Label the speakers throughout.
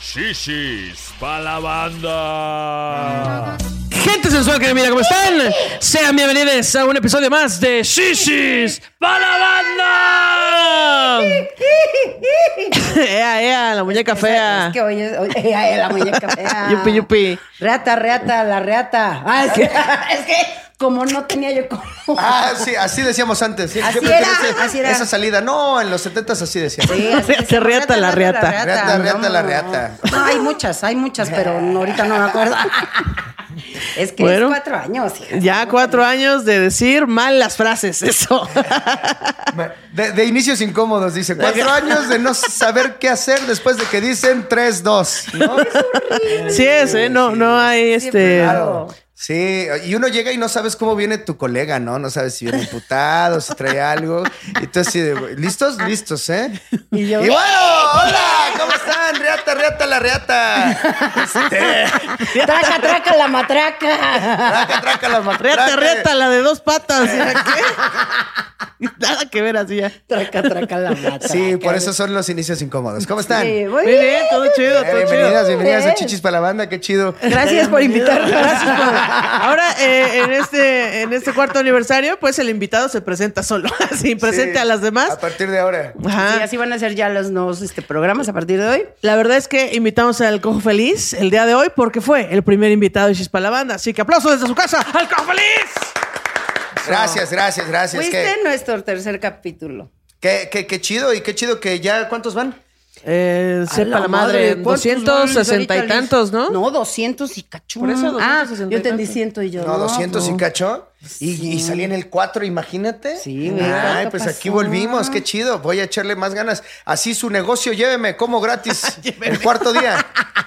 Speaker 1: Shishis pa' la banda.
Speaker 2: Gente sensual que me mira, ¿cómo están? Sean bienvenidos a un episodio más de Shishis para la banda. ea, ea, la muñeca fea.
Speaker 3: Es que hoy es hoy- ay, ay, la muñeca fea.
Speaker 2: Yupi, yupi.
Speaker 3: Reata, reata, la reata. Ah, es que, es que como no tenía yo como.
Speaker 4: Ah, sí, así decíamos antes. Sí,
Speaker 3: Así
Speaker 4: siempre
Speaker 3: era,
Speaker 4: tenía ese-
Speaker 3: así era.
Speaker 4: Esa salida. No, en los 70 así decíamos.
Speaker 3: Sí, así
Speaker 2: Reata,
Speaker 3: se llama,
Speaker 2: reata, la reata.
Speaker 4: Reata, reata, la
Speaker 3: no.
Speaker 4: reata.
Speaker 3: No, hay muchas, hay muchas, pero no, ahorita no me acuerdo. Es que
Speaker 2: Bueno.
Speaker 3: es cuatro años. hija.
Speaker 2: Ya cuatro años de decir mal las frases, eso.
Speaker 4: De, de inicios incómodos, dice. Cuatro años de no saber qué hacer después de que dicen 3-2. ¿no?
Speaker 2: Sí es, ¿eh? No, no hay este...
Speaker 3: Claro.
Speaker 4: Sí, y uno llega y no sabes cómo viene tu colega, ¿no? No sabes si viene imputado, si trae algo. Y tú así de, ¿listos? Listos, ¿eh? Y,
Speaker 3: yo-
Speaker 4: bueno, hola, ¿cómo están? Reata, reata, la reata. Este,
Speaker 3: Traca, traca, la matraca.
Speaker 4: traca, traca, la matraca.
Speaker 2: Reata, reata, la de dos patas. ¿Qué? Nada que ver así ya.
Speaker 3: Traca, traca, la matraca.
Speaker 4: Sí, por eso son los inicios incómodos. ¿Cómo están?
Speaker 3: Sí,
Speaker 2: Muy
Speaker 3: muy
Speaker 2: bien, todo chido,
Speaker 4: Eh,
Speaker 2: todo
Speaker 4: bienvenidas,
Speaker 2: chido.
Speaker 4: bienvenidas
Speaker 3: Bien.
Speaker 4: a Chichis para la banda, qué chido.
Speaker 3: Gracias por invitarnos.
Speaker 2: Gracias por- Ahora, eh, en, este, en este cuarto aniversario, pues el invitado se presenta solo, así presente
Speaker 4: Sí,
Speaker 2: a las demás.
Speaker 4: A partir de ahora.
Speaker 2: Ajá.
Speaker 3: Sí, así van a ser ya los nuevos este, programas a partir de hoy.
Speaker 2: La verdad es que invitamos al Cojo Feliz el día de hoy porque fue el primer invitado de Chispa la Banda. Así que aplauso desde su casa al Cojo Feliz.
Speaker 4: Gracias, gracias, gracias.
Speaker 3: Fuiste
Speaker 4: Qué,
Speaker 3: nuestro tercer capítulo.
Speaker 4: qué- qué- qué chido y qué chido que ya, ¿cuántos van?
Speaker 2: Eh,
Speaker 3: A
Speaker 2: sepa la madre,
Speaker 3: ¿cuántos van?
Speaker 2: 260 y
Speaker 3: Ahorita les-
Speaker 2: tantos, ¿no?
Speaker 3: No, 200 y cachón.
Speaker 2: Por eso,
Speaker 3: ah,
Speaker 2: 260 y
Speaker 3: yo entendí
Speaker 2: tantos.
Speaker 3: 100 y yo.
Speaker 4: No, 200
Speaker 3: no.
Speaker 4: y cacho. Y, y salí en el 4, imagínate.
Speaker 3: Sí, güey,
Speaker 4: Ay,
Speaker 3: ¿cuánto
Speaker 4: pues aquí
Speaker 3: pasó?
Speaker 4: volvimos, qué chido. Voy a echarle más ganas. Así su negocio, lléveme, como gratis. el cuarto día.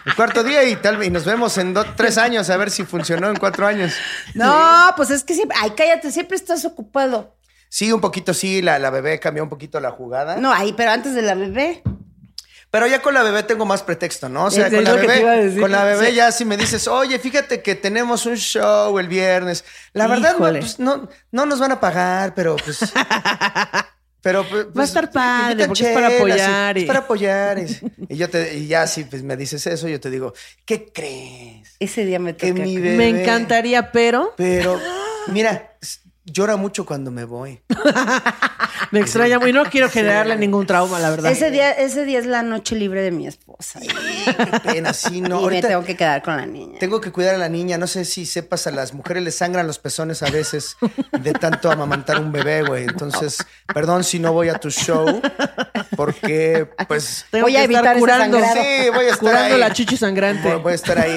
Speaker 4: El cuarto día y tal y nos vemos en dos, tres años a ver si funcionó en cuatro años.
Speaker 3: No, pues es que siempre. Ay, cállate, siempre estás ocupado.
Speaker 4: Sí, un poquito sí, la, la bebé cambió un poquito la jugada.
Speaker 3: No, ahí, pero antes de la bebé.
Speaker 4: Pero ya con la bebé tengo más pretexto, ¿no? O sea,
Speaker 3: Es
Speaker 4: con la,
Speaker 3: lo que te iba a decir.
Speaker 4: bebé, con la bebé
Speaker 3: Sí.
Speaker 4: ya si me dices, oye, fíjate que tenemos un show el viernes. La verdad, no,
Speaker 2: Híjole.
Speaker 4: pues, no, no nos van a pagar, pero pues... pero, pues,
Speaker 2: Va a estar
Speaker 4: pues,
Speaker 2: padre,
Speaker 4: invitan
Speaker 2: porque es para
Speaker 4: chelas y-
Speaker 2: apoyar y-
Speaker 4: Es para apoyar. Y, y yo te, y ya si pues, me dices eso, yo te digo, ¿qué crees?
Speaker 3: Ese día me toca.
Speaker 4: Que mi bebé...
Speaker 2: Me encantaría, pero
Speaker 4: Pero, mira, s- llora mucho cuando me voy.
Speaker 2: me extraña muy. No quiero generarle ningún trauma, la verdad.
Speaker 3: Ese día, ese día es la noche libre de mi esposa.
Speaker 4: Qué pena, sí, no.
Speaker 3: y
Speaker 4: ahorita-
Speaker 3: me tengo que quedar con la niña.
Speaker 4: Tengo que cuidar a la niña. No sé si sepas, a las mujeres les sangran los pezones a veces de tanto amamantar un bebé, güey. Entonces, perdón si no voy a tu show, porque, pues.
Speaker 2: Tengo
Speaker 3: Voy
Speaker 2: que
Speaker 3: a
Speaker 2: estar
Speaker 3: evitar ese
Speaker 2: curando,
Speaker 3: sangrado.
Speaker 4: Sí, voy a estar
Speaker 2: curando
Speaker 4: ahí.
Speaker 2: la chichi sangrante.
Speaker 4: Voy voy a estar ahí.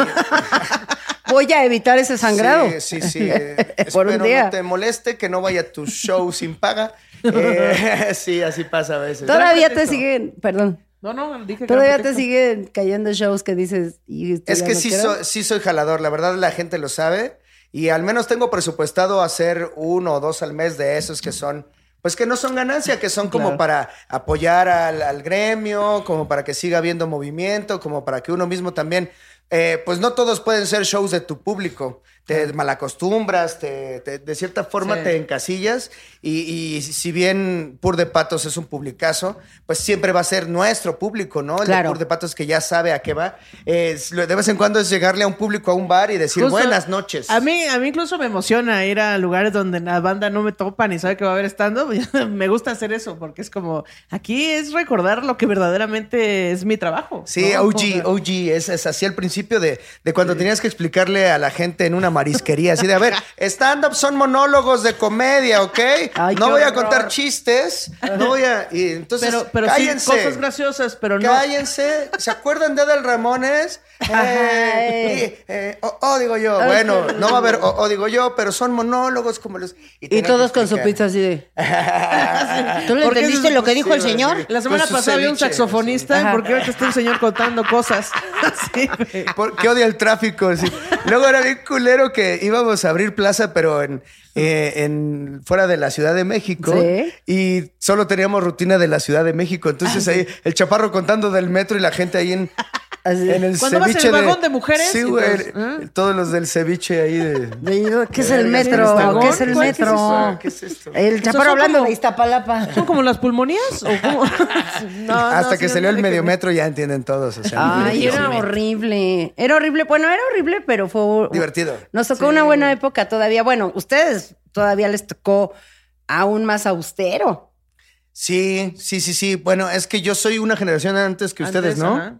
Speaker 3: Voy a evitar ese sangrado.
Speaker 4: Sí, sí, sí. Eh,
Speaker 3: Por un
Speaker 4: espero
Speaker 3: día.
Speaker 4: no te moleste, que no vaya a tu show sin paga. Eh, sí, así pasa a veces.
Speaker 3: Todavía te
Speaker 2: Contexto.
Speaker 3: siguen. Perdón.
Speaker 2: No, no, dije que
Speaker 3: Todavía
Speaker 2: era
Speaker 3: te
Speaker 2: pretexto.
Speaker 3: siguen cayendo shows que dices. y esto
Speaker 4: Es
Speaker 3: ya
Speaker 4: que
Speaker 3: no
Speaker 4: sí
Speaker 3: quiero.
Speaker 4: soy, sí soy jalador, la verdad la gente lo sabe. Y al menos tengo presupuestado hacer uno o dos al mes de esos que son, pues que no son ganancia, que son como para apoyar al, al gremio, como para que siga habiendo movimiento, como para que uno mismo también, eh, pues no todos pueden ser shows de tu público. Te malacostumbras, te, te- de cierta forma
Speaker 2: Sí.
Speaker 4: te encasillas. Y, y si bien Pur de Patos es un publicazo, pues siempre va a ser nuestro público, ¿no? El de
Speaker 3: Claro.
Speaker 4: Pur de patos que ya sabe a qué va. Es- lo- de vez en cuando es llegarle a un público a un bar y decir
Speaker 2: Justo.
Speaker 4: buenas noches.
Speaker 2: A mí, a mí incluso me emociona ir a lugares donde la banda no me topa ni sabe que va a haber estando. me gusta hacer eso porque es como, aquí es recordar lo que verdaderamente es mi trabajo.
Speaker 4: Sí,
Speaker 2: ¿no?
Speaker 4: OG,
Speaker 2: Como-
Speaker 4: OG, es, es así el principio de, de cuando tenías que explicarle a la gente en una marisquería, así de, a ver, stand-up son monólogos de comedia, ¿ok?
Speaker 3: Ay,
Speaker 4: no
Speaker 3: qué
Speaker 4: voy a
Speaker 3: horror.
Speaker 4: contar chistes, no voy a... Y entonces,
Speaker 2: Pero, pero sí,
Speaker 4: cállense.
Speaker 2: cosas graciosas, pero no.
Speaker 4: Cállense. ¿Se acuerdan de Adal Ramones? Eh, y, eh, oh, oh, digo yo. bueno, no va a haber oh, oh, digo yo, pero son monólogos como los...
Speaker 3: Y
Speaker 4: tengo
Speaker 3: todos
Speaker 4: que
Speaker 3: con su pizza
Speaker 4: explicar.
Speaker 3: así de.
Speaker 5: ¿Tú le
Speaker 2: Porque
Speaker 5: entendiste
Speaker 2: eso es
Speaker 5: lo que dijo el
Speaker 4: imposible,
Speaker 5: señor?
Speaker 4: Pues sí.
Speaker 2: La semana
Speaker 4: Con su
Speaker 2: pasada había un
Speaker 4: ceviche,
Speaker 2: saxofonista,
Speaker 3: sí.
Speaker 2: porque ahorita está un señor contando cosas. Sí, güey.
Speaker 4: Por- que odia el tráfico. sí. Luego era bien culero que íbamos a abrir plaza, pero en, eh, en- fuera de la Ciudad de México.
Speaker 3: Sí.
Speaker 4: Y solo teníamos rutina de la Ciudad de México. Entonces ahí el chaparro contando del metro y la gente ahí en,
Speaker 3: Así.
Speaker 4: en el
Speaker 2: Cuando vas en
Speaker 4: ceviche
Speaker 2: el vagón de mujeres,
Speaker 4: Sí, güey.
Speaker 2: entonces, ¿eh?
Speaker 4: Todos los del ceviche ahí de.
Speaker 3: de- ¿Qué es el
Speaker 4: Verga, ¿sí
Speaker 3: metro?
Speaker 4: este
Speaker 3: ¿Qué
Speaker 4: vagón?
Speaker 3: es el
Speaker 4: ¿Cuál- qué es
Speaker 3: metro?
Speaker 4: eso? ¿Qué es esto?
Speaker 3: El chaparro
Speaker 2: son
Speaker 3: hablando
Speaker 2: como-
Speaker 3: de Iztapalapa.
Speaker 2: ¿Son como las pulmonías? ¿O cómo? No,
Speaker 4: Hasta
Speaker 2: no,
Speaker 4: que
Speaker 2: sí,
Speaker 4: salió
Speaker 2: no,
Speaker 4: el
Speaker 2: de que-
Speaker 4: medio metro ya entienden todos. o sea,
Speaker 3: Ay,
Speaker 4: sí.
Speaker 3: era horrible. Era horrible. Bueno, era horrible, pero fue.
Speaker 4: Divertido.
Speaker 3: Nos tocó una buena época todavía. Bueno, ustedes todavía les tocó aún más austero.
Speaker 4: Sí, sí, sí, sí. Bueno, es que yo soy una generación antes que ustedes,
Speaker 2: Antes,
Speaker 4: ¿no?
Speaker 2: ajá.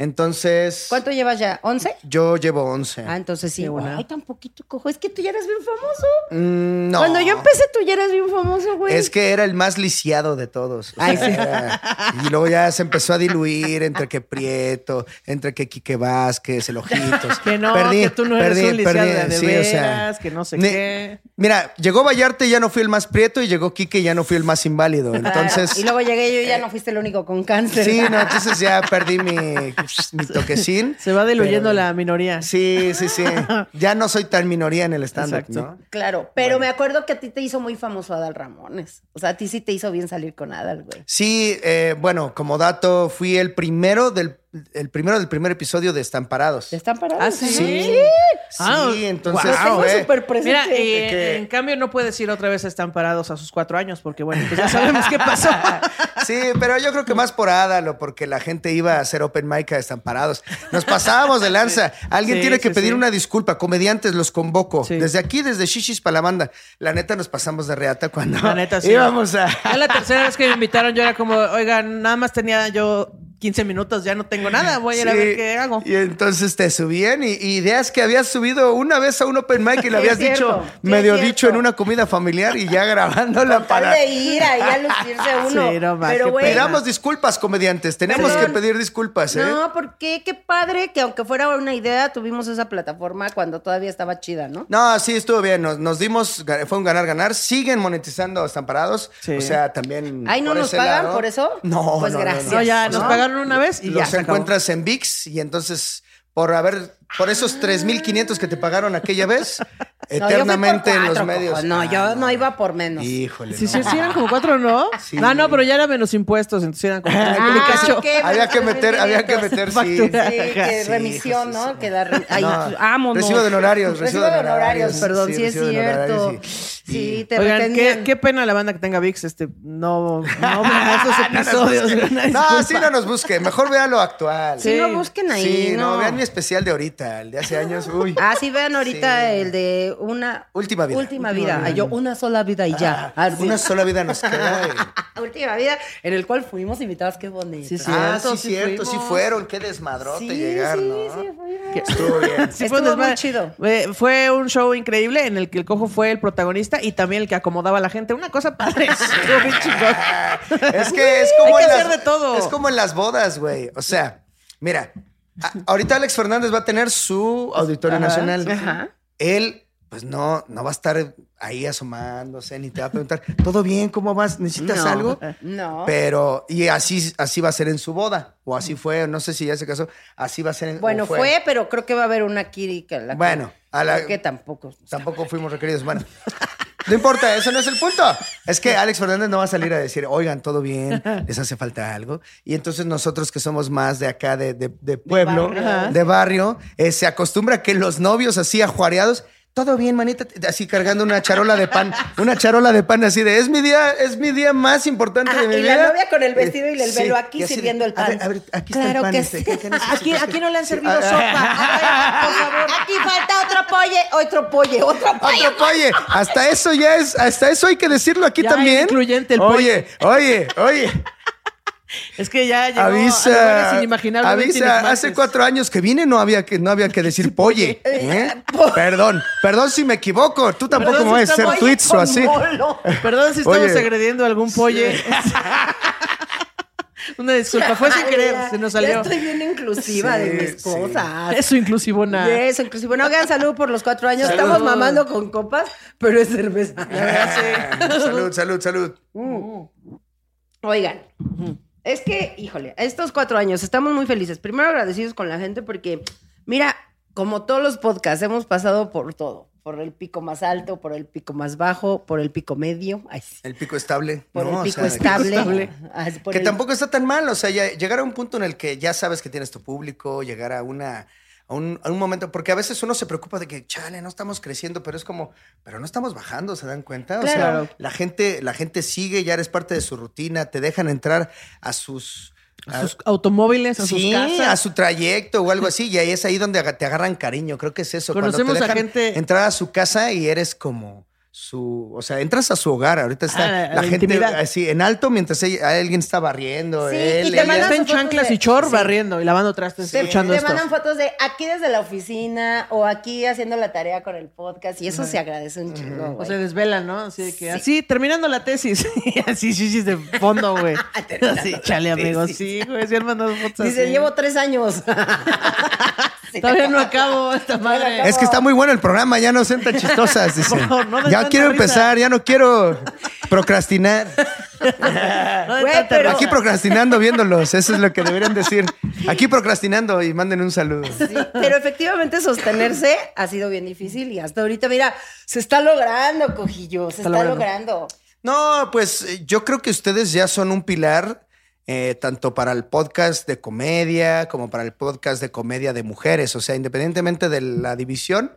Speaker 4: Entonces,
Speaker 3: ¿Cuánto llevas ya? ¿11?
Speaker 4: yo llevo 11.
Speaker 3: Ah, entonces sí.
Speaker 2: Qué buena.
Speaker 3: Ay, tan poquito, cojo. Es que tú ya eras bien famoso.
Speaker 4: Mm, no.
Speaker 3: Cuando yo empecé, tú ya eras bien famoso, güey.
Speaker 4: Es que era el más lisiado de todos. o
Speaker 3: Ay,
Speaker 4: sea,
Speaker 3: sí.
Speaker 4: era- y luego ya se empezó a diluir entre que Prieto, entre que Quique Vázquez, el Ojitos.
Speaker 2: Que no, que tú no eres un lisiado de veras, que no sé
Speaker 4: ni-
Speaker 2: qué.
Speaker 4: Mira, llegó Vallarte y ya no fui el más Prieto, y llegó Quique y ya no fui el más inválido. Entonces.
Speaker 3: Ah, Y luego llegué yo y ya no fuiste el único con cáncer.
Speaker 4: Sí, no, entonces ya perdí mi, mi toquecín.
Speaker 2: Se va diluyendo
Speaker 4: Pero-
Speaker 2: la minoría.
Speaker 4: Sí, sí, sí. Ya no soy tan minoría en el stand-up,
Speaker 2: Exacto.
Speaker 4: ¿no?
Speaker 3: Claro, pero me acuerdo que a ti te hizo muy famoso Adal Ramones. O sea, a ti sí te hizo bien salir con Adal, güey.
Speaker 4: Sí, eh, bueno, como dato, fui el primero del, el primero del primer episodio de Estamparados.
Speaker 3: ¿Te están parados?
Speaker 2: Ah, sí.
Speaker 4: Sí,
Speaker 2: Ah,
Speaker 4: sí, entonces
Speaker 2: guau.
Speaker 3: Tengo
Speaker 4: fue-
Speaker 3: súper presente.
Speaker 2: Mira, eh,
Speaker 4: que-
Speaker 2: en cambio no puedes ir otra vez a estar parados a sus cuatro años, porque bueno, pues ya sabemos qué pasó.
Speaker 4: Sí, pero yo creo que más por Adalo, porque la gente iba a hacer open mic a Estamparados. Nos pasábamos de lanza. Alguien
Speaker 2: Sí,
Speaker 4: tiene que
Speaker 2: sí,
Speaker 4: pedir
Speaker 2: sí.
Speaker 4: una disculpa. Comediantes, los convoco.
Speaker 2: Sí.
Speaker 4: Desde aquí, desde Shishis para la banda. La neta, nos pasamos de reata cuando
Speaker 2: La neta, sí.
Speaker 4: íbamos a...
Speaker 2: Ya la tercera vez que me invitaron yo era como, oigan, nada más tenía yo 15 minutos, ya no tengo nada, voy a ir a
Speaker 4: Sí,
Speaker 2: ver qué hago.
Speaker 4: Y entonces te subían y, y ideas que habías subido una vez a un open mic y le habías
Speaker 3: es cierto,
Speaker 4: dicho,
Speaker 3: sí es
Speaker 4: medio
Speaker 3: cierto.
Speaker 4: dicho en una comida familiar y ya grabándola
Speaker 3: Tal
Speaker 4: para.
Speaker 3: de ir ahí a lucirse uno.
Speaker 2: Sí, no más,
Speaker 3: pero
Speaker 2: qué
Speaker 3: güey,
Speaker 2: pena.
Speaker 4: Pidamos disculpas, comediantes. Tenemos
Speaker 3: Perdón.
Speaker 4: que pedir disculpas, ¿eh?
Speaker 3: No, porque qué padre que aunque fuera una idea, tuvimos esa plataforma cuando todavía estaba chida, ¿no?
Speaker 4: No, sí, estuvo bien. Nos, nos dimos, fue un ganar-ganar. Siguen monetizando estamparados.
Speaker 2: Sí.
Speaker 4: O sea, también.
Speaker 3: Ay, ¿no
Speaker 4: por
Speaker 3: nos
Speaker 4: ese
Speaker 3: pagan
Speaker 4: lado.
Speaker 3: por eso?
Speaker 4: No,
Speaker 3: Pues
Speaker 4: no, no, no.
Speaker 3: gracias.
Speaker 2: No, ya
Speaker 3: ¿no?
Speaker 2: nos pagaron una vez y ya.
Speaker 4: Los
Speaker 2: se acabó.
Speaker 4: encuentras en VIX y entonces por haber por esos 3500 que te pagaron aquella vez
Speaker 3: No, yo fui por
Speaker 4: eternamente en los
Speaker 3: cuatro,
Speaker 4: medios.
Speaker 3: cojo. No,
Speaker 4: Ah,
Speaker 3: yo no iba por menos.
Speaker 4: Híjole.
Speaker 2: Sí,
Speaker 4: no.
Speaker 2: sí, sí, eran como cuatro, ¿no?
Speaker 4: Sí.
Speaker 2: No, no, pero ya eran menos impuestos, entonces eran como
Speaker 3: Ah,
Speaker 2: un cacho.
Speaker 3: ok,
Speaker 4: Había que
Speaker 3: bueno,
Speaker 4: meter, había que meter, sí.
Speaker 3: Sí, que
Speaker 4: Sí,
Speaker 3: remisión,
Speaker 4: hijo, sí,
Speaker 3: ¿no?
Speaker 4: sí.
Speaker 3: Que la re- Ay,
Speaker 4: No,
Speaker 3: amo, no.
Speaker 4: recibo de honorarios, recibo de honorarios,
Speaker 3: Perdón, sí,
Speaker 4: sí,
Speaker 3: es
Speaker 4: recibo de
Speaker 3: cierto.
Speaker 4: honorarios,
Speaker 3: Sí,
Speaker 4: sí.
Speaker 3: te
Speaker 2: Oigan, qué,
Speaker 3: retenían.
Speaker 2: qué pena la banda que tenga VIX, este, no, no vean esos episodios. una
Speaker 4: No,
Speaker 2: disculpa.
Speaker 4: sí, no nos busque. Mejor vea lo actual.
Speaker 3: Sí, no busquen ahí,
Speaker 4: Sí, no,
Speaker 3: no.
Speaker 4: vean mi especial de ahorita, el de hace años. Uy.
Speaker 3: Ah, sí, vean ahorita
Speaker 4: Sí.
Speaker 3: el de una
Speaker 4: Última vida.
Speaker 3: Última vida. Ay, yo una sola vida y ya. Ah, sí.
Speaker 4: Una sola vida nos queda. eh.
Speaker 3: última vida en el cual fuimos invitadas, qué bonito.
Speaker 2: Sí, sí.
Speaker 4: Ah,
Speaker 2: Cierto,
Speaker 4: sí,
Speaker 2: sí
Speaker 4: cierto, sí
Speaker 2: fuimos.
Speaker 4: fueron. Qué desmadrote
Speaker 3: Sí,
Speaker 4: llegar,
Speaker 3: sí,
Speaker 4: ¿no?
Speaker 3: sí, fuimos.
Speaker 4: Estuvo bien.
Speaker 2: Sí, fue un
Speaker 3: Estuvo muy
Speaker 2: desmadre.
Speaker 3: chido.
Speaker 2: Eh, Fue un show increíble en el que el cojo fue el protagonista y también el que acomodaba a la gente. Una cosa padre. Estuvo bien chingón.
Speaker 4: Es que es como,
Speaker 2: Hay
Speaker 4: en
Speaker 2: que
Speaker 4: las,
Speaker 2: hacer de todo.
Speaker 4: es como en las bodas, güey. O sea, mira, a- ahorita Alex Fernández va a tener su auditorio nacional. Él, pues no, no va a estar ahí asomándose ni te va a preguntar, ¿todo bien? ¿Cómo vas? ¿Necesitas
Speaker 3: No, Eh,
Speaker 4: algo?
Speaker 3: No.
Speaker 4: Pero, y así, así va a ser en su boda, o así fue, no sé si ya se casó, así va a ser en o
Speaker 3: Bueno, fue. pero creo que va a haber una Kiri que la
Speaker 4: Bueno, a la-
Speaker 3: que tampoco.
Speaker 4: Tampoco fuimos requeridos. Bueno, no importa, eso no es el punto. Es que Alex Fernández no va a salir a decir, oigan, todo bien, les hace falta algo. Y entonces nosotros que somos más de acá, de, de- de pueblo, de barrio,
Speaker 3: barrio.
Speaker 4: eh, se acostumbra que los novios así ajuareados, todo bien, manita, así cargando una charola de pan, una charola de pan así de, es mi día, es mi día más importante
Speaker 3: Ajá,
Speaker 4: de mi
Speaker 3: y
Speaker 4: vida. Eh,
Speaker 3: la novia con el vestido y el
Speaker 4: Sí,
Speaker 3: velo aquí
Speaker 4: y así de,
Speaker 3: sirviendo el
Speaker 4: "A
Speaker 3: pan.
Speaker 4: ver, a ver, aquí está
Speaker 3: claro
Speaker 4: el pan.
Speaker 3: que
Speaker 4: este,
Speaker 3: sí.
Speaker 4: ¿qué- qué necesitas?
Speaker 2: Aquí, aquí no le han servido
Speaker 4: ah,
Speaker 2: sopa. A ver, por favor.
Speaker 3: Aquí falta otro polle, otro polle, otro polle.
Speaker 4: Otro pollo. Hasta eso ya es, hasta eso hay que decirlo aquí
Speaker 2: Ya,
Speaker 4: también.
Speaker 2: incluyente el
Speaker 4: Oye, oye, oye.
Speaker 2: Es que ya llegó a lugares
Speaker 4: Avisa,
Speaker 2: inimaginablemente
Speaker 4: avisa, hace
Speaker 2: inexactos.
Speaker 4: cuatro años que vine no había que, no había que decir polle. ¿eh? Perdón, perdón si me equivoco. Tú tampoco me
Speaker 2: Perdón si
Speaker 4: vas a hacer
Speaker 2: estamos-
Speaker 4: tweets o así.
Speaker 2: Perdón si estamos
Speaker 4: Oye.
Speaker 2: agrediendo a algún polle. Una disculpa, fue sin
Speaker 3: Ay,
Speaker 2: querer,
Speaker 3: ya,
Speaker 2: se nos
Speaker 3: ya
Speaker 2: salió.
Speaker 3: estoy bien inclusiva
Speaker 4: Sí,
Speaker 3: de mis
Speaker 4: sí.
Speaker 3: cosas.
Speaker 2: Eso inclusivo nada.
Speaker 3: De eso, inclusive. No hagan salud por los cuatro años.
Speaker 2: Salud.
Speaker 3: Estamos mamando con copas, pero es cerveza.
Speaker 4: Eh, Salud, salud, salud.
Speaker 3: Oigan, es que, híjole, estos cuatro años estamos muy felices. Primero agradecidos con la gente porque, mira, como todos los podcasts, hemos pasado por todo. Por el pico más alto, por el pico más bajo, por el pico medio, ay, sí,
Speaker 4: El pico estable.
Speaker 3: por
Speaker 4: ¿no?
Speaker 3: el
Speaker 4: O
Speaker 3: pico
Speaker 4: sea,
Speaker 3: estable.
Speaker 2: estable.
Speaker 3: ay, por
Speaker 4: que
Speaker 3: el-
Speaker 4: tampoco está tan mal, o sea, ya llegar a un punto en el que ya sabes que tienes tu público, llegar a una a un, a un momento, porque a veces uno se preocupa de que, chale, no estamos creciendo, pero es como, pero no estamos bajando, ¿se dan cuenta? O
Speaker 3: Claro.
Speaker 4: sea, la gente, la gente sigue, ya eres parte de su rutina, te dejan entrar a sus...
Speaker 2: A sus automóviles, a
Speaker 4: Ah.
Speaker 2: sus
Speaker 4: sí,
Speaker 2: casas.
Speaker 4: a su trayecto o algo así, y ahí es ahí donde aga- te agarran cariño, creo que es eso. cuando te
Speaker 2: Conocemos a
Speaker 4: dejan
Speaker 2: gente-
Speaker 4: Entrar a su casa y eres como su, o sea, entras a su hogar, ahorita está
Speaker 2: Ah, a
Speaker 4: la
Speaker 2: la
Speaker 4: gente
Speaker 2: intimidad.
Speaker 4: así en alto mientras ella- alguien está barriendo.
Speaker 3: Sí,
Speaker 4: él,
Speaker 3: y te
Speaker 4: ella.
Speaker 2: Ya
Speaker 3: mandan
Speaker 2: está en
Speaker 3: sus fotos
Speaker 2: chanclas
Speaker 3: de-
Speaker 2: y chor
Speaker 3: sí.
Speaker 2: barriendo y lavando trastes,
Speaker 3: Te,
Speaker 2: escuchando
Speaker 3: te
Speaker 2: esto.
Speaker 3: mandan fotos de aquí desde la oficina o aquí haciendo la tarea con el podcast y eso se agradece un chingo.
Speaker 2: O
Speaker 3: güey.
Speaker 2: se desvelan, ¿no? Así de que así, terminando la tesis. Y así, sí, sí, de fondo, güey.
Speaker 3: Terminando
Speaker 2: Así,
Speaker 3: la
Speaker 2: chale, amigo.
Speaker 3: tesis.
Speaker 2: Sí, güey. Se han mandado fotos
Speaker 3: Dice,
Speaker 2: así.
Speaker 3: llevo tres años. Sí.
Speaker 2: Todavía no acabo esta madre.
Speaker 4: Es que está muy bueno el programa, ya no sean tan chistosas, dice.
Speaker 2: Por favor, no den
Speaker 4: ya
Speaker 2: tanta
Speaker 4: quiero
Speaker 2: risa.
Speaker 4: empezar, ya no quiero procrastinar.
Speaker 2: No de
Speaker 3: Güey,
Speaker 2: tanta
Speaker 3: pero-
Speaker 2: risa.
Speaker 4: Aquí procrastinando viéndolos, eso es lo que deberían decir. Aquí procrastinando y manden un saludo.
Speaker 3: Sí, pero efectivamente sostenerse ha sido bien difícil y hasta ahorita, mira, se está logrando, Cojillo, se
Speaker 2: Está
Speaker 3: está,
Speaker 2: logrando.
Speaker 3: logrando.
Speaker 4: No, pues eh, yo creo que ustedes ya son un pilar, eh, tanto para el podcast de comedia como para el podcast de comedia de mujeres. O sea, independientemente de la división,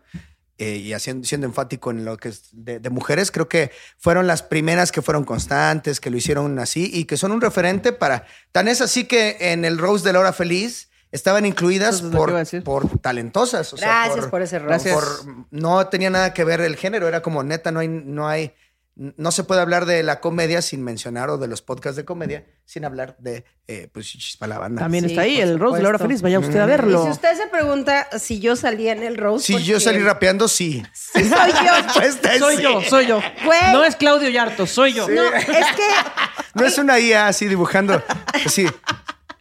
Speaker 4: eh, y haciendo, siendo enfático en lo que es de, de mujeres, creo que fueron las primeras que fueron constantes, que lo hicieron así y que son un referente para... Tan es así que en el Rose de la Hora Feliz estaban incluidas
Speaker 2: Eso es lo que iba a
Speaker 4: por,
Speaker 2: decir.
Speaker 4: por talentosas. o sea,
Speaker 3: Gracias por ese rol.
Speaker 2: Gracias.
Speaker 4: por- no tenía nada que ver el género, era como neta, no hay, no hay, no se puede hablar de la comedia sin mencionar o de los podcasts de comedia sin hablar de, eh, pues, chis para la banda.
Speaker 2: También
Speaker 3: Sí,
Speaker 2: está ahí
Speaker 3: por
Speaker 2: el Rose de la hora
Speaker 3: supuesto. Mm.
Speaker 2: feliz. Vaya usted a
Speaker 3: Y
Speaker 2: verlo.
Speaker 3: si usted se pregunta si yo salía en el Rose.
Speaker 4: Si yo
Speaker 3: porque-
Speaker 4: salí rapeando, sí.
Speaker 3: Sí, soy yo.
Speaker 4: Respuesta es
Speaker 2: Soy
Speaker 4: sí.
Speaker 2: yo, soy yo.
Speaker 3: Güey.
Speaker 2: No es Claudio Yarto, soy yo.
Speaker 3: No, es que.
Speaker 4: No es una IA así dibujando, así.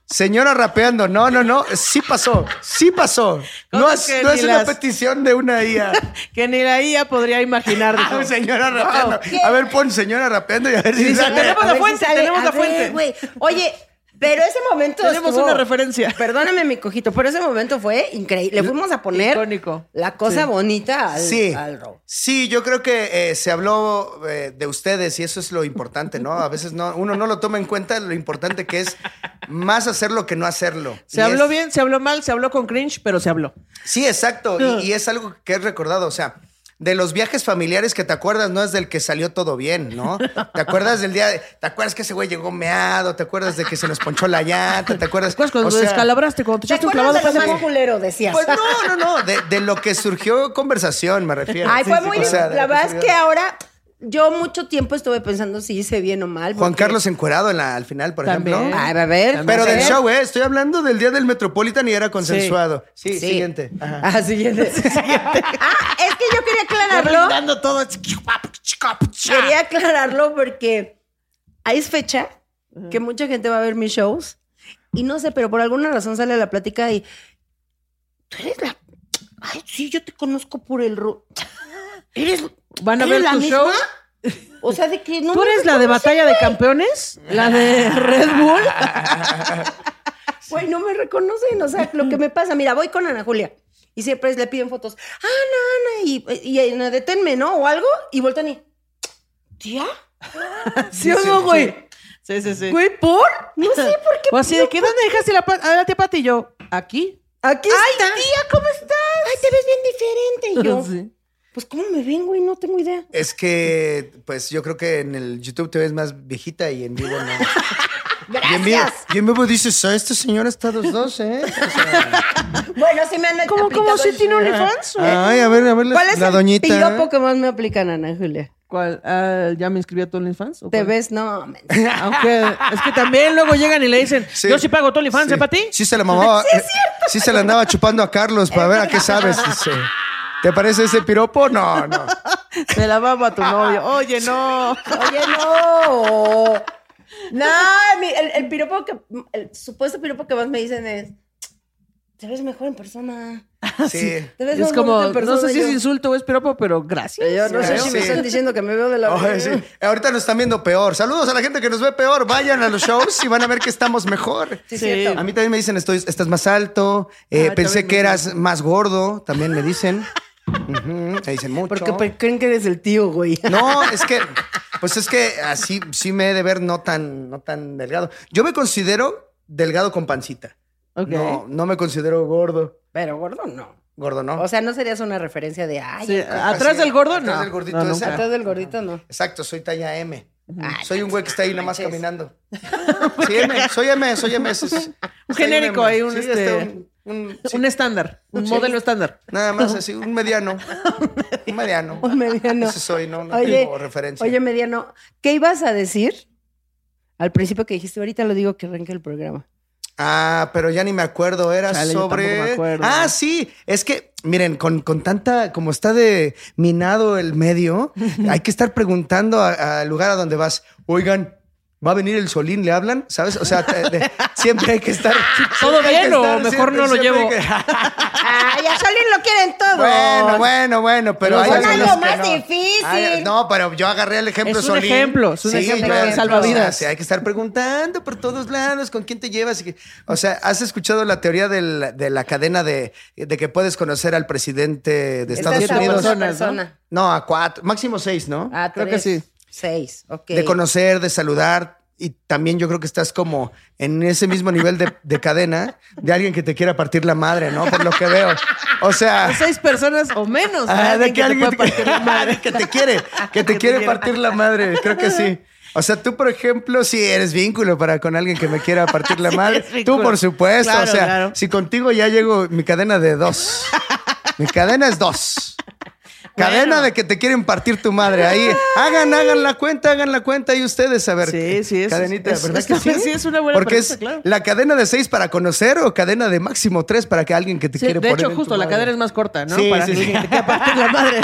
Speaker 4: Señora rapeando, no, no, no, sí pasó, sí pasó. No
Speaker 2: Cosas
Speaker 4: es,
Speaker 2: que
Speaker 4: no
Speaker 2: ni
Speaker 4: es una
Speaker 2: las-
Speaker 4: petición de una IA.
Speaker 2: Que ni la IA podría imaginar. dijo.
Speaker 4: Ah, señora rapeando. A ver, pon señora rapeando y a ver si
Speaker 2: Sí,
Speaker 4: sale.
Speaker 2: señora. Tenemos
Speaker 3: A
Speaker 2: la
Speaker 3: ver si
Speaker 2: fuente, tenemos
Speaker 3: a
Speaker 2: la
Speaker 3: ver,
Speaker 2: fuente.
Speaker 3: güey. Oye, pero ese momento.
Speaker 2: Tenemos
Speaker 3: estuvo-
Speaker 2: una referencia.
Speaker 3: Perdóname, mi cojito, pero ese momento fue increíble. Le fuimos a poner
Speaker 2: Icónico.
Speaker 3: la cosa
Speaker 2: Sí.
Speaker 3: bonita al,
Speaker 4: sí.
Speaker 3: al Rose.
Speaker 4: Sí, yo creo que eh, se habló eh, de ustedes y eso es lo importante, ¿no? A veces no, uno no lo toma en cuenta lo importante que es más hacerlo que no hacerlo.
Speaker 2: Se
Speaker 4: Y
Speaker 2: habló
Speaker 4: es-
Speaker 2: bien, se habló mal, se habló con cringe, pero se habló.
Speaker 4: Sí,
Speaker 3: Ah.
Speaker 4: exacto. Y, y es algo que he recordado, o sea, de los viajes familiares que te acuerdas, no es del que salió todo bien, ¿no? ¿Te acuerdas del día, de- te acuerdas que ese güey llegó meado, te acuerdas de que se nos ponchó la llanta, te acuerdas...
Speaker 2: ¿Te acuerdas cuando
Speaker 4: O sea,
Speaker 2: descalabraste, cuando te
Speaker 3: ¿Te
Speaker 2: echaste un
Speaker 3: acuerdas
Speaker 2: clavado?
Speaker 3: de lo
Speaker 2: para
Speaker 3: más culero, decías?
Speaker 4: Pues no, no, no, de, de lo que surgió conversación, me refiero.
Speaker 3: Ay,
Speaker 4: Sí,
Speaker 3: fue
Speaker 4: sí,
Speaker 3: muy.
Speaker 4: o sea, de
Speaker 3: la
Speaker 4: lo que
Speaker 3: verdad es
Speaker 4: surgió.
Speaker 3: que ahora yo mucho tiempo estuve pensando si hice bien o mal.
Speaker 4: Juan
Speaker 3: porque-
Speaker 4: Carlos encuerado en la- al final, por
Speaker 2: También.
Speaker 4: ejemplo.
Speaker 3: Ay, a ver.
Speaker 4: Pero
Speaker 3: a ver.
Speaker 4: del show, ¿eh? Estoy hablando del día del Metropolitan y era consensuado. Sí,
Speaker 3: Sí.
Speaker 4: siguiente. Ajá.
Speaker 3: Ah, siguiente. ah, es que yo quería aclararlo.
Speaker 2: Dando todo.
Speaker 3: Quería aclararlo porque ahí es fecha que mucha gente va a ver mis shows y no sé, pero por alguna razón sale la plática y tú eres la. Ay, sí, yo te conozco por el ro. Eres.
Speaker 2: ¿Van a
Speaker 3: ¿eres
Speaker 2: ver
Speaker 3: la
Speaker 2: tu
Speaker 3: misma?
Speaker 2: show?
Speaker 3: O sea, de que no.
Speaker 2: ¿Tú
Speaker 3: me
Speaker 2: eres la de
Speaker 3: reconoces,
Speaker 2: batalla de
Speaker 3: güey.
Speaker 2: campeones? ¿La de Red Bull?
Speaker 3: Güey, no me reconocen. O sea, lo que me pasa, mira, voy con Ana Julia y siempre le piden fotos. Ana, Ana, y, y, Ana, deténme, ¿no? O algo. Y voltean y. ¿Tía?
Speaker 2: ¿Sí o no, güey? Sí, sí, sí.
Speaker 3: Güey, ¿por? No sé por qué.
Speaker 2: O así de que, ¿dónde dejaste la, pa- a la tía Pati? Y yo, ¿aquí?
Speaker 3: Aquí Ay, tía, ¿cómo estás? Ay, te ves bien diferente. Y yo,
Speaker 2: Sí.
Speaker 3: pues, ¿cómo me ven, güey? No tengo idea.
Speaker 4: Es que, pues yo creo que en el YouTube te ves más viejita y en vivo no. Y en vivo,
Speaker 3: Gracias.
Speaker 4: y en vivo dices, a esta señora está dos dos, ¿eh? O sea,
Speaker 3: Bueno, sí me han
Speaker 2: ¿Cómo,
Speaker 3: aplicado
Speaker 2: cómo? ¿Sí
Speaker 3: el-
Speaker 2: tiene OnlyFans? güey?
Speaker 4: ay, a ver, a ver, la,
Speaker 3: ¿Cuál es
Speaker 4: la
Speaker 3: el
Speaker 4: doñita. ¿eh?
Speaker 3: piropo que más me aplican, Ana Julia?
Speaker 2: ¿Cuál? Ah, ¿Ya me inscribí a tu OnlyFans? ¿O
Speaker 3: Te
Speaker 2: cuál?
Speaker 3: ves, no. men.
Speaker 2: Aunque, es que también luego llegan y le dicen,
Speaker 4: Sí.
Speaker 2: yo sí pago tu OnlyFans, ¿eh, para ti?
Speaker 4: Sí se la mamaba. eh, Sí se la andaba chupando a Carlos para ver a qué sabes. dice. ¿Te parece ese piropo? No, no.
Speaker 2: Se la mamo a tu novio. Oye, no.
Speaker 3: Oye, no. No, mi- el, el piropo que. El supuesto piropo que más me dicen es. Te ves mejor en persona.
Speaker 4: Sí.
Speaker 3: Te ves
Speaker 2: Es
Speaker 3: más
Speaker 2: como,
Speaker 3: bonita en
Speaker 2: no
Speaker 3: persona",
Speaker 2: sé si
Speaker 3: yo.
Speaker 2: es ¿eh? insulto o es piropo, pero gracias.
Speaker 3: Yo no sé
Speaker 4: Sí.
Speaker 3: si me están diciendo que me veo de la
Speaker 4: Ay, sí. Eh, Ahorita nos están viendo peor. Saludos a la gente que nos ve peor. Vayan a los shows y van a ver que estamos mejor.
Speaker 3: Sí, es
Speaker 2: Sí.
Speaker 3: cierto.
Speaker 4: A mí también me dicen, estoy, estás más alto. Eh,
Speaker 2: Ah,
Speaker 4: pensé
Speaker 2: también
Speaker 4: que
Speaker 2: me
Speaker 4: eras más gordo. También me dicen. Ujú, me dicen mucho.
Speaker 3: Porque pe- creen que eres el tío, güey.
Speaker 4: No, es que, pues es que así sí me he de ver no tan, no tan delgado. Yo me considero delgado con pancita.
Speaker 2: Ok.
Speaker 4: No, no me considero gordo.
Speaker 3: Pero gordo no.
Speaker 4: Gordo, ¿no?
Speaker 3: O sea, no serías una referencia de ay,
Speaker 2: Sí,
Speaker 3: el-
Speaker 2: atrás del gordo,
Speaker 4: atrás
Speaker 2: no.
Speaker 4: del gordito
Speaker 2: No,
Speaker 4: ese.
Speaker 2: nunca.
Speaker 3: atrás del gordito no.
Speaker 4: Exacto, soy talla M.
Speaker 3: Ay,
Speaker 4: Soy un güey que está ahí nomás
Speaker 3: manches.
Speaker 4: caminando. Sí, M, soy M, soy M. es- es-
Speaker 2: Un
Speaker 4: soy
Speaker 2: genérico
Speaker 4: M.
Speaker 2: ahí, un,
Speaker 4: Sí,
Speaker 2: este,
Speaker 4: un- un- sí,
Speaker 2: un estándar, un modelo estándar.
Speaker 4: Nada más así, un mediano. Un mediano.
Speaker 3: Un mediano.
Speaker 4: Ese soy, no, no
Speaker 3: Oye,
Speaker 4: tengo referencia.
Speaker 3: Oye, mediano, ¿qué ibas a decir? Al principio que dijiste, ahorita lo digo que arranque el programa.
Speaker 4: Ah, pero ya ni me acuerdo, era
Speaker 2: Chale, yo
Speaker 4: sobre...
Speaker 2: tampoco me acuerdo.
Speaker 4: Ah, sí, es que, miren, con, con tanta, como está de minado el medio, hay que estar preguntando a- al lugar a donde vas, oigan, ¿va a venir el solín? ¿Le hablan? ¿Sabes? O sea, te- de- siempre hay que estar...
Speaker 2: ¿Todo
Speaker 4: siempre hay que
Speaker 2: bien o
Speaker 4: estar-
Speaker 2: mejor
Speaker 4: siempre-
Speaker 2: no lo
Speaker 4: siempre hay
Speaker 2: llevo?
Speaker 4: que-
Speaker 3: ¡Ay, a Solín lo quieren todo!
Speaker 4: bueno, bueno, bueno, pero...
Speaker 3: Pero
Speaker 4: hay
Speaker 3: son
Speaker 4: algunos
Speaker 3: algo
Speaker 4: que
Speaker 3: más
Speaker 4: no.
Speaker 3: difícil.
Speaker 4: Hay- no, pero yo agarré el ejemplo
Speaker 2: Es un
Speaker 4: Solín.
Speaker 2: ejemplo, es un ejemplo,
Speaker 4: pero-
Speaker 2: salvavidas.
Speaker 4: o sea, hay que estar preguntando por todos lados con quién te llevas. y que- o sea, ¿has escuchado la teoría del- de la cadena de, de que puedes conocer al presidente de Estados
Speaker 2: siete
Speaker 4: Unidos?
Speaker 2: personas.
Speaker 4: No, a cuatro, máximo seis, ¿no?
Speaker 3: Ah,
Speaker 2: Creo que
Speaker 3: tres,
Speaker 2: sí.
Speaker 3: Seis, ok.
Speaker 4: De conocer, de saludar. Y también yo creo que estás como en ese mismo nivel de, de cadena de alguien que te quiera partir la madre, ¿no? Por lo que veo. O sea,
Speaker 2: Seis personas o menos.
Speaker 4: Ah, de
Speaker 2: alguien
Speaker 4: que
Speaker 2: te pueda
Speaker 4: alguien te,
Speaker 2: partir la madre.
Speaker 4: que te quiere, que te quiere partir la madre, creo que sí. O sea, tú, por ejemplo, si eres vínculo para con alguien que me quiera partir la madre,
Speaker 2: eres vínculo.
Speaker 4: tú, por supuesto.
Speaker 2: Claro,
Speaker 4: o sea,
Speaker 2: claro.
Speaker 4: si contigo ya llego mi cadena de dos. Mi cadena es dos. Cadena de que te quieren partir tu madre. Ahí, hagan, hagan la cuenta, hagan la cuenta ahí ustedes, a ver.
Speaker 2: Sí, sí, es-
Speaker 4: Cadenita,
Speaker 2: es-
Speaker 4: ¿verdad
Speaker 2: es-
Speaker 4: que sí?
Speaker 2: sí, es una buena
Speaker 4: Porque
Speaker 2: pregunta,
Speaker 4: es
Speaker 2: claro.
Speaker 4: la cadena de seis para conocer o cadena de máximo tres para que alguien que te
Speaker 2: Sí,
Speaker 4: quiere
Speaker 2: de
Speaker 4: poner
Speaker 2: hecho,
Speaker 4: en tu
Speaker 2: justo, la
Speaker 4: madre.
Speaker 2: cadera es más corta, ¿no?
Speaker 4: Sí,
Speaker 2: Para
Speaker 4: sí,
Speaker 2: que
Speaker 4: sí.
Speaker 2: te quiera partir la madre.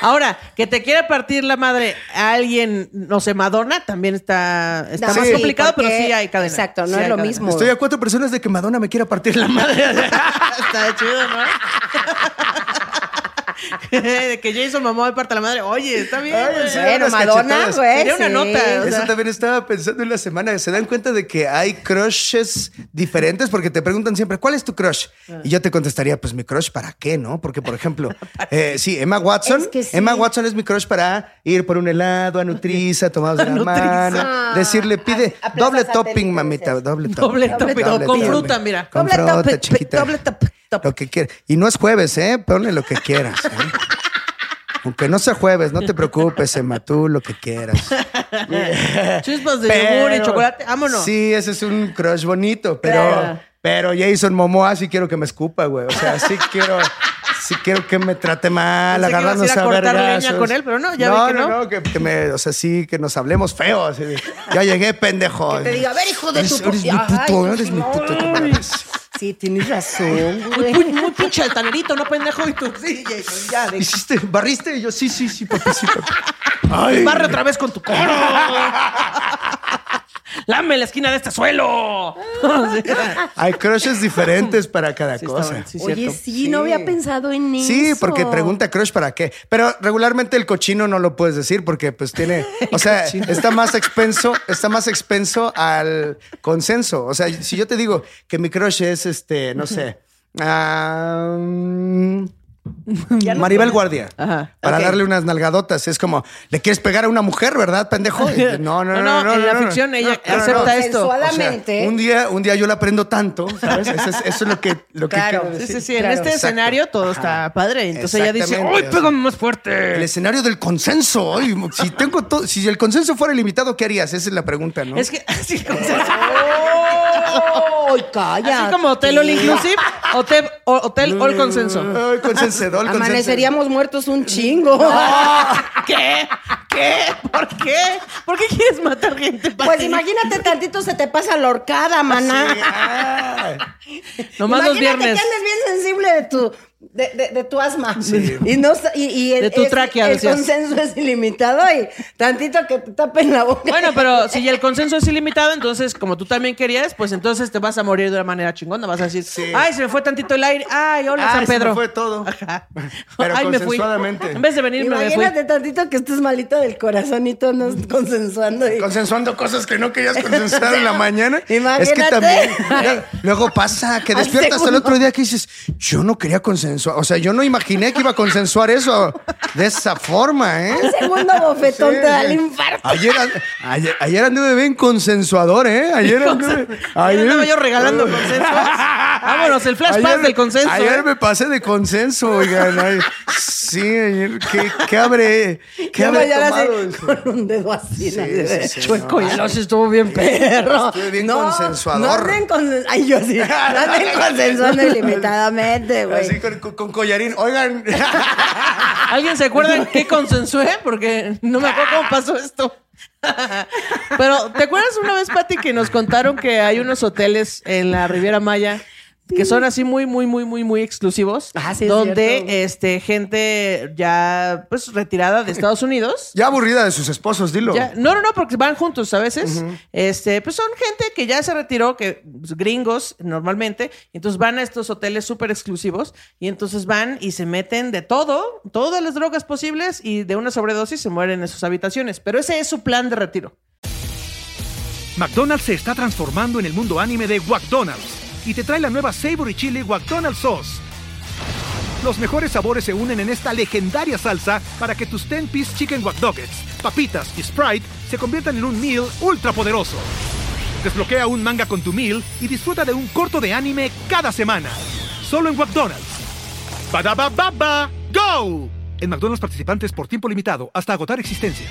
Speaker 2: Ahora, que te quiera partir la madre alguien, no sé, Madonna, también está, está
Speaker 3: No,
Speaker 2: más
Speaker 3: sí,
Speaker 2: complicado, pero
Speaker 3: porque-
Speaker 2: sí hay cadena.
Speaker 3: exacto, no
Speaker 2: Sí
Speaker 3: es
Speaker 2: hay
Speaker 3: lo
Speaker 2: cadena.
Speaker 3: mismo.
Speaker 4: Estoy a cuatro personas de que Madonna me quiera partir la madre.
Speaker 2: Está chido, ¿no? De que Jason mamó de parte la madre. Oye, está bien.
Speaker 4: Ay,
Speaker 2: güey.
Speaker 4: sí,
Speaker 3: Bueno,
Speaker 4: unas
Speaker 3: Madonna,
Speaker 4: cachetadas.
Speaker 3: güey.
Speaker 2: Sería una
Speaker 3: sí.
Speaker 2: nota. O sea-
Speaker 4: Eso también estaba pensando en la semana. ¿Se dan cuenta de que hay crushes diferentes? Porque te preguntan siempre, ¿cuál es tu crush? Y yo te contestaría, pues mi crush, ¿para qué, no? Porque, por ejemplo, eh, sí, Emma Watson.
Speaker 3: Es que sí.
Speaker 4: Emma Watson es mi crush para ir por un helado a Nutriza, tomados de la mano, decirle, pide
Speaker 3: A- a Plaza
Speaker 4: doble
Speaker 3: Satélite,
Speaker 4: topping, mamita,
Speaker 3: dices.
Speaker 4: doble topping.
Speaker 2: Doble topping,
Speaker 4: doble
Speaker 2: con
Speaker 4: topping.
Speaker 2: fruta, mira.
Speaker 4: Con
Speaker 3: Doble
Speaker 4: fruta,
Speaker 3: top,
Speaker 4: chiquita.
Speaker 3: doble top, top.
Speaker 4: Lo que quieras. Y no es jueves, ¿eh? Ponle lo que quieras. ¿eh? Aunque no sea jueves, no te preocupes, Emma, tú lo que quieras.
Speaker 2: Chispas de yogur y chocolate. Vámonos.
Speaker 4: Sí, ese es un crush bonito, pero,
Speaker 2: Claro.
Speaker 4: pero Jason Momoa sí quiero que me escupa, güey. O sea, sí quiero, sí quiero que me trate mal,
Speaker 2: Pensé que ibas a
Speaker 4: agarrarnos
Speaker 2: ir a
Speaker 4: a
Speaker 2: cortar leña
Speaker 4: vergazos.
Speaker 2: con él, pero no, ya vi que
Speaker 4: no,
Speaker 2: no.
Speaker 4: que, que me, o sea, sí, que nos hablemos feo. así de, ya llegué, pendejo.
Speaker 3: Te digo, a ver, hijo de tu
Speaker 4: Eres, eres mi
Speaker 3: Ay,
Speaker 4: puto,
Speaker 3: tú
Speaker 4: eres
Speaker 3: sí,
Speaker 4: mi
Speaker 3: no.
Speaker 4: puto. te mames.
Speaker 3: Sí, tienes razón, güey.
Speaker 2: Muy, muy pinche altanerito, no pendejo. Y tú, sí, Jason, ya. de-
Speaker 4: ¿Hiciste? ¿Barriste? Y yo, sí, sí, sí, papi, sí, papi. Ay.
Speaker 2: Barre otra vez con tu coro. Lame la esquina de este suelo. Sí, está
Speaker 4: Hay crushes diferentes para cada cosa.
Speaker 2: bueno, sí,
Speaker 3: Oye,
Speaker 2: cierto.
Speaker 3: sí, no había pensado en eso.
Speaker 4: Sí, porque pregunta crush para qué. Pero regularmente el cochino no lo puedes decir porque pues tiene, o sea, está más expenso, está más expenso al consenso. O sea, si yo te digo que mi crush es este, no sé, ah, mm, Maribel Guardia,
Speaker 2: Ajá.
Speaker 4: para
Speaker 2: Ok.
Speaker 4: darle unas nalgadotas, es como, le quieres pegar a una mujer, ¿verdad, pendejo? Y, No, no, no, no, no,
Speaker 2: en la
Speaker 4: no, no.
Speaker 2: ficción ella
Speaker 4: No, no, no.
Speaker 2: acepta esto.
Speaker 4: O sea,
Speaker 3: Sensuadamente.
Speaker 4: un día, un día yo la aprendo tanto, ¿sabes? Eso es, eso es lo que, lo que
Speaker 3: Claro.
Speaker 4: quiero
Speaker 2: Sí,
Speaker 4: decir.
Speaker 2: sí, sí. En
Speaker 3: Claro.
Speaker 2: este
Speaker 4: Exacto.
Speaker 2: escenario todo está padre. Entonces ella dice,
Speaker 4: Exactamente.
Speaker 2: ¡Uy, pégame más
Speaker 4: El
Speaker 2: fuerte!
Speaker 4: escenario del consenso. Ay, si tengo todo, si Oh. el consenso fuera ilimitado, ¿qué harías? Esa es la pregunta, ¿no?
Speaker 2: Es que así como se hace.
Speaker 3: Ay, calla.
Speaker 2: Así como hotel all inclusive, hotel, o- hotel all consenso.
Speaker 4: Ay, consensedor, consensed-
Speaker 3: Amaneceríamos muertos un chingo.
Speaker 2: ¿Qué? ¿Qué? ¿Por qué? ¿Por qué quieres matar gente? Pati?
Speaker 3: Pues imagínate tantito se te pasa la horcada, maná.
Speaker 2: Nomás los
Speaker 3: Imagínate
Speaker 2: viernes.
Speaker 3: que andas bien sensible de tu, de, de- de tu asma. Y, no, sa- y, y el,
Speaker 2: De tu
Speaker 3: es-
Speaker 2: tráquea,
Speaker 3: el
Speaker 2: decías.
Speaker 3: consenso es ilimitado y tantito que te tapen la boca.
Speaker 2: Bueno, pero si el consenso es ilimitado, entonces, como tú también querías, pues entonces te vas a morir de una manera chingona. Vas a decir, ay, se me fue tantito el aire. Ay, hola,
Speaker 4: Ay,
Speaker 2: San
Speaker 4: se me
Speaker 2: Pedro.
Speaker 4: fue todo.
Speaker 2: Ajá.
Speaker 4: Pero
Speaker 2: ay, me fui.
Speaker 4: consensuadamente.
Speaker 2: En vez de venirme, me fui.
Speaker 3: Imagínate tantito que estés malito del corazón y tú andas consensuando. y-
Speaker 4: Consensuando cosas que no querías consensuar en la mañana. Es que
Speaker 3: Imagínate.
Speaker 4: también. mira, luego pasa que
Speaker 3: Al
Speaker 4: despiertas el
Speaker 3: segundo.
Speaker 4: otro día que dices, yo no quería consensuar. O sea, yo no imaginé que iba a consensuar eso de esa forma, ¿eh?
Speaker 3: Un segundo bofetón
Speaker 4: Sí,
Speaker 3: te da el
Speaker 4: sí.
Speaker 3: infarto.
Speaker 4: Ayer, an- ayer, ayer anduve bien consensuador, ¿eh? Ayer anduve.
Speaker 2: Ayer andaba yo regalando
Speaker 4: Uy.
Speaker 2: consensos. Vámonos, el flash pass
Speaker 4: Ayer-
Speaker 2: del consenso.
Speaker 4: Ayer
Speaker 2: ¿eh?
Speaker 4: me pasé de consenso, oigan. Ay, sí, ayer. ¿Qué, qué habré, Ah, qué
Speaker 3: Yo
Speaker 4: habré
Speaker 3: mañana así,
Speaker 4: tomado?
Speaker 3: con un dedo así.
Speaker 4: Sí,
Speaker 3: ¿no?
Speaker 4: sí, sí,
Speaker 2: Chueco,
Speaker 4: no.
Speaker 2: ya lo sé, estuvo bien perro.
Speaker 4: Estuve bien
Speaker 3: No, No
Speaker 4: consensuador.
Speaker 3: anden consen- Ay, yo sí. No anden consensuando ilimitadamente,
Speaker 4: Así
Speaker 3: güey.
Speaker 4: con, con- con collarín. Oigan,
Speaker 2: ¿Alguien se acuerda en qué consensué? Porque no me acuerdo cómo pasó esto. Pero, ¿te acuerdas una vez, Pati, que nos contaron que hay unos hoteles en la Riviera Maya que son así muy, muy, muy, muy, muy exclusivos?
Speaker 3: Ah, sí, es
Speaker 2: donde
Speaker 3: cierto.
Speaker 2: este, gente ya pues retirada de Estados Unidos.
Speaker 4: ya aburrida de sus esposos, dilo.
Speaker 2: Ya- no, no, no, porque van juntos a veces. Este, pues son gente que ya se retiró, que pues, gringos normalmente, entonces van a estos hoteles súper exclusivos y entonces van y se meten de todo, todas las drogas posibles y de una sobredosis se mueren en sus habitaciones. Pero ese es su plan de retiro.
Speaker 6: McDonald's se está transformando en el mundo anime de McDonald's y te trae la nueva Savory Chili McDonald's Sauce. Los mejores sabores se unen en esta legendaria salsa para que tus 10-piece chicken wack doggets, papitas y Sprite se conviertan en un meal ultra poderoso. Desbloquea un manga con tu meal y disfruta de un corto de anime cada semana. Solo en McDonald's. Badaba baba go. En McDonald's participantes por tiempo limitado hasta agotar existencias.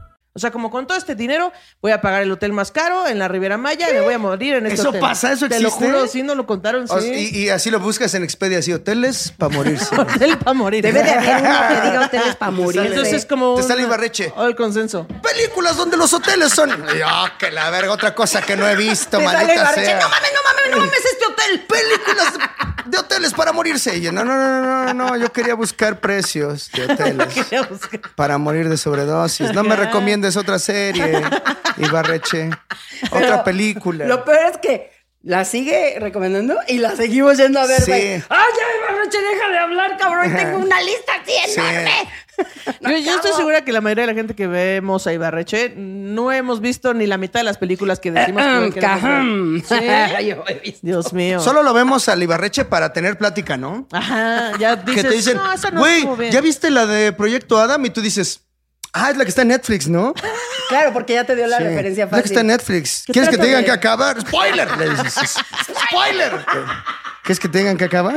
Speaker 2: O sea, como con todo este dinero, voy a pagar el hotel más caro en la Riviera Maya y me voy a morir en este
Speaker 4: ¿Eso
Speaker 2: hotel.
Speaker 4: pasa? ¿Eso
Speaker 2: Te
Speaker 4: existe?
Speaker 2: lo juro, sí, nos lo contaron, sí.
Speaker 4: O- y, y así lo buscas en Expedia, así hoteles para morirse.
Speaker 2: Hotel para morir.
Speaker 3: Debe de haber uno que diga hoteles para morir.
Speaker 2: Entonces es como...
Speaker 4: Te
Speaker 2: un-
Speaker 4: sale Ibarreche.
Speaker 2: O el consenso.
Speaker 4: Películas donde los hoteles son. Ya, que la verga, otra cosa que no he visto,
Speaker 3: Te sale
Speaker 4: maldita
Speaker 3: Ibarreche,
Speaker 4: sea.
Speaker 3: no mames, no mames, no mames este hotel.
Speaker 4: Películas de- de hoteles para morirse. Y yo, no, no, no, no, no, no, yo quería buscar precios de hoteles
Speaker 2: Quería buscar.
Speaker 4: para morir de sobredosis. No me recomiendes otra serie, Ibarreche. Otra
Speaker 3: Pero
Speaker 4: película.
Speaker 3: Lo peor es que la sigue recomendando y la seguimos yendo a ver,
Speaker 4: Sí.
Speaker 3: güey. ¡Ay, ya, Ibarroche, deja de hablar, cabrón! Tengo una lista así
Speaker 4: Sí.
Speaker 3: enorme.
Speaker 2: Yo, yo estoy segura que la mayoría de la gente que vemos a Ibarreche no hemos visto ni la mitad de las películas que decimos que queremos
Speaker 3: Cajam.
Speaker 2: ver. Sí.
Speaker 3: Yo he visto.
Speaker 2: Dios mío.
Speaker 4: Solo lo vemos al Ibarreche para tener plática, ¿no?
Speaker 2: Ajá, ya dices,
Speaker 4: que te dicen,
Speaker 2: no, esa no
Speaker 4: güey,
Speaker 2: estuvo bien".
Speaker 4: ¿ya viste la de Proyecto Adam? Y tú dices, ah, es la que está en Netflix, ¿no?
Speaker 3: Claro, porque ya te dio la
Speaker 4: Sí.
Speaker 3: referencia
Speaker 4: Es la que está en
Speaker 3: fácil.
Speaker 4: Netflix. ¿Quieres que
Speaker 3: trata
Speaker 4: te digan
Speaker 3: de-
Speaker 4: que acabar? ¡Spoiler! Le dices, ¡Spoiler! ¿Quieres que te digan que acabar?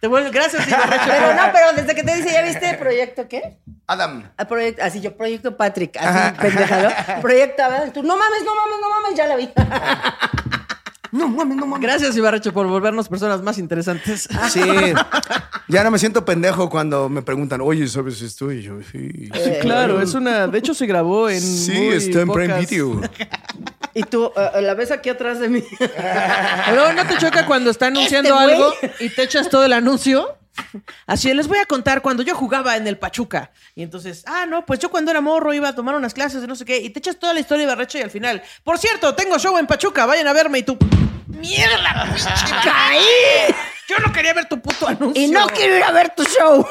Speaker 2: Te vuelve- gracias, Ibarreche.
Speaker 3: Pero no, pero desde que te dice, ¿ya viste el proyecto qué?
Speaker 4: Adam.
Speaker 3: Ah, proyect- así yo, proyecto Patrick, así pendejado. Proyecto Adán, tú, no mames, no mames, no mames, ya la vi.
Speaker 4: No mames, no mames.
Speaker 2: Gracias, Ibarreche, por volvernos personas más interesantes.
Speaker 4: Sí. Ya no me siento pendejo cuando me preguntan, oye, ¿sabes esto? Y yo, sí.
Speaker 3: Eh,
Speaker 2: Sí, claro, es una. De hecho, se grabó en.
Speaker 4: Sí,
Speaker 2: muy
Speaker 4: está en Prime
Speaker 2: pocas-
Speaker 4: Video.
Speaker 3: Y tú, eh, la ves aquí atrás de mí.
Speaker 4: Ah,
Speaker 2: Pero no te choca cuando está anunciando
Speaker 3: Este güey.
Speaker 2: algo y te echas todo el anuncio. Así les voy a contar cuando yo jugaba en el Pachuca. Y entonces, ah, no, pues yo cuando era morro iba a tomar unas clases de no sé qué. Y te echas toda la historia de Barreche y al final, por cierto, tengo show en Pachuca, vayan a verme. Y tú, mierda, pinche Barreche! Yo no quería ver tu puto anuncio.
Speaker 3: Y no quiero ir a ver tu show.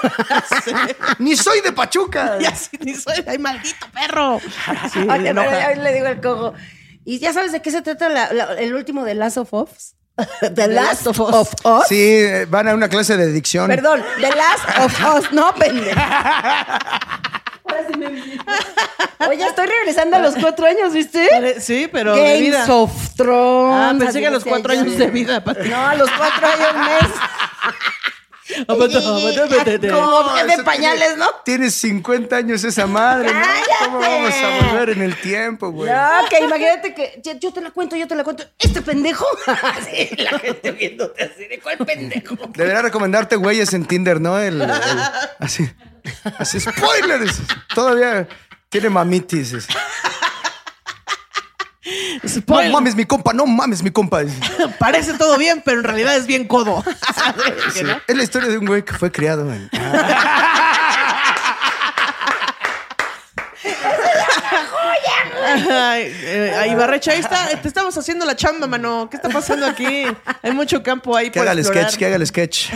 Speaker 4: ¡Ni soy de Pachuca!
Speaker 2: Y así ni soy, ay, maldito perro.
Speaker 3: Oye, pero yo le digo al cojo. Y ya sabes de qué se trata la- la- el último de Last of Us.
Speaker 4: The
Speaker 3: The Last of Us.
Speaker 4: Sí, eh, van a una clase de dicción.
Speaker 3: Perdón, The Last of Us, no, pendeja. Oye, estoy regresando a los cuatro años, ¿viste?
Speaker 2: Sí, pero de
Speaker 3: Games
Speaker 2: vida.
Speaker 3: of Thrones.
Speaker 2: Ah, pensé que a los
Speaker 3: así
Speaker 2: cuatro
Speaker 3: decía
Speaker 2: años
Speaker 3: yo.
Speaker 2: de vida, Pati.
Speaker 3: No, a los cuatro años mes. Como que de pañales, ¿no?
Speaker 4: Tienes 50 años esa madre, ¿no? ¿Cómo vamos a volver en el tiempo, güey?
Speaker 3: No, que imagínate que ya- yo te la cuento, yo te la cuento. Este pendejo. Sí, la gente viéndote así, ¿de cuál pendejo?
Speaker 4: Debería recomendarte güeyes en Tinder, ¿no? El, el- así, así, spoilers. Todavía tiene mamitis. es. No mames, mi compa, no mames, mi compa. es.
Speaker 2: Parece todo bien, pero en realidad es bien codo.
Speaker 4: Sí. Es la historia de un güey que fue criado en...
Speaker 2: Ay, eh, ay, Ibarreche, ahí está, te estamos haciendo la chamba, mano. ¿Qué está pasando aquí? Hay mucho campo ahí
Speaker 4: Que
Speaker 2: por
Speaker 4: haga el
Speaker 2: explorar.
Speaker 4: sketch, que haga el sketch.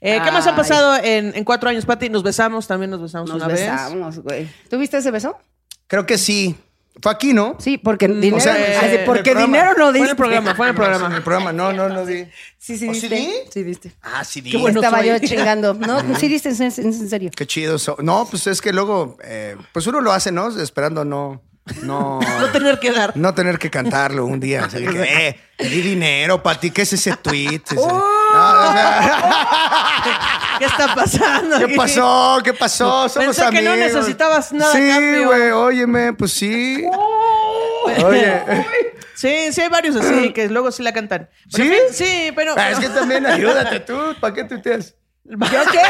Speaker 2: Eh, ¿Qué más ha
Speaker 3: Ay.
Speaker 2: pasado en, en cuatro años, Pati? Nos besamos, también nos besamos
Speaker 3: Nos
Speaker 2: una vez.
Speaker 3: besamos, güey. ¿Tuviste ese beso?
Speaker 4: Creo que sí. Fue aquí, ¿no?
Speaker 3: Sí, porque dinero,
Speaker 4: O sea,
Speaker 3: así,
Speaker 4: en el
Speaker 3: porque
Speaker 4: programa.
Speaker 3: dinero no
Speaker 2: Fue en
Speaker 3: diste.
Speaker 2: el programa, fue en el
Speaker 4: En
Speaker 2: programa.
Speaker 4: el programa, no, no, no di.
Speaker 3: Sí, sí,
Speaker 4: ¿O sí
Speaker 3: diste.
Speaker 4: di?
Speaker 3: Sí, diste.
Speaker 4: Ah, sí di.
Speaker 2: Qué bueno.
Speaker 3: Estaba
Speaker 2: soy.
Speaker 3: yo chingando. No, sí diste, en, en- en serio.
Speaker 4: Qué chido. so- No, pues es que luego, eh, pues uno lo hace, ¿no? Esperando no, no,
Speaker 2: No tener que dar.
Speaker 4: no tener que cantarlo un día. Así que, eh, te di dinero, Pati, ¿qué es ese tweet? Ese- No, o sea,
Speaker 2: ¿Qué está pasando?
Speaker 4: ¿Qué
Speaker 2: aquí?
Speaker 4: pasó? ¿Qué pasó? Somos
Speaker 2: Pensé que no
Speaker 4: amigos.
Speaker 2: necesitabas nada a
Speaker 4: Sí,
Speaker 2: cambio.
Speaker 4: güey, óyeme, pues sí. Oye.
Speaker 2: Sí, sí, hay varios así que luego sí la cantan. Pero,
Speaker 4: ¿Sí?
Speaker 2: en fin, Sí, pero.
Speaker 4: Ah, Es que también ayúdate tú, ¿para qué tuiteas?
Speaker 3: ¿Yo qué?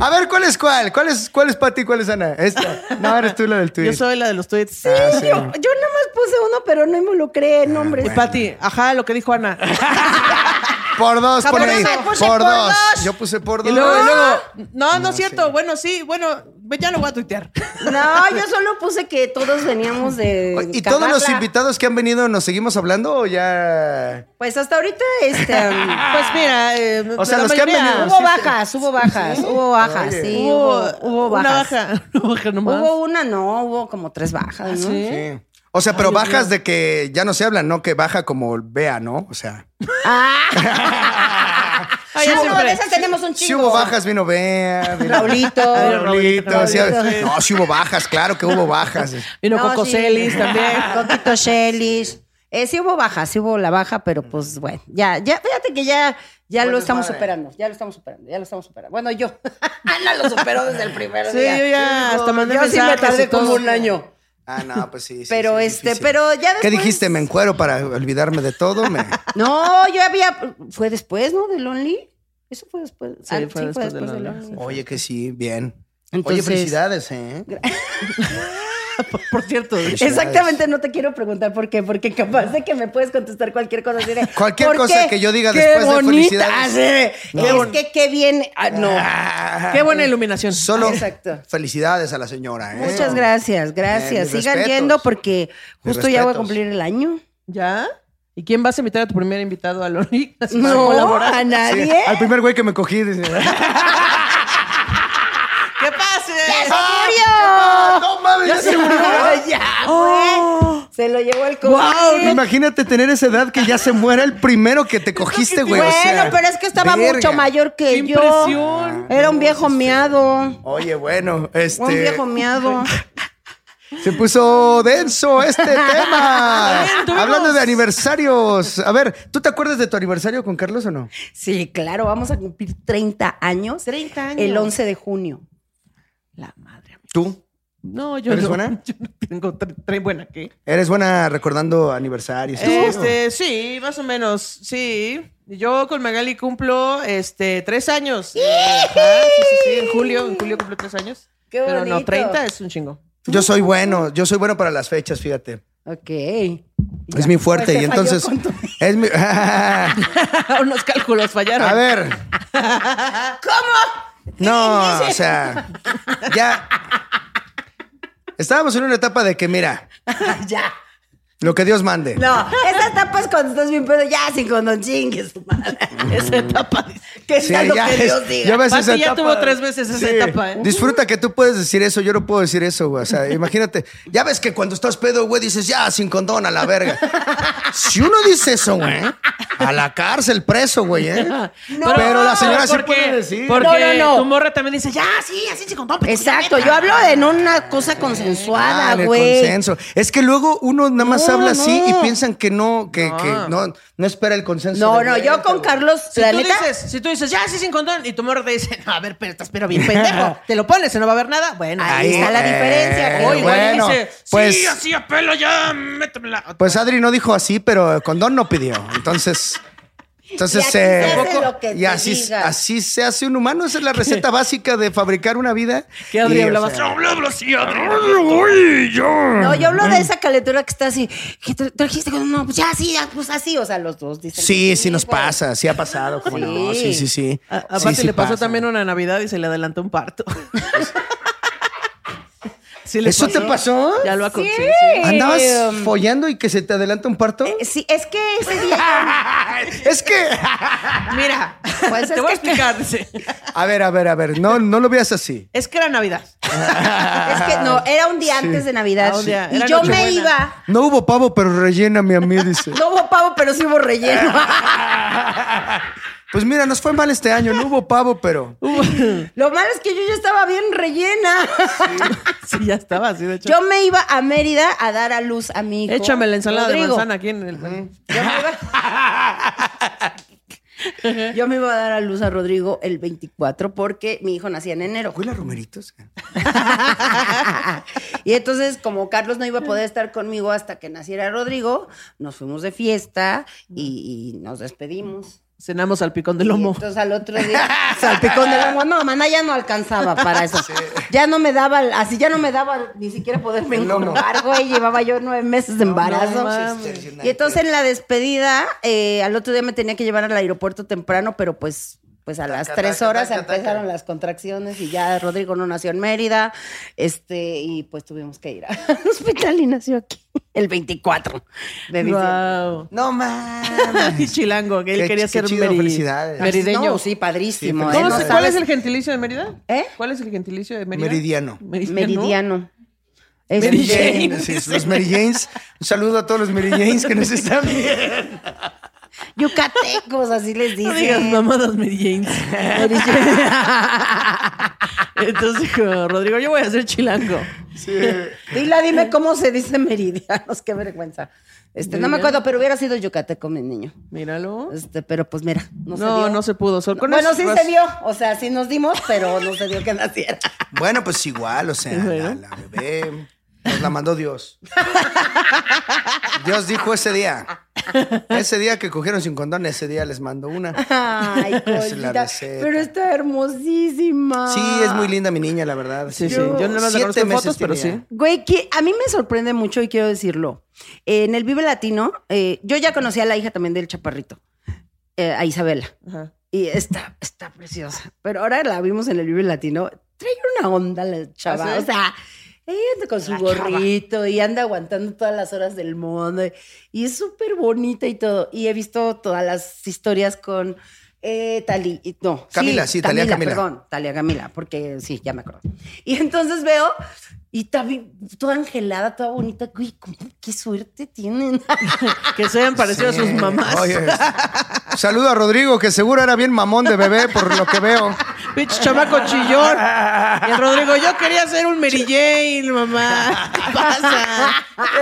Speaker 4: A ver, ¿cuál es cuál? ¿Cuál es, cuál es Pati y cuál es Ana? Esta. No, eres tú la del tweet.
Speaker 2: Yo soy la de los tweets. Sí.
Speaker 4: Ah, sí.
Speaker 3: Yo, yo nomás puse uno, pero no
Speaker 2: Ah,
Speaker 3: involucré nombres.
Speaker 2: Pati, ajá, lo que dijo Ana.
Speaker 4: Por dos,
Speaker 2: Jamás
Speaker 4: por ahí.
Speaker 2: me
Speaker 4: Por,
Speaker 2: puse Ah, por
Speaker 4: dos.
Speaker 2: dos.
Speaker 4: Yo puse por dos. Ah.
Speaker 2: Y luego, y luego, no, no,
Speaker 4: No,
Speaker 2: es cierto.
Speaker 4: sí.
Speaker 2: Bueno, sí, bueno, ve, ya lo voy a tuitear.
Speaker 3: No, yo solo puse que todos veníamos de.
Speaker 4: ¿Y todos los
Speaker 3: cagarla.
Speaker 4: invitados que han venido nos seguimos hablando o ya?
Speaker 3: Pues hasta ahorita, este. um,
Speaker 2: Pues mira, eh,
Speaker 4: O sea,
Speaker 2: la
Speaker 4: los que han
Speaker 2: mayoría-
Speaker 4: venido.
Speaker 3: Hubo bajas, hubo bajas, hubo bajas,
Speaker 4: Oye.
Speaker 3: sí.
Speaker 2: Hubo,
Speaker 3: Hubo, hubo
Speaker 2: una
Speaker 3: bajas.
Speaker 2: baja, Ah, una baja nomás.
Speaker 3: Hubo una, no, hubo como tres bajas, ¿no?
Speaker 4: Sí. O sea, pero bajas de que ya no se hablan, ¿no? Que baja como vea, ¿no? O sea,
Speaker 2: Ay,
Speaker 3: Ah,
Speaker 2: ya
Speaker 3: no,
Speaker 2: siempre.
Speaker 3: de esas tenemos un
Speaker 4: si
Speaker 3: chingo.
Speaker 4: hubo bajas, vino vea. vino-
Speaker 3: Raulito.
Speaker 4: Raulito,
Speaker 2: Raulito,
Speaker 4: sí,
Speaker 2: Raulito.
Speaker 4: no, si hubo bajas, claro que hubo bajas.
Speaker 2: Vino
Speaker 3: No,
Speaker 2: Coco
Speaker 3: sí.
Speaker 2: Celis también.
Speaker 3: Coquito Celis. Eh, sí hubo baja, sí hubo la baja, pero pues bueno, ya, ya, fíjate que ya, ya lo estamos superando, ya lo estamos superando, ya lo estamos superando. Bueno, yo, Ana lo superó desde el primer
Speaker 2: Sí,
Speaker 3: día.
Speaker 2: yo ya hasta mandé
Speaker 3: Yo sí me
Speaker 2: mensajes y
Speaker 3: tardé
Speaker 2: todo.
Speaker 3: como un año.
Speaker 4: Ah, no, pues sí. sí,
Speaker 3: Pero
Speaker 4: sí, es
Speaker 3: este,
Speaker 4: difícil.
Speaker 3: pero ya después.
Speaker 4: ¿Qué dijiste? ¿Me encuero para olvidarme de todo? Me-
Speaker 3: No, yo había, fue después, ¿no? De Lonely. Eso fue después.
Speaker 2: Sí, fue después de Lonely, sí.
Speaker 4: Oye, que sí, bien.
Speaker 3: Entonces-
Speaker 4: Oye, felicidades, ¿eh?
Speaker 2: Por- Por cierto,
Speaker 3: Exactamente, no te quiero preguntar por qué, porque capaz de que me puedes contestar cualquier cosa. así de,
Speaker 4: Cualquier
Speaker 3: ¿por
Speaker 4: cosa
Speaker 3: qué?
Speaker 4: que yo diga
Speaker 3: ¡Qué
Speaker 4: después de
Speaker 3: bonita!
Speaker 4: felicidades.
Speaker 3: Así de, Es que qué bien. Ah, no.
Speaker 2: qué buena iluminación.
Speaker 4: Solo
Speaker 3: Exacto.
Speaker 4: felicidades a la señora. ¿eh?
Speaker 3: Muchas gracias,
Speaker 4: Eh,
Speaker 3: gracias.
Speaker 4: mis
Speaker 3: Sigan
Speaker 4: respetos.
Speaker 3: yendo porque
Speaker 4: Mis
Speaker 3: justo ya voy a
Speaker 4: respetos.
Speaker 3: cumplir el año.
Speaker 2: ¿Ya? ¿Y quién vas a invitar a tu primer invitado a Loni? Así para
Speaker 3: No,
Speaker 2: colaborar.
Speaker 3: a
Speaker 4: Sí,
Speaker 3: nadie.
Speaker 4: Al primer güey que me cogí. dice.
Speaker 2: ¡Que pase!
Speaker 4: ¡Ah, ¡No mames! ya se murió!
Speaker 3: Ya,
Speaker 4: Oh.
Speaker 3: güey. Se lo llevó el COVID.
Speaker 4: Imagínate tener esa edad que ya se muera el primero que te cogiste, güey. o
Speaker 3: Bueno,
Speaker 4: sea,
Speaker 3: pero es que estaba
Speaker 4: verga.
Speaker 3: mucho mayor que
Speaker 2: ¡Qué
Speaker 3: yo.
Speaker 2: impresión!
Speaker 3: Era un viejo miado.
Speaker 4: Oye, bueno,
Speaker 3: Un
Speaker 4: este.
Speaker 3: viejo miado.
Speaker 4: Se puso denso este tema.
Speaker 2: También tuvimos-
Speaker 4: Hablando de aniversarios. A ver, ¿tú te acuerdas de tu aniversario con Carlos o no?
Speaker 3: Sí, claro, vamos a cumplir 30 años.
Speaker 2: 30 años.
Speaker 3: El 11 de junio.
Speaker 2: La madre. amiga.
Speaker 4: ¿Tú?
Speaker 2: No, yo
Speaker 4: ¿Eres
Speaker 2: no.
Speaker 4: buena?
Speaker 2: Yo no tengo tres buena, ¿qué?
Speaker 4: ¿Eres buena recordando aniversarios?
Speaker 2: Este, sí, más o menos, sí. Yo con Magali cumplo este tres años. Ajá, sí, sí, sí, en julio, en julio cumplo tres años.
Speaker 3: Qué
Speaker 2: Pero no,
Speaker 3: bonito.
Speaker 2: 30 es un chingo.
Speaker 4: Yo soy bueno, yo soy bueno para las fechas, fíjate.
Speaker 3: Ok.
Speaker 4: Es mi fuerte
Speaker 3: Pues te
Speaker 4: y
Speaker 3: falló
Speaker 4: entonces
Speaker 3: con tu-
Speaker 4: es mi A
Speaker 2: Unos cálculos fallaron.
Speaker 4: ver. ¿Cómo? No, o sea, ya estábamos en una etapa de que mira,
Speaker 3: ya.
Speaker 4: Lo que Dios mande.
Speaker 3: No, esa etapa es cuando estás bien pedo, ya sin condón, chingue su madre. Esa etapa. Que
Speaker 4: Sí,
Speaker 3: sea lo
Speaker 4: ya
Speaker 3: que
Speaker 4: es-
Speaker 3: Dios diga.
Speaker 4: ya ves
Speaker 2: Pati
Speaker 4: esa
Speaker 2: ya
Speaker 4: etapa.
Speaker 2: tuvo tres veces esa etapa, ¿eh?
Speaker 4: Disfruta que tú puedes decir eso, yo no puedo decir eso, güey. O sea, imagínate, ya ves que cuando estás pedo, güey, dices, ya, sin condón, a la verga. Si uno dice eso, güey, a la cárcel, preso, güey, ¿eh?
Speaker 3: No,
Speaker 4: pero la señora sí
Speaker 2: porque-
Speaker 4: puede decir.
Speaker 2: Porque
Speaker 3: No, no, no.
Speaker 2: tu morra también dice, ya, Ah, sí, así se contó. pues, pendejo,
Speaker 3: Exacto,
Speaker 2: neta".
Speaker 3: yo hablo de no una cosa
Speaker 4: Ah, en
Speaker 3: consensuada,
Speaker 4: el
Speaker 3: güey.
Speaker 4: consenso. Es que luego uno nada más
Speaker 3: No,
Speaker 4: habla así
Speaker 3: no.
Speaker 4: y piensan que no, que que no. no, espera el consenso.
Speaker 3: No,
Speaker 4: de
Speaker 3: no,
Speaker 4: vuelta,
Speaker 3: yo con
Speaker 4: güey.
Speaker 3: Carlos,
Speaker 2: Si
Speaker 3: la
Speaker 2: tú,
Speaker 3: neta,
Speaker 2: dices, si tú dices, ya, sí, sin condón, y tu morra te dice, no, a ver, pero estás pero bien pendejo. Te lo pones, y no va a haber nada. Bueno,
Speaker 3: Ahí está la
Speaker 4: eh,
Speaker 3: diferencia, pero
Speaker 2: O igual y
Speaker 4: bueno,
Speaker 2: dice,
Speaker 4: pues,
Speaker 2: sí, así a pelo, ya, métemela.
Speaker 4: pues Adri no dijo así, pero el condón no pidió. Entonces, entonces
Speaker 3: Y aquí
Speaker 4: eh,
Speaker 3: se hace
Speaker 4: tampoco-
Speaker 3: lo que
Speaker 4: y
Speaker 3: te
Speaker 4: así,
Speaker 3: digan.
Speaker 4: así se hace un humano. Esa es la receta básica de fabricar una vida.
Speaker 2: ¿Qué Adri
Speaker 4: Y, o
Speaker 2: hablabas?
Speaker 4: sea,
Speaker 3: no, yo hablo
Speaker 4: Mm.
Speaker 3: de esa calentura que está así, que tra- trajiste con no, pues ya sí, ya, pues así, o sea, los dos dicen.
Speaker 4: sí, sí nos
Speaker 3: güey.
Speaker 4: pasa, sí ha pasado. cómo no,
Speaker 3: pues. Sí.
Speaker 4: sí, sí, sí.
Speaker 2: A, a
Speaker 4: Sí,
Speaker 2: Pati
Speaker 4: sí
Speaker 2: le pasó
Speaker 4: pasa.
Speaker 2: también una Navidad y se le adelantó un parto. Sí le
Speaker 4: ¿Eso te pasó?
Speaker 2: Ya lo acon-
Speaker 3: Sí.
Speaker 2: sí, sí.
Speaker 4: ¿Andabas follando y que se te adelanta un parto?
Speaker 3: Sí, Eh, um, es que ese día
Speaker 4: Es que,
Speaker 2: Mira,
Speaker 3: Pues es
Speaker 2: te voy a
Speaker 3: que-
Speaker 2: explicar. dice.
Speaker 4: a ver, a ver, a ver, no, no lo veas así.
Speaker 2: Es que era Navidad.
Speaker 3: es que no, era un día antes de Navidad
Speaker 2: Ah, un día,
Speaker 3: y
Speaker 2: era
Speaker 3: yo me
Speaker 2: Nochebuena.
Speaker 3: iba,
Speaker 4: No hubo pavo, pero relléname a mí, dice.
Speaker 3: no hubo pavo, pero sí hubo relleno.
Speaker 4: Pues mira, nos fue mal este año, no hubo pavo, pero.
Speaker 3: Lo malo es que yo ya estaba bien rellena.
Speaker 2: Sí, ya estaba así, de hecho.
Speaker 3: Yo me iba a Mérida a dar a luz a mi hijo.
Speaker 2: Échame la ensalada de
Speaker 3: Rodrigo.
Speaker 2: manzana aquí en el...
Speaker 3: Yo me, iba... Yo me iba a dar a luz a Rodrigo el 24 porque mi hijo nacía en enero.
Speaker 4: ¿Huele a romeritos?
Speaker 3: Y entonces, como Carlos no iba a poder estar conmigo hasta que naciera Rodrigo, nos fuimos de fiesta y, y nos despedimos.
Speaker 2: Cenamos al picón de
Speaker 3: Y
Speaker 2: lomo.
Speaker 3: entonces al otro día, salpicón de lengua. No, maná ya no alcanzaba para eso. Ya no me daba, así ya no me daba ni siquiera poderme
Speaker 4: El lomo.
Speaker 3: engordar, güey. Llevaba yo nueve meses de embarazo. y entonces en la despedida, eh, al otro día me tenía que llevar al aeropuerto temprano, pero pues. Pues a las
Speaker 4: Taca,
Speaker 3: tres
Speaker 4: taca,
Speaker 3: horas
Speaker 4: taca, taca.
Speaker 3: empezaron las contracciones y ya Rodrigo no nació en Mérida, este, y pues tuvimos que ir al hospital y nació aquí el 24 de diciembre.
Speaker 2: Wow.
Speaker 4: No mames.
Speaker 2: Y Chilango, que él
Speaker 4: Qué-
Speaker 2: quería
Speaker 4: qué
Speaker 2: ser
Speaker 4: chido,
Speaker 2: meri-
Speaker 4: felicidades.
Speaker 2: merideño.
Speaker 3: No, sí, padrísimo.
Speaker 4: Sí,
Speaker 3: ¿eh?
Speaker 2: ¿Cómo
Speaker 3: No
Speaker 2: se- ¿Cuál
Speaker 3: sabes.
Speaker 2: es el gentilicio de Mérida?
Speaker 3: ¿Eh?
Speaker 2: ¿Cuál es el gentilicio de Mérida?
Speaker 4: Meridiano.
Speaker 3: Meridiano. Este, Es
Speaker 2: Mary
Speaker 3: un-
Speaker 2: Jane. Janes.
Speaker 4: Sí, los Mary Janes. Un saludo a todos los Mary Janes que nos están viendo.
Speaker 3: Yucatecos, así les
Speaker 2: No digas
Speaker 3: dicen.
Speaker 2: mamadas Mary Janes. Entonces dijo, Rodrigo, yo voy a ser chilango.
Speaker 3: Dila, dime cómo se dice meridianos, qué vergüenza. Este, no me acuerdo, pero hubiera sido yucateco, mi niño.
Speaker 2: Míralo.
Speaker 3: Este, pero pues mira, no, se
Speaker 2: No,
Speaker 3: dio.
Speaker 2: no se pudo, Sol. Con
Speaker 3: bueno,
Speaker 2: eso
Speaker 3: sí
Speaker 2: vas-
Speaker 3: se dio. O sea, sí nos dimos, pero no se dio que naciera.
Speaker 4: Bueno, pues igual, o sea, la, la bebé nos la mandó Dios. Dios dijo ese día. Ese día que cogieron sin condón, ese día les mandó una.
Speaker 3: Ay,
Speaker 4: Es la
Speaker 3: colita.
Speaker 4: receta.
Speaker 3: Pero está hermosísima.
Speaker 4: Sí, es muy linda mi niña, la verdad.
Speaker 2: Sí, sí. Yo no la
Speaker 4: Siete
Speaker 2: conozco en
Speaker 4: meses
Speaker 2: fotos, pero
Speaker 4: tenía.
Speaker 2: sí.
Speaker 3: Güey, que a mí me sorprende mucho y quiero decirlo. Eh, en el Vive Latino, eh, yo ya conocí a la hija también del Chaparrito, eh, a Isabela.
Speaker 2: Ajá.
Speaker 3: Y está, está preciosa. Pero ahora la vimos en el Vive Latino. Trae una onda la chava.
Speaker 2: ¿Ah, sí?
Speaker 3: O sea, ella anda con su gorrito y anda aguantando todas las horas del mundo. Y es súper bonita y todo. Y he visto todas las historias con eh, Tali. y- No,
Speaker 4: Camila, sí, Talia Camila.
Speaker 3: Perdón, Talia Camila, porque sí, ya me acuerdo. Y entonces veo. Y está bien, toda angelada, toda bonita. Güey, ¿cómo? qué suerte tienen.
Speaker 2: Que se hayan parecido a sus
Speaker 4: Sí.
Speaker 2: mamás.
Speaker 4: Oye, saludo a Rodrigo, que seguro era bien mamón de bebé, por lo que veo.
Speaker 2: Pinche chamaco chillón. Y el Rodrigo, yo quería ser un Mary Jane, mamá. ¿Qué pasa?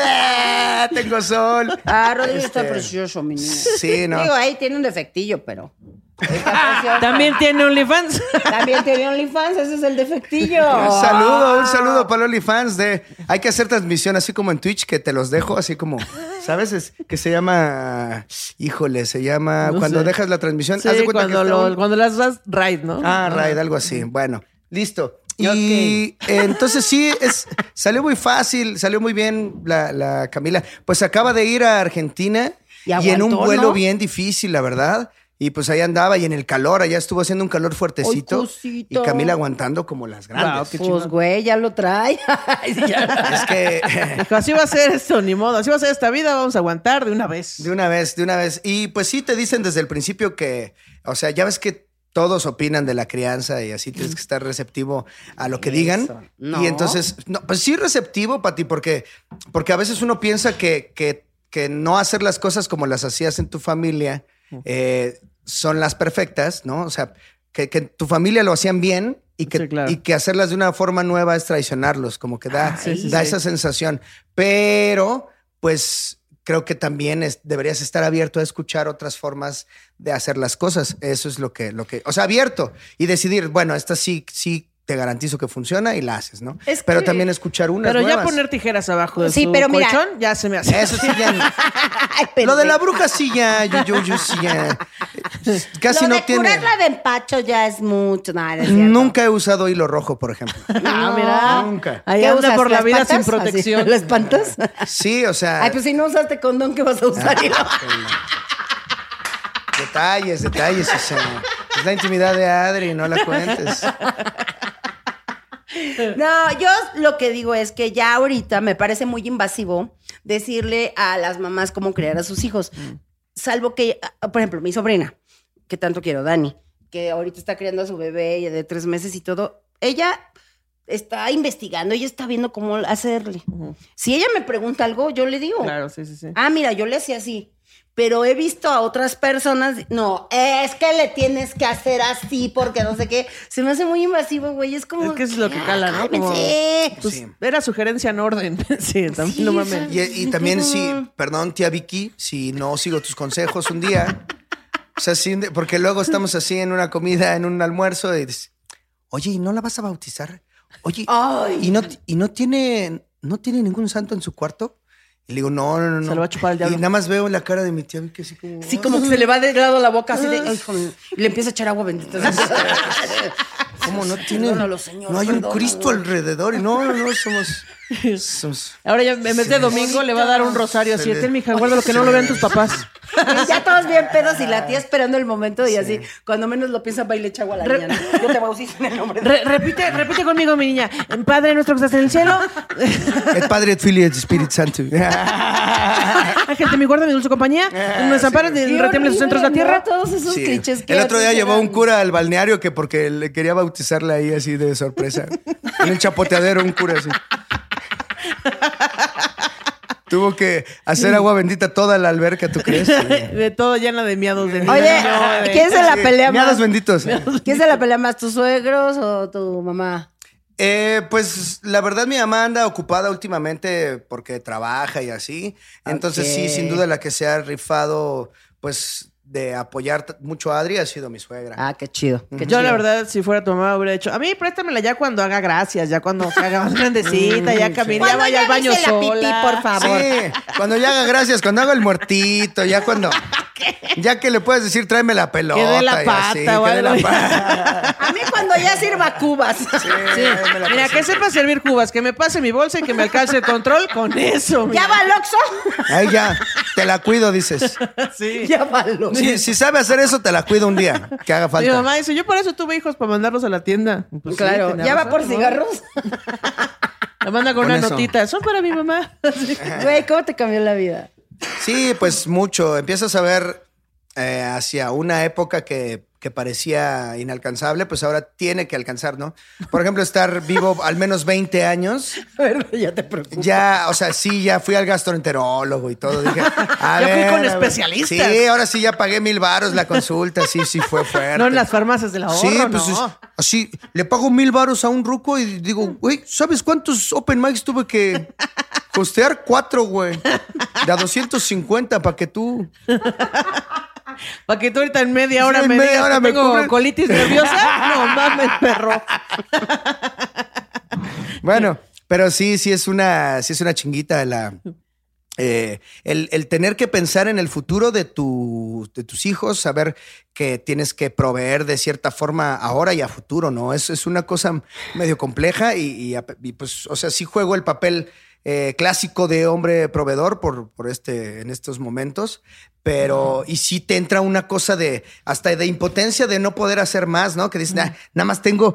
Speaker 4: Ah, Tengo sol.
Speaker 3: Ah, Rodrigo está
Speaker 4: Este,
Speaker 3: precioso, mi niño.
Speaker 4: Sí, no.
Speaker 3: Pues, Digo, ahí tiene un defectillo, pero. Está precioso.
Speaker 2: También tiene OnlyFans.
Speaker 3: También tiene OnlyFans, ese es el defectillo.
Speaker 4: Un saludo, un saludo para los fans de. Hay que hacer transmisión así como en Twitch, que te los dejo, así como, ¿sabes? Es que se llama. Híjole, se llama.
Speaker 2: No
Speaker 4: cuando
Speaker 2: sé.
Speaker 4: dejas la transmisión,
Speaker 2: Sí,
Speaker 4: haz de cuenta
Speaker 2: cuando,
Speaker 4: que está
Speaker 2: lo-
Speaker 4: un-
Speaker 2: cuando las das raid, ¿no?
Speaker 4: Ah, Raid, algo así. Bueno, listo. Y eh, entonces sí, es, salió muy fácil, salió muy bien la, la Camila. Pues acaba de ir a Argentina
Speaker 3: Y
Speaker 4: y, en un
Speaker 3: aguantó,
Speaker 4: vuelo
Speaker 3: ¿no?
Speaker 4: bien difícil, la verdad. Y pues ahí andaba y en el calor, allá estuvo haciendo un calor fuertecito.
Speaker 3: cosito.
Speaker 4: Y Camila aguantando como las grandes.
Speaker 3: pues, güey, ya lo trae.
Speaker 4: es que
Speaker 2: Dijo, así va a ser esto, ni modo. Así va a ser esta vida, vamos a aguantar de una vez.
Speaker 4: De una vez, de una vez. Y pues sí te dicen desde el principio que, o sea, ya ves que todos opinan de la crianza y así tienes que estar receptivo a lo que digan.
Speaker 3: No.
Speaker 4: Y entonces, no, pues sí receptivo, Pati, porque, porque a veces uno piensa que, que, que no hacer las cosas como las hacías en tu familia eh, son las perfectas, ¿no? O sea, que, que en tu familia lo hacían bien y que, y que hacerlas de una forma nueva es traicionarlos, como que da,
Speaker 2: Ah, sí, sí,
Speaker 4: da
Speaker 2: sí.
Speaker 4: esa sensación. Pero, pues creo que también es- deberías estar abierto a escuchar otras formas de hacer las cosas. Eso es lo que, lo que, o sea, abierto y decidir, bueno, esta sí, sí te garantizo que funciona y la haces, ¿no?
Speaker 2: Es
Speaker 4: pero
Speaker 2: que-
Speaker 4: también escuchar unas
Speaker 2: Pero ya
Speaker 4: nuevas.
Speaker 2: poner tijeras abajo de
Speaker 3: Sí,
Speaker 2: su
Speaker 3: pero mira.
Speaker 2: colchón ya se me hace.
Speaker 4: Eso sí ya no. Lo de la bruja sí ya, yo, yo, yo sí ya. Casi
Speaker 3: lo
Speaker 4: no
Speaker 3: de
Speaker 4: tiene.
Speaker 3: curarla de empacho ya es mucho. Nada, es cierto.
Speaker 4: Nunca he usado hilo rojo, por ejemplo.
Speaker 2: Ah,
Speaker 3: No,
Speaker 4: Nunca.
Speaker 3: ¿Qué
Speaker 2: Ahí anda
Speaker 3: usas?
Speaker 2: por la
Speaker 3: ¿Las
Speaker 2: vida sin
Speaker 3: patas?
Speaker 2: protección.
Speaker 3: Así, ¿La espantas?
Speaker 4: Ah. Sí, o sea,
Speaker 3: Ay, pues si no usaste condón, ¿qué vas a usar?
Speaker 4: detalles, detalles. O sea, es la intimidad de Adri, no la cuentes.
Speaker 3: No, yo lo que digo es que ya ahorita me parece muy invasivo decirle a las mamás cómo criar a sus hijos. Salvo que, ah, por ejemplo, mi sobrina, que tanto quiero, Dani, que ahorita está criando a su bebé ya de tres meses y todo, ella está investigando, ella está viendo cómo hacerle. Si ella me pregunta algo, yo le digo.
Speaker 2: Claro, sí, sí, sí.
Speaker 3: Ah, mira, yo le hacía así. Pero he visto a otras personas. No, es que le tienes que hacer así porque no sé qué. Se me hace muy invasivo, güey. Es como. "Ah,
Speaker 2: Es que eso es lo que cala, ¿no? Como-
Speaker 3: Cálmense.
Speaker 2: Pues,
Speaker 4: Sí.
Speaker 2: Era sugerencia en orden. sí, también, no
Speaker 3: Sí,
Speaker 2: mames.
Speaker 4: Y, y también si, perdón, tía Vicky, si no sigo tus consejos un día, o sea, sí, porque luego estamos así en una comida, en un almuerzo, y dices, oye, ¿y no la vas a bautizar? Oye, ¿y no, y no tiene, no tiene ningún santo en su cuarto? Y le digo, no, no, no, no.
Speaker 2: Se lo va a chupar el
Speaker 4: Y
Speaker 2: diablo.
Speaker 4: nada más veo la cara de mi tía Vicky así como...
Speaker 3: Sí, como que se le va de lado la boca así de. "Ay, hijo mío", y le empieza a echar agua bendita.
Speaker 4: ¿Cómo no tiene?
Speaker 3: Perdónalo, Señor,
Speaker 4: no hay un
Speaker 3: perdónalo.
Speaker 4: Cristo alrededor. y No, no, no, somos... somos-
Speaker 2: Ahora ya en vez de domingo le va a dar un rosario así.
Speaker 4: Se le-
Speaker 2: Ten, mija, guarda lo que no lo vean tus papás.
Speaker 3: Y ya todos bien pedos y la tía esperando el momento y así. Cuando menos lo piensa, va y le echa agua a la niña. ¿no? Yo te bautizo en el nombre de.
Speaker 2: Re- repite, repite conmigo, mi niña. Padre nuestro que estás en el cielo,
Speaker 4: El Padre, el Filio y el Espíritu Santo.
Speaker 2: ángel de mi guarda, mi dulce compañía,
Speaker 3: Ah,
Speaker 2: nos desampares,
Speaker 3: Qué
Speaker 2: ni retiemblen sus centros de la
Speaker 3: horrible,
Speaker 2: tierra.
Speaker 3: ¿no? Todos esos
Speaker 4: Sí.
Speaker 3: clichés que.
Speaker 4: El otro día
Speaker 3: antes
Speaker 4: llevó
Speaker 3: eran-
Speaker 4: un cura al balneario que porque le quería bautizarla ahí así de sorpresa. en un chapoteadero, un cura así. Tuvo que hacer agua bendita toda la alberca, ¿tú crees?
Speaker 2: De todo llena de miados de niño.
Speaker 3: Oye,
Speaker 2: No, de-
Speaker 3: ¿quién se la
Speaker 4: Sí,
Speaker 3: pelea
Speaker 4: miados
Speaker 3: más?
Speaker 4: benditos.
Speaker 3: ¿Quién se la pelea más, tus suegros o tu mamá?
Speaker 4: Eh, pues la verdad mi mamá anda ocupada últimamente porque trabaja y así. Entonces
Speaker 3: Ok.
Speaker 4: sí, sin duda la que se ha rifado pues de apoyar t- mucho a Adri ha sido mi suegra.
Speaker 3: Ah, qué chido. qué
Speaker 2: Yo,
Speaker 3: chido.
Speaker 2: la verdad, si fuera tu mamá, hubiera dicho, a mí préstamela ya cuando haga gracias, ya cuando se haga más grandecita, ya camine, ya
Speaker 3: Cuando
Speaker 2: vaya
Speaker 3: ya
Speaker 2: al baño
Speaker 3: hice la pipí,
Speaker 2: sola.
Speaker 3: por favor.
Speaker 4: Sí, cuando ya haga gracias, cuando haga el muertito, ya cuando. Ya que le puedes decir, tráeme la pelota.
Speaker 2: Que dé la
Speaker 4: y así,
Speaker 2: pata o
Speaker 4: que dé la
Speaker 2: algo.
Speaker 4: pata.
Speaker 3: A mí cuando ya sirva cubas.
Speaker 4: Sí, tráeme la
Speaker 2: Mira, que
Speaker 4: pata.
Speaker 2: sepa servir cubas, que me pase mi bolsa y que me alcance el control con eso.
Speaker 3: ¿Ya
Speaker 2: mira.
Speaker 3: va el Oxxo?
Speaker 4: Ahí ya, te la cuido, dices.
Speaker 2: Sí.
Speaker 3: Ya va el Oxxo.
Speaker 4: Si, si sabe hacer eso, te la cuido un día, que haga
Speaker 2: Mi
Speaker 4: falta.
Speaker 2: mamá dice, yo por eso tuve hijos, para mandarlos a la tienda. Pues sí,
Speaker 3: claro,
Speaker 2: tenía
Speaker 3: ¿ya va
Speaker 2: razón,
Speaker 3: por
Speaker 2: ¿no?
Speaker 3: cigarros?
Speaker 2: La manda con,
Speaker 4: Con
Speaker 2: una
Speaker 4: eso.
Speaker 2: notita, son para mi mamá.
Speaker 3: Güey, ¿cómo te cambió la vida?
Speaker 4: Sí, pues mucho. Empiezas a ver eh, hacia una época que, que parecía inalcanzable, pues ahora tiene que alcanzar, ¿no? Por ejemplo, estar vivo al menos 20 años.
Speaker 3: A ver, ya te preocupes.
Speaker 4: Ya, o sea, sí, ya fui al gastroenterólogo y todo. Dije, a
Speaker 2: Ya fui
Speaker 4: ver,
Speaker 2: con
Speaker 4: a ver.
Speaker 2: especialistas.
Speaker 4: Sí, ahora sí ya pagué mil varos la consulta. Sí, sí fue fuerte.
Speaker 2: No en las farmacias del ahorro,
Speaker 4: Sí, pues
Speaker 2: no.
Speaker 4: es- así le pago mil varos a un ruco y digo, güey, ¿sabes cuántos open mics tuve que costear? Cuatro, güey. De a 250 para que tú.
Speaker 2: Para que tú ahorita en media hora
Speaker 4: Sí, en
Speaker 2: me
Speaker 4: media
Speaker 2: digas
Speaker 4: hora
Speaker 2: que
Speaker 4: me
Speaker 2: tengo
Speaker 4: cubren.
Speaker 2: colitis nerviosa. No mames, perro.
Speaker 4: Bueno, pero sí, sí es una, sí es una chinguita la. eh, el, el tener que pensar en el futuro de, tu- de tus hijos, saber que tienes que proveer de cierta forma ahora y a futuro, ¿no? Es, es una cosa medio compleja y, y ap- y, pues, o sea, sí juego el papel eh, clásico de hombre proveedor por, por este, en estos momentos. Pero, y sí te entra una cosa de, hasta de impotencia de no poder hacer más, ¿no? Que dices, "Nah, nada más tengo,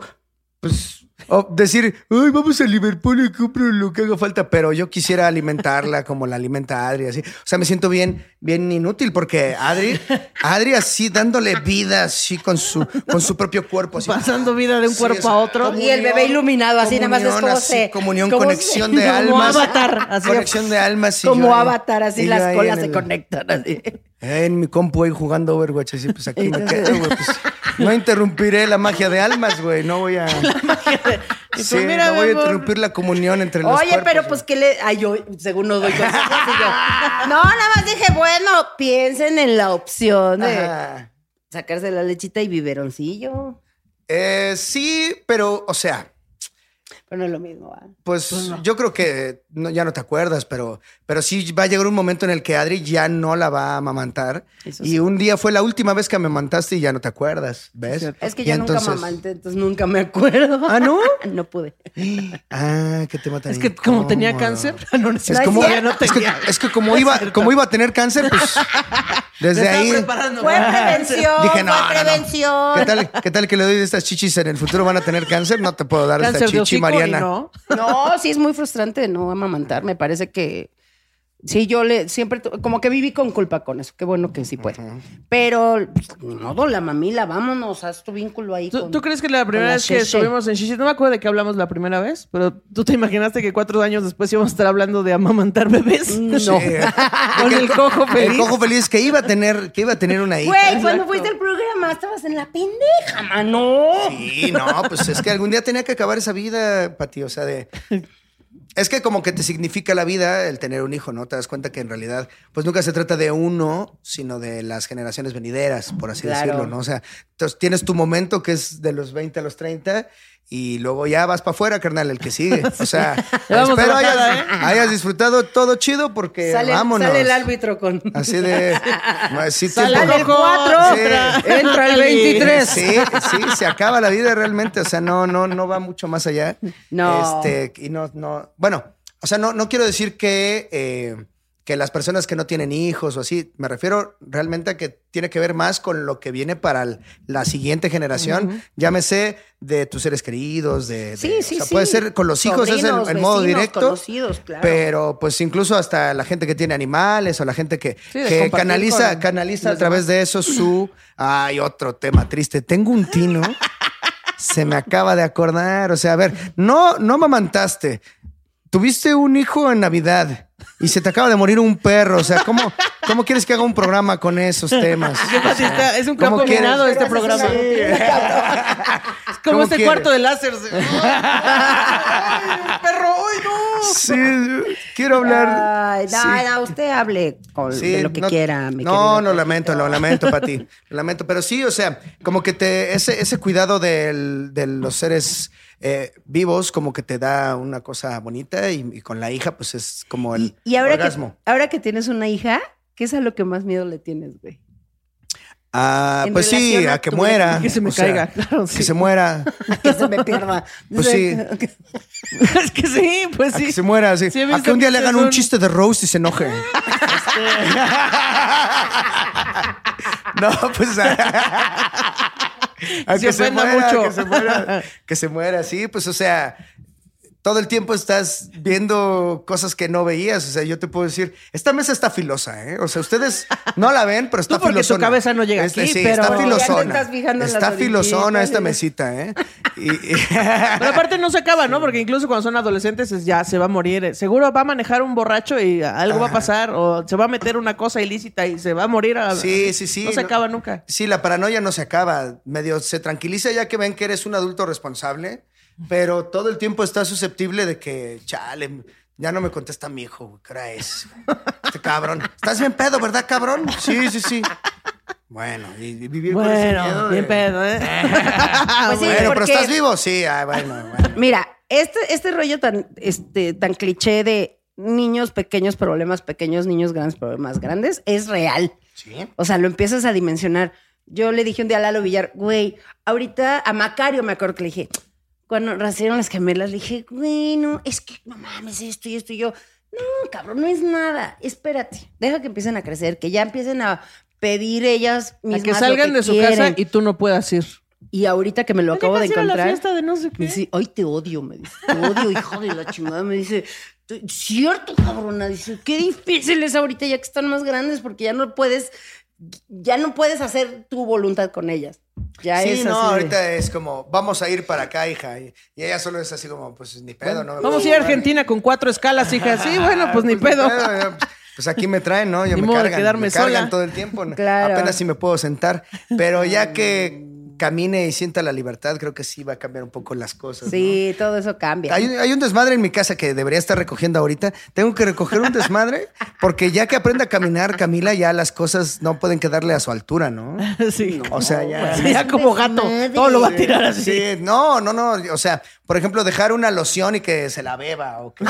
Speaker 4: pues, o decir, ay, vamos a Liverpool y compro lo que haga falta, pero yo quisiera alimentarla como la alimenta Adri, así. O sea, me siento bien, bien inútil porque Adri, Adri así dándole vida, así con su, con su propio cuerpo, así.
Speaker 2: Pasando vida de un cuerpo a otro.
Speaker 3: Y el bebé iluminado, así nada más es
Speaker 4: comunión,
Speaker 3: como
Speaker 4: así,
Speaker 3: se.
Speaker 4: comunión,
Speaker 3: como
Speaker 4: conexión
Speaker 3: se-
Speaker 4: de
Speaker 3: Como
Speaker 4: almas.
Speaker 3: avatar. Así,
Speaker 4: Conexión de almas. y yo
Speaker 3: Como
Speaker 4: ahí-
Speaker 3: avatar, así
Speaker 4: y yo
Speaker 3: las
Speaker 4: ahí
Speaker 3: colas
Speaker 4: en
Speaker 3: se
Speaker 4: el-
Speaker 3: conectan. Así.
Speaker 4: Eh, En mi compu ahí jugando Overwatch, así pues aquí me quedo, güey. pues, no interrumpiré la magia de almas, güey. No voy a.
Speaker 3: Y tú,
Speaker 4: Sí,
Speaker 3: mira,
Speaker 4: no voy a
Speaker 3: mi amor.
Speaker 4: interrumpir la comunión entre los
Speaker 3: Oye,
Speaker 4: cuerpos.
Speaker 3: pero pues que le. Ay, yo, según no doy consejos. y yo, no, nada más dije, bueno, piensen en la opción de
Speaker 4: Ajá.
Speaker 3: sacarse la lechita y biberoncillo.
Speaker 4: Eh, sí, pero, o sea,
Speaker 3: Pero no es lo mismo, ¿ah? ¿va?
Speaker 4: pues yo creo que no- ya no te acuerdas, pero, pero sí va a llegar un momento en el que Adri ya no la va a amamantar. y un día fue la última vez que amamantaste y ya no te acuerdas, ¿ves?
Speaker 3: Es que
Speaker 4: Y
Speaker 3: yo nunca
Speaker 4: entonces-
Speaker 3: mamanté, entonces nunca me acuerdo. ¿Ah,
Speaker 4: no?
Speaker 3: no pude.
Speaker 4: Ah, qué tema tan
Speaker 2: Es que como tenía
Speaker 4: incómodo.
Speaker 2: cáncer, no, no es
Speaker 4: Es,
Speaker 2: cierto.
Speaker 4: como,
Speaker 2: Ya no
Speaker 4: es que,
Speaker 2: tenía.
Speaker 4: es que como iba, como iba a tener cáncer, pues desde
Speaker 2: Te estaba
Speaker 4: ahí.
Speaker 2: preparando.
Speaker 3: Fue prevención,
Speaker 4: Dije, no, no, no.
Speaker 3: fue prevención.
Speaker 4: ¿Qué tal, ¿Qué tal que le doy de estas chichis en el futuro van a tener cáncer? No te puedo dar esta
Speaker 2: Cáncer de
Speaker 4: chichi,
Speaker 2: hocico
Speaker 4: Mariana.
Speaker 2: y no.
Speaker 3: No, sí es muy frustrante no amamantar. Me parece que sí, yo le siempre tu- como que viví con culpa con eso. Qué bueno que sí puede. Pero pues, ni modo, la mamila, vámonos, haz tu vínculo ahí.
Speaker 2: ¿Tú,
Speaker 3: con-
Speaker 2: tú crees que la
Speaker 3: con
Speaker 2: primera
Speaker 3: la
Speaker 2: vez que
Speaker 3: Sheshe?
Speaker 2: estuvimos en Shishi, no me acuerdo de qué hablamos la primera vez, pero tú te imaginaste que cuatro años después íbamos a estar hablando de amamantar bebés?
Speaker 3: No.
Speaker 4: Sí.
Speaker 2: Con el cojo feliz.
Speaker 4: Mm, El cojo feliz que iba a tener, que iba a tener una hija.
Speaker 3: Güey, cuando fuiste al programa estabas en la pendeja, mano.
Speaker 4: Sí, no, pues es que algún día tenía que acabar esa vida, Pati. O sea, de. Es que como que te significa la vida el tener un hijo, ¿no? Te das cuenta que en realidad, pues nunca se trata de uno, sino de las generaciones venideras, por así
Speaker 3: Claro.
Speaker 4: decirlo, ¿no? O sea, entonces tienes tu momento que es de los 20 a los 30 y luego ya vas para afuera, carnal, el que sigue. O sea,
Speaker 2: vamos
Speaker 4: espero
Speaker 2: a bajar, ¿eh?
Speaker 4: hayas, hayas disfrutado todo chido porque
Speaker 3: Sale,
Speaker 4: vámonos.
Speaker 3: sale el árbitro con.
Speaker 4: Así de. Sí,
Speaker 2: Sale
Speaker 4: tiempo-
Speaker 2: el cuatro,
Speaker 4: Sí.
Speaker 2: otra.
Speaker 3: Entra el
Speaker 2: Ándale.
Speaker 3: 23.
Speaker 4: Sí, sí, se acaba la vida realmente. O sea, no, no, no va mucho más allá.
Speaker 3: No.
Speaker 4: Este, y no, no. Bueno, o sea, no, no quiero decir que, eh, que las personas que no tienen hijos o así, me refiero realmente a que tiene que ver más con lo que viene para el- la siguiente generación. Llámese de tus seres queridos, de. de-
Speaker 3: Sí, sí,
Speaker 4: o sea,
Speaker 3: sí.
Speaker 4: Puede ser con los hijos, es en,
Speaker 3: Sobrinos,
Speaker 4: en modo
Speaker 3: vecinos,
Speaker 4: directo.
Speaker 3: Conocidos, claro.
Speaker 4: Pero pues incluso hasta la gente que tiene animales o la gente que,
Speaker 2: Sí, de
Speaker 4: que
Speaker 2: compartir
Speaker 4: canaliza,
Speaker 2: con
Speaker 4: canaliza a
Speaker 2: los
Speaker 4: través de eso su... Hay otro tema triste. Tengo un tino. Se me acaba de acordar. O sea, a ver, no, no amamantaste. Tuviste un hijo en Navidad y se te acaba de morir un perro. O sea, ¿cómo, cómo quieres que haga un programa con esos temas?
Speaker 2: ¿Qué pasa? Está- es un
Speaker 4: ¿Cómo
Speaker 2: campo
Speaker 4: quieres?
Speaker 2: minado este programa. Es como
Speaker 4: ¿Cómo
Speaker 2: este
Speaker 4: quieres?
Speaker 2: cuarto de láser. Ay, perro, ay, no.
Speaker 4: Sí, quiero hablar.
Speaker 3: Ay, no,
Speaker 4: Sí.
Speaker 3: no, usted hable con,
Speaker 4: Sí,
Speaker 3: de lo que
Speaker 4: no-
Speaker 3: quiera. mi
Speaker 4: No,
Speaker 3: querido.
Speaker 4: lo lamento, lo lamento, Pati. Lo lamento. Pero sí, o sea, como que te, ese, ese cuidado del- de los seres eh, vivos, como que te da una cosa bonita y, y con la hija, pues es como el
Speaker 3: Y ahora
Speaker 4: orgasmo.
Speaker 3: que, ahora que tienes una hija, ¿qué es a lo que más miedo le tienes, güey?
Speaker 4: Ah,
Speaker 3: en
Speaker 4: pues sí,
Speaker 3: relación a
Speaker 4: a que
Speaker 3: tu-
Speaker 4: muera.
Speaker 2: Que se me
Speaker 4: o sea,
Speaker 2: caiga, claro.
Speaker 4: Que
Speaker 2: Sí.
Speaker 4: se muera.
Speaker 3: Que se me pierda.
Speaker 4: Pues sí.
Speaker 2: es que sí, pues
Speaker 4: A
Speaker 2: sí.
Speaker 4: que se muera, sí.
Speaker 2: Sí, he
Speaker 4: a
Speaker 2: visto
Speaker 4: que un día
Speaker 2: que
Speaker 4: le hagan
Speaker 2: son- Este.
Speaker 4: un chiste de roast y se enoje. no, pues. A, a
Speaker 2: Se
Speaker 4: que se
Speaker 2: ofenda
Speaker 4: muera,
Speaker 2: mucho.
Speaker 4: que se muera. Que se muera, sí, pues, o sea. Todo el tiempo estás viendo cosas que no veías. O sea, yo te puedo decir, esta mesa está filosa, ¿eh? O sea, ustedes no la ven, pero está
Speaker 2: Tú porque tu
Speaker 4: filosona.
Speaker 2: cabeza no llega
Speaker 4: Este,
Speaker 2: aquí,
Speaker 4: sí,
Speaker 2: pero-
Speaker 4: está
Speaker 2: Ya te
Speaker 4: filosona.
Speaker 3: estás fijando en las
Speaker 4: está filosona
Speaker 3: orillitas,
Speaker 4: esta
Speaker 3: ¿eh?
Speaker 4: mesita, ¿eh? Y, y-
Speaker 2: Pero aparte no se acaba, ¿no? Porque incluso cuando son adolescentes es ya se va a morir. Eh, Seguro va a manejar un borracho y algo
Speaker 4: Ah.
Speaker 2: va a pasar o se va a meter una cosa ilícita y se va a morir. a-
Speaker 4: Sí, sí, sí.
Speaker 2: No se
Speaker 4: No-
Speaker 2: acaba nunca.
Speaker 4: Sí, la paranoia no se acaba. Medio se tranquiliza ya que ven que eres un adulto responsable, pero todo el tiempo estás susceptible de que, chale, ya no me contesta mi hijo, güey, ¿qué hora es? Este cabrón. Estás bien pedo, ¿verdad, cabrón? Sí, sí, sí. Bueno, y, y vivir con ese miedo
Speaker 2: Bueno,
Speaker 4: de-
Speaker 2: bien pedo, ¿eh?
Speaker 3: Pues sí,
Speaker 4: Bueno, pero
Speaker 3: porque-
Speaker 4: ¿estás vivo? Sí, ah, bueno, bueno.
Speaker 3: Mira, este, este rollo tan, este, tan cliché de niños pequeños, problemas pequeños, niños grandes, problemas grandes, es real.
Speaker 4: Sí.
Speaker 3: O sea, lo empiezas a dimensionar. Yo le dije un día a Lalo Villar, güey, ahorita a Macario me acuerdo que le dije, cuando nacieron las gemelas, le dije, bueno, es que no mames esto y esto y yo. No, cabrón, no es nada. Espérate, deja que empiecen a crecer, que ya empiecen a pedir ellas
Speaker 2: A
Speaker 3: mismas.
Speaker 2: que salgan de su casa y tú no puedas ir.
Speaker 3: Y ahorita que me lo acabo de
Speaker 2: Llegas a ir a la
Speaker 3: encontrar.
Speaker 2: fiesta de no sé
Speaker 3: Me dice, ay, te odio, me dice, te odio, hijo de la chingada. Me dice, "Tú- cierto, cabrona. Dice, qué difícil es ahorita ya que están más grandes porque ya no puedes, ya no puedes hacer tu voluntad con ellas. Ya
Speaker 4: sí,
Speaker 3: es
Speaker 4: no,
Speaker 3: así de-
Speaker 4: ahorita es como, vamos a ir para acá, hija. Y, y ella solo es así como, pues ni pedo, no me
Speaker 2: Vamos a
Speaker 4: gusta
Speaker 2: ir a
Speaker 4: jugar.
Speaker 2: Argentina con cuatro escalas, hija. Sí, bueno, pues ni
Speaker 4: Pues,
Speaker 2: pedo.
Speaker 4: ya, Pues aquí me traen, ¿no? Yo
Speaker 2: Ni
Speaker 4: me
Speaker 2: modo de
Speaker 4: cargan,
Speaker 2: quedarme
Speaker 4: me cargan
Speaker 2: sola.
Speaker 4: todo el tiempo. ¿no?
Speaker 2: Claro.
Speaker 4: Apenas si me puedo sentar. Pero ya que camine y sienta la libertad, creo que sí va a cambiar un poco las cosas. ¿no?
Speaker 3: Sí, todo eso cambia.
Speaker 4: Hay, un- hay un desmadre en mi casa que debería estar recogiendo ahorita. Tengo que recoger un desmadre porque ya que aprenda a caminar, Camila, ya las cosas no pueden quedarle a su altura, ¿no?
Speaker 2: Sí.
Speaker 4: O sea, ya.
Speaker 2: Sí, ya como gato. Todo lo va a tirar así.
Speaker 4: Sí, no, no, no. O sea, por ejemplo, dejar una loción y que se la beba o que.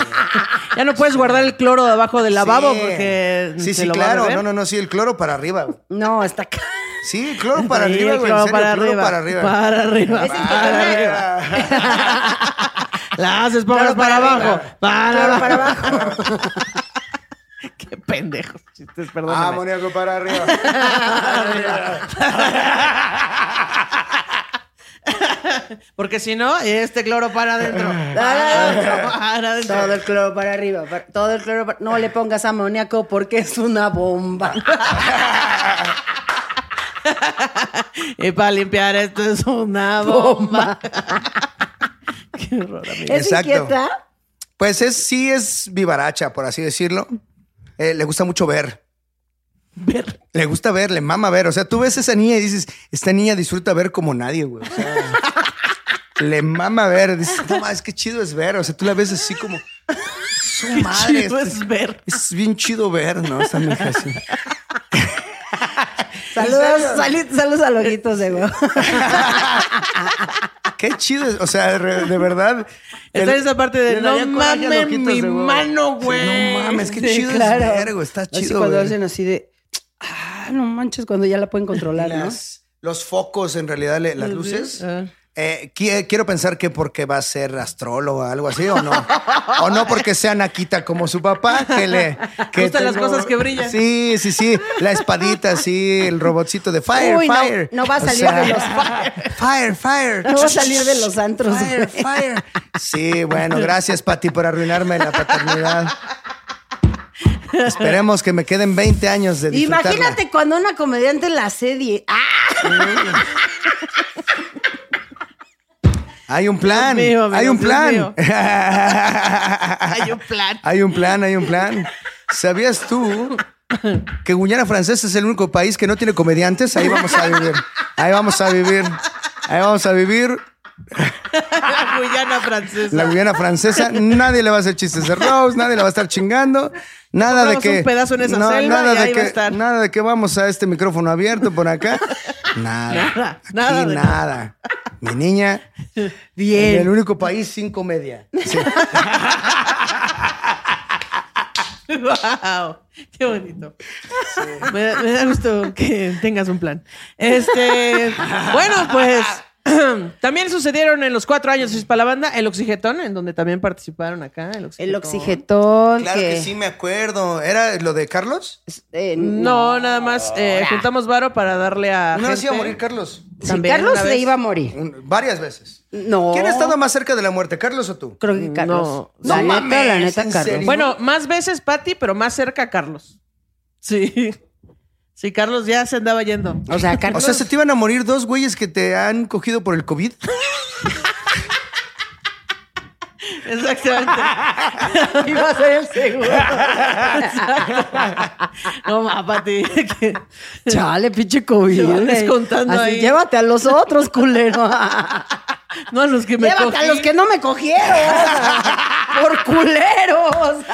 Speaker 2: Ya no puedes guardar el cloro debajo del lavabo
Speaker 4: Sí.
Speaker 2: porque. se
Speaker 4: Sí, sí,
Speaker 2: lo va a
Speaker 4: claro.
Speaker 2: beber.
Speaker 4: No, no, no, sí, el cloro para arriba. güey.
Speaker 3: No, está acá.
Speaker 4: Sí, el cloro para
Speaker 2: Sí,
Speaker 4: arriba,
Speaker 2: el
Speaker 4: güey.
Speaker 2: cloro
Speaker 4: en serio,
Speaker 2: para
Speaker 4: el cloro
Speaker 2: arriba,
Speaker 4: para arriba.
Speaker 2: para arriba.
Speaker 4: Para
Speaker 2: Para
Speaker 4: arriba.
Speaker 2: Las esponjas para, abajo. Para, abajo. Qué pendejos chistes, perdóname.
Speaker 4: Amoníaco Ah, para arriba. Para arriba.
Speaker 2: Porque si no, este cloro para adentro.
Speaker 4: Ah,
Speaker 2: Para adentro.
Speaker 3: Todo el cloro para arriba, para- todo el cloro para... No le pongas amoníaco porque es una bomba.
Speaker 2: Y para limpiar esto es una bomba. Qué horror, amiga.
Speaker 3: ¿Es
Speaker 4: Exacto.
Speaker 3: inquieta?
Speaker 4: Pues es, sí es vivaracha, por así decirlo. Eh, le gusta mucho ver.
Speaker 2: Ver.
Speaker 4: Le gusta ver, le mama ver. O sea, tú ves a esa niña y dices, esta niña disfruta ver como nadie, güey. O sea, le mama ver. Dices, no más, qué chido es ver. O sea, tú la ves así como, su madre.
Speaker 2: Chido
Speaker 4: este-
Speaker 2: es ver.
Speaker 4: Es bien chido ver, ¿no? Esta mija así.
Speaker 3: Saludos,
Speaker 4: serio?
Speaker 3: sali- saludos a los ojitos de huevo.
Speaker 4: Qué chido, es, o sea, re- de verdad.
Speaker 2: Está
Speaker 4: el-
Speaker 2: esa parte de
Speaker 4: le
Speaker 2: no
Speaker 4: daría coraje a
Speaker 2: mames
Speaker 4: Loquitos
Speaker 2: mi
Speaker 4: de huevo.
Speaker 2: mano, güey.
Speaker 4: No mames, qué
Speaker 3: Sí,
Speaker 4: chido
Speaker 3: claro.
Speaker 4: es ver, güey. Está
Speaker 3: Así
Speaker 4: chido.
Speaker 3: cuando
Speaker 4: güey.
Speaker 3: hacen así de, ah, no manches, cuando ya la pueden controlar, ¿no?
Speaker 4: Las- los focos, en realidad, le- las luces.
Speaker 2: Ah.
Speaker 4: Eh, qui- quiero pensar que porque va a ser astrólogo o algo así, o no. o no porque sea naquita como su papá, que le. Que
Speaker 2: Gustan las cosas que brillan.
Speaker 4: Sí, sí, sí. La espadita, sí, el robotcito de Fire,
Speaker 3: Uy, no,
Speaker 4: Fire.
Speaker 3: no va a
Speaker 4: O
Speaker 3: salir de los fire.
Speaker 4: Fire, Fire.
Speaker 3: No va a salir de los antros.
Speaker 4: Fire,
Speaker 3: güey.
Speaker 4: fire. Sí, bueno, gracias, Pati, por arruinarme la paternidad. Esperemos que me queden 20 años de disfrutarla.
Speaker 3: Imagínate cuando una comediante la sedie. ¡Ah!
Speaker 4: Hay un plan.
Speaker 2: Dios mío, amigo,
Speaker 4: hay un
Speaker 2: Dios mío.
Speaker 4: plan.
Speaker 2: Hay un plan.
Speaker 4: Hay un plan, hay un plan. ¿Sabías tú que Guyana Francesa es el único país que no tiene comediantes? Ahí vamos a vivir. Ahí vamos a vivir. Ahí vamos a vivir.
Speaker 2: La Guyana francesa.
Speaker 4: La Guyana Francesa, nadie le va a hacer chistes de Rose, nadie le va a estar chingando. Nada de
Speaker 2: Compramos
Speaker 4: que.
Speaker 2: un pedazo en esa selva y
Speaker 4: nada,
Speaker 2: ahí
Speaker 4: de
Speaker 2: va a
Speaker 4: que
Speaker 2: estar.
Speaker 4: nada de que vamos a este micrófono abierto por acá. Nada.
Speaker 2: Nada,
Speaker 4: Aquí
Speaker 2: nada de-
Speaker 4: nada. Mi niña, en el
Speaker 2: Bien.
Speaker 4: único país sin comedia. Sí.
Speaker 2: Wow. Qué bonito. Me, da- me da gusto que tengas un plan. Este, bueno, pues también sucedieron en los cuatro años de la banda el oxigetón, en donde también participaron acá. El oxigetón.
Speaker 3: El oxigetón.
Speaker 4: Claro que sí, Mm, me acuerdo. ¿Era lo de Carlos?
Speaker 3: Eh,
Speaker 2: No, nada más eh, juntamos varo para darle a.
Speaker 4: No,
Speaker 2: gente.
Speaker 4: sí iba a morir Carlos.
Speaker 3: Sí,
Speaker 2: También
Speaker 3: Carlos
Speaker 2: una
Speaker 3: le
Speaker 2: vez.
Speaker 3: iba a morir.
Speaker 4: Un- varias veces.
Speaker 3: No.
Speaker 4: ¿Quién ha estado más cerca de la muerte, Carlos o tú?
Speaker 3: Creo que Carlos.
Speaker 2: No.
Speaker 3: La
Speaker 4: No
Speaker 3: neta,
Speaker 4: mames,
Speaker 3: la neta,
Speaker 4: ¿en
Speaker 3: Carlos.
Speaker 4: serio?
Speaker 2: Bueno, más veces Patty, pero más cerca a Carlos. Sí. Sí, Carlos ya se andaba yendo.
Speaker 3: O sea, Carlos.
Speaker 4: O sea, ¿se te iban a morir dos güeyes que te han cogido por el COVID?
Speaker 2: Exactamente.
Speaker 3: iba a ser el seguro.
Speaker 2: No, ma, Patty. Ah, que-
Speaker 3: Chale, pinche COVID.
Speaker 2: Yo
Speaker 3: güey.
Speaker 2: descontando
Speaker 3: Así,
Speaker 2: ahí.
Speaker 3: llévate a los otros, culero.
Speaker 2: No a los que me
Speaker 3: llévate a
Speaker 2: cogí.
Speaker 3: los que no me cogieron. por culeros.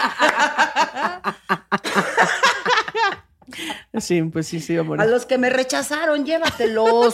Speaker 2: Sí, pues sí, sí, iba a morir.
Speaker 3: A los que me rechazaron, llévatelos.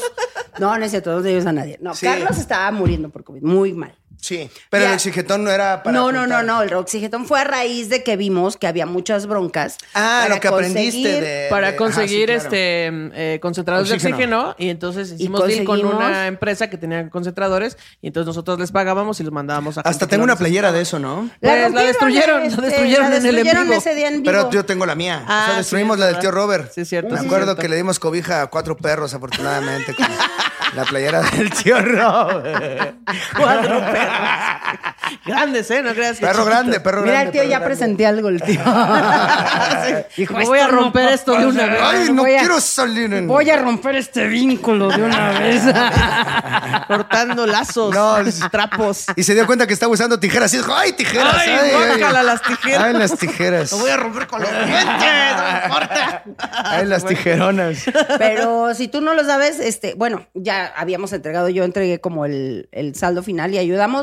Speaker 3: No, no es cierto, no se lleves a nadie. No,
Speaker 4: Sí.
Speaker 3: Carlos estaba muriendo por COVID, muy mal.
Speaker 4: Sí, pero
Speaker 3: Ya.
Speaker 4: el exigetón no era para.
Speaker 3: No, no, no,
Speaker 4: juntar.
Speaker 3: no. El roxigetón fue a raíz de que vimos que había muchas broncas.
Speaker 4: Ah,
Speaker 3: para
Speaker 4: lo que aprendiste
Speaker 3: conseguir-
Speaker 4: de-
Speaker 2: para
Speaker 4: de-
Speaker 2: conseguir
Speaker 4: Eh, ajá, sí, claro.
Speaker 2: este eh, concentradores
Speaker 4: Oxígeno.
Speaker 2: de oxígeno y entonces hicimos deal con
Speaker 3: conseguimos-
Speaker 2: una empresa que tenía concentradores y entonces nosotros les pagábamos y los mandábamos a
Speaker 4: Hasta
Speaker 2: gente que
Speaker 4: tengo
Speaker 2: lo
Speaker 4: una playera de eso, ¿no?
Speaker 2: Pues, la
Speaker 3: rompieron,
Speaker 2: destruyeron, la
Speaker 3: este,
Speaker 2: destruyeron en el en
Speaker 3: destruyeron
Speaker 2: vivo.
Speaker 3: ese día en vivo.
Speaker 4: Pero yo tengo la mía. O sea,
Speaker 2: Ah, sí,
Speaker 4: destruimos
Speaker 2: es
Speaker 4: la del
Speaker 2: verdad.
Speaker 4: tío Robert.
Speaker 2: Sí, es cierto,
Speaker 4: Me
Speaker 2: sí, es
Speaker 4: acuerdo
Speaker 2: cierto.
Speaker 4: que le dimos cobija a cuatro perros, afortunadamente, con la playera del tío Robert.
Speaker 2: Cuatro perros. Grandes, ¿eh? No creas que.
Speaker 4: Perro grande, perro
Speaker 3: Mira, el
Speaker 4: grande.
Speaker 3: tío
Speaker 4: perro
Speaker 3: ya
Speaker 4: grande.
Speaker 3: presenté algo, el tío. Dijo,
Speaker 2: Me voy a
Speaker 3: "Esto no
Speaker 2: romper
Speaker 3: va a
Speaker 2: esto de una vez.
Speaker 4: Ay,
Speaker 3: Me
Speaker 4: no
Speaker 3: voy a-
Speaker 4: quiero salir en.
Speaker 3: Voy a romper este vínculo de una vez.
Speaker 2: Cortando lazos,
Speaker 4: No, es-
Speaker 2: trapos.
Speaker 4: Y se dio cuenta que estaba usando tijeras y dijo, ¡ay, tijeras!
Speaker 2: Ay, guácala, las tijeras.
Speaker 4: ¡Ay, las tijeras!
Speaker 2: Lo voy a romper con los dientes. No me importa.
Speaker 4: ¡Ay, las tijeronas!
Speaker 3: Pero si tú no lo sabes, este, bueno, ya habíamos entregado, yo entregué como el, el saldo final y ayudamos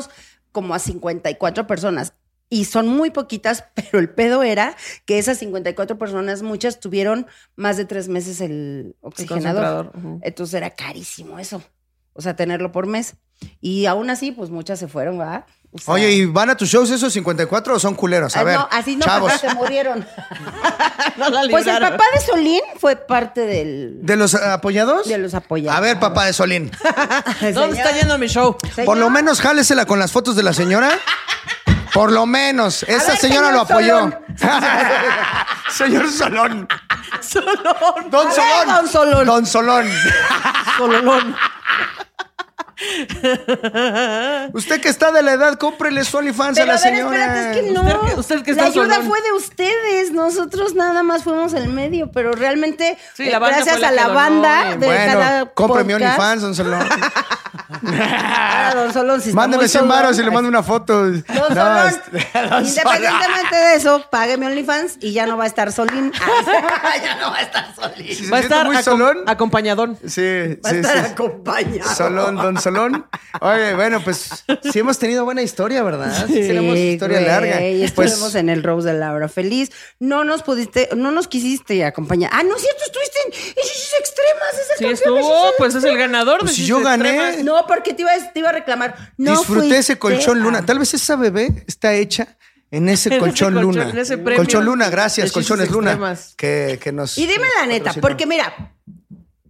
Speaker 3: como a 54 personas. Y son muy poquitas, pero el pedo era que esas 54 personas, muchas tuvieron más de tres meses el oxigenador.
Speaker 2: concentrador, ujú.
Speaker 3: Entonces era carísimo eso. O sea, tenerlo por mes. Y aún así, pues muchas se fueron, ¿verdad? O sea,
Speaker 4: Oye, ¿y van a tus shows esos 54 o son culeros? A
Speaker 3: ah,
Speaker 4: ver,
Speaker 3: no, así no,
Speaker 4: chavos.
Speaker 3: porque se murieron.
Speaker 2: No la
Speaker 3: Pues el
Speaker 2: libraron.
Speaker 3: papá de Solín fue parte del,
Speaker 4: ¿De los eh, apoyados?
Speaker 3: de los apoyados.
Speaker 4: A ver, papá de Solín.
Speaker 2: ¿Dónde está yendo mi show?
Speaker 4: Por lo
Speaker 3: Señor.
Speaker 4: menos jálesela con las fotos de la señora. Por lo menos. Esa
Speaker 3: ver,
Speaker 4: señora
Speaker 3: señor
Speaker 4: lo apoyó.
Speaker 3: Solón.
Speaker 4: señor Solón.
Speaker 2: Solón.
Speaker 4: Don Solón.
Speaker 3: don Solón.
Speaker 4: Don Solón.
Speaker 2: Sololón.
Speaker 4: Usted que está de la edad, cómprele su OnlyFans a
Speaker 3: Pero
Speaker 4: la
Speaker 3: a ver,
Speaker 4: señora.
Speaker 3: espérate, es que no.
Speaker 2: Usted que- usted que
Speaker 3: la
Speaker 2: está
Speaker 3: ayuda
Speaker 2: solón.
Speaker 3: fue de ustedes. Nosotros nada más fuimos el medio, pero realmente
Speaker 2: Sí,
Speaker 3: eh,
Speaker 2: la banda
Speaker 3: gracias
Speaker 2: fue la
Speaker 3: a
Speaker 2: que
Speaker 3: la
Speaker 2: donó
Speaker 3: banda
Speaker 2: y-
Speaker 3: de cada
Speaker 4: Bueno, compre mi
Speaker 3: podcast.
Speaker 4: OnlyFans, don Solón.
Speaker 2: Ah.
Speaker 3: Ahora, don Solón, si está
Speaker 4: Mándeme
Speaker 3: muy
Speaker 4: 100 varos y
Speaker 3: solón.
Speaker 4: le mando una foto.
Speaker 3: Don
Speaker 4: No,
Speaker 3: Solón,
Speaker 4: este, don
Speaker 3: independientemente de eso, pague mi OnlyFans y ya no va a estar Solín. Ay, ya no va a estar
Speaker 4: Solón. Si
Speaker 3: Solín.
Speaker 4: se
Speaker 2: Va a
Speaker 4: siente
Speaker 2: estar
Speaker 4: muy
Speaker 2: acom-
Speaker 4: Solón.
Speaker 2: acompañadón.
Speaker 4: Sí,
Speaker 3: Va a
Speaker 4: sí,
Speaker 3: estar
Speaker 4: sí.
Speaker 3: acompañado.
Speaker 4: Solón, don Solón. Oye, bueno, pues sí hemos tenido buena historia, ¿verdad? Sí, tenemos historia
Speaker 3: güey,
Speaker 4: larga.
Speaker 3: Y
Speaker 4: Pues,
Speaker 3: estuvimos en el Rose de Laura Feliz. No nos pudiste, no nos quisiste acompañar. Ah, no es cierto, estuviste en en Shishis Extremas. Es el
Speaker 2: Sí
Speaker 3: campeón de
Speaker 2: estuvo,
Speaker 3: Shishis
Speaker 2: pues es el ganador.
Speaker 4: Pues
Speaker 2: de
Speaker 4: si yo
Speaker 2: Chistes
Speaker 4: gané,
Speaker 2: Extremas.
Speaker 3: No, porque te iba, a- te iba a reclamar. No
Speaker 4: disfruté ese
Speaker 3: fuiste
Speaker 4: colchón
Speaker 3: a-
Speaker 4: luna. Tal vez esa bebé está hecha en ese
Speaker 2: En ese
Speaker 4: colchón
Speaker 2: colchón,
Speaker 4: luna.
Speaker 2: en ese premio
Speaker 4: colchón luna,
Speaker 2: de
Speaker 4: gracias, colchones
Speaker 2: chistes
Speaker 4: luna.
Speaker 2: extremas.
Speaker 4: Que, que nos.
Speaker 3: Y dime la
Speaker 4: nos
Speaker 3: neta,
Speaker 4: patrocinó.
Speaker 3: porque mira,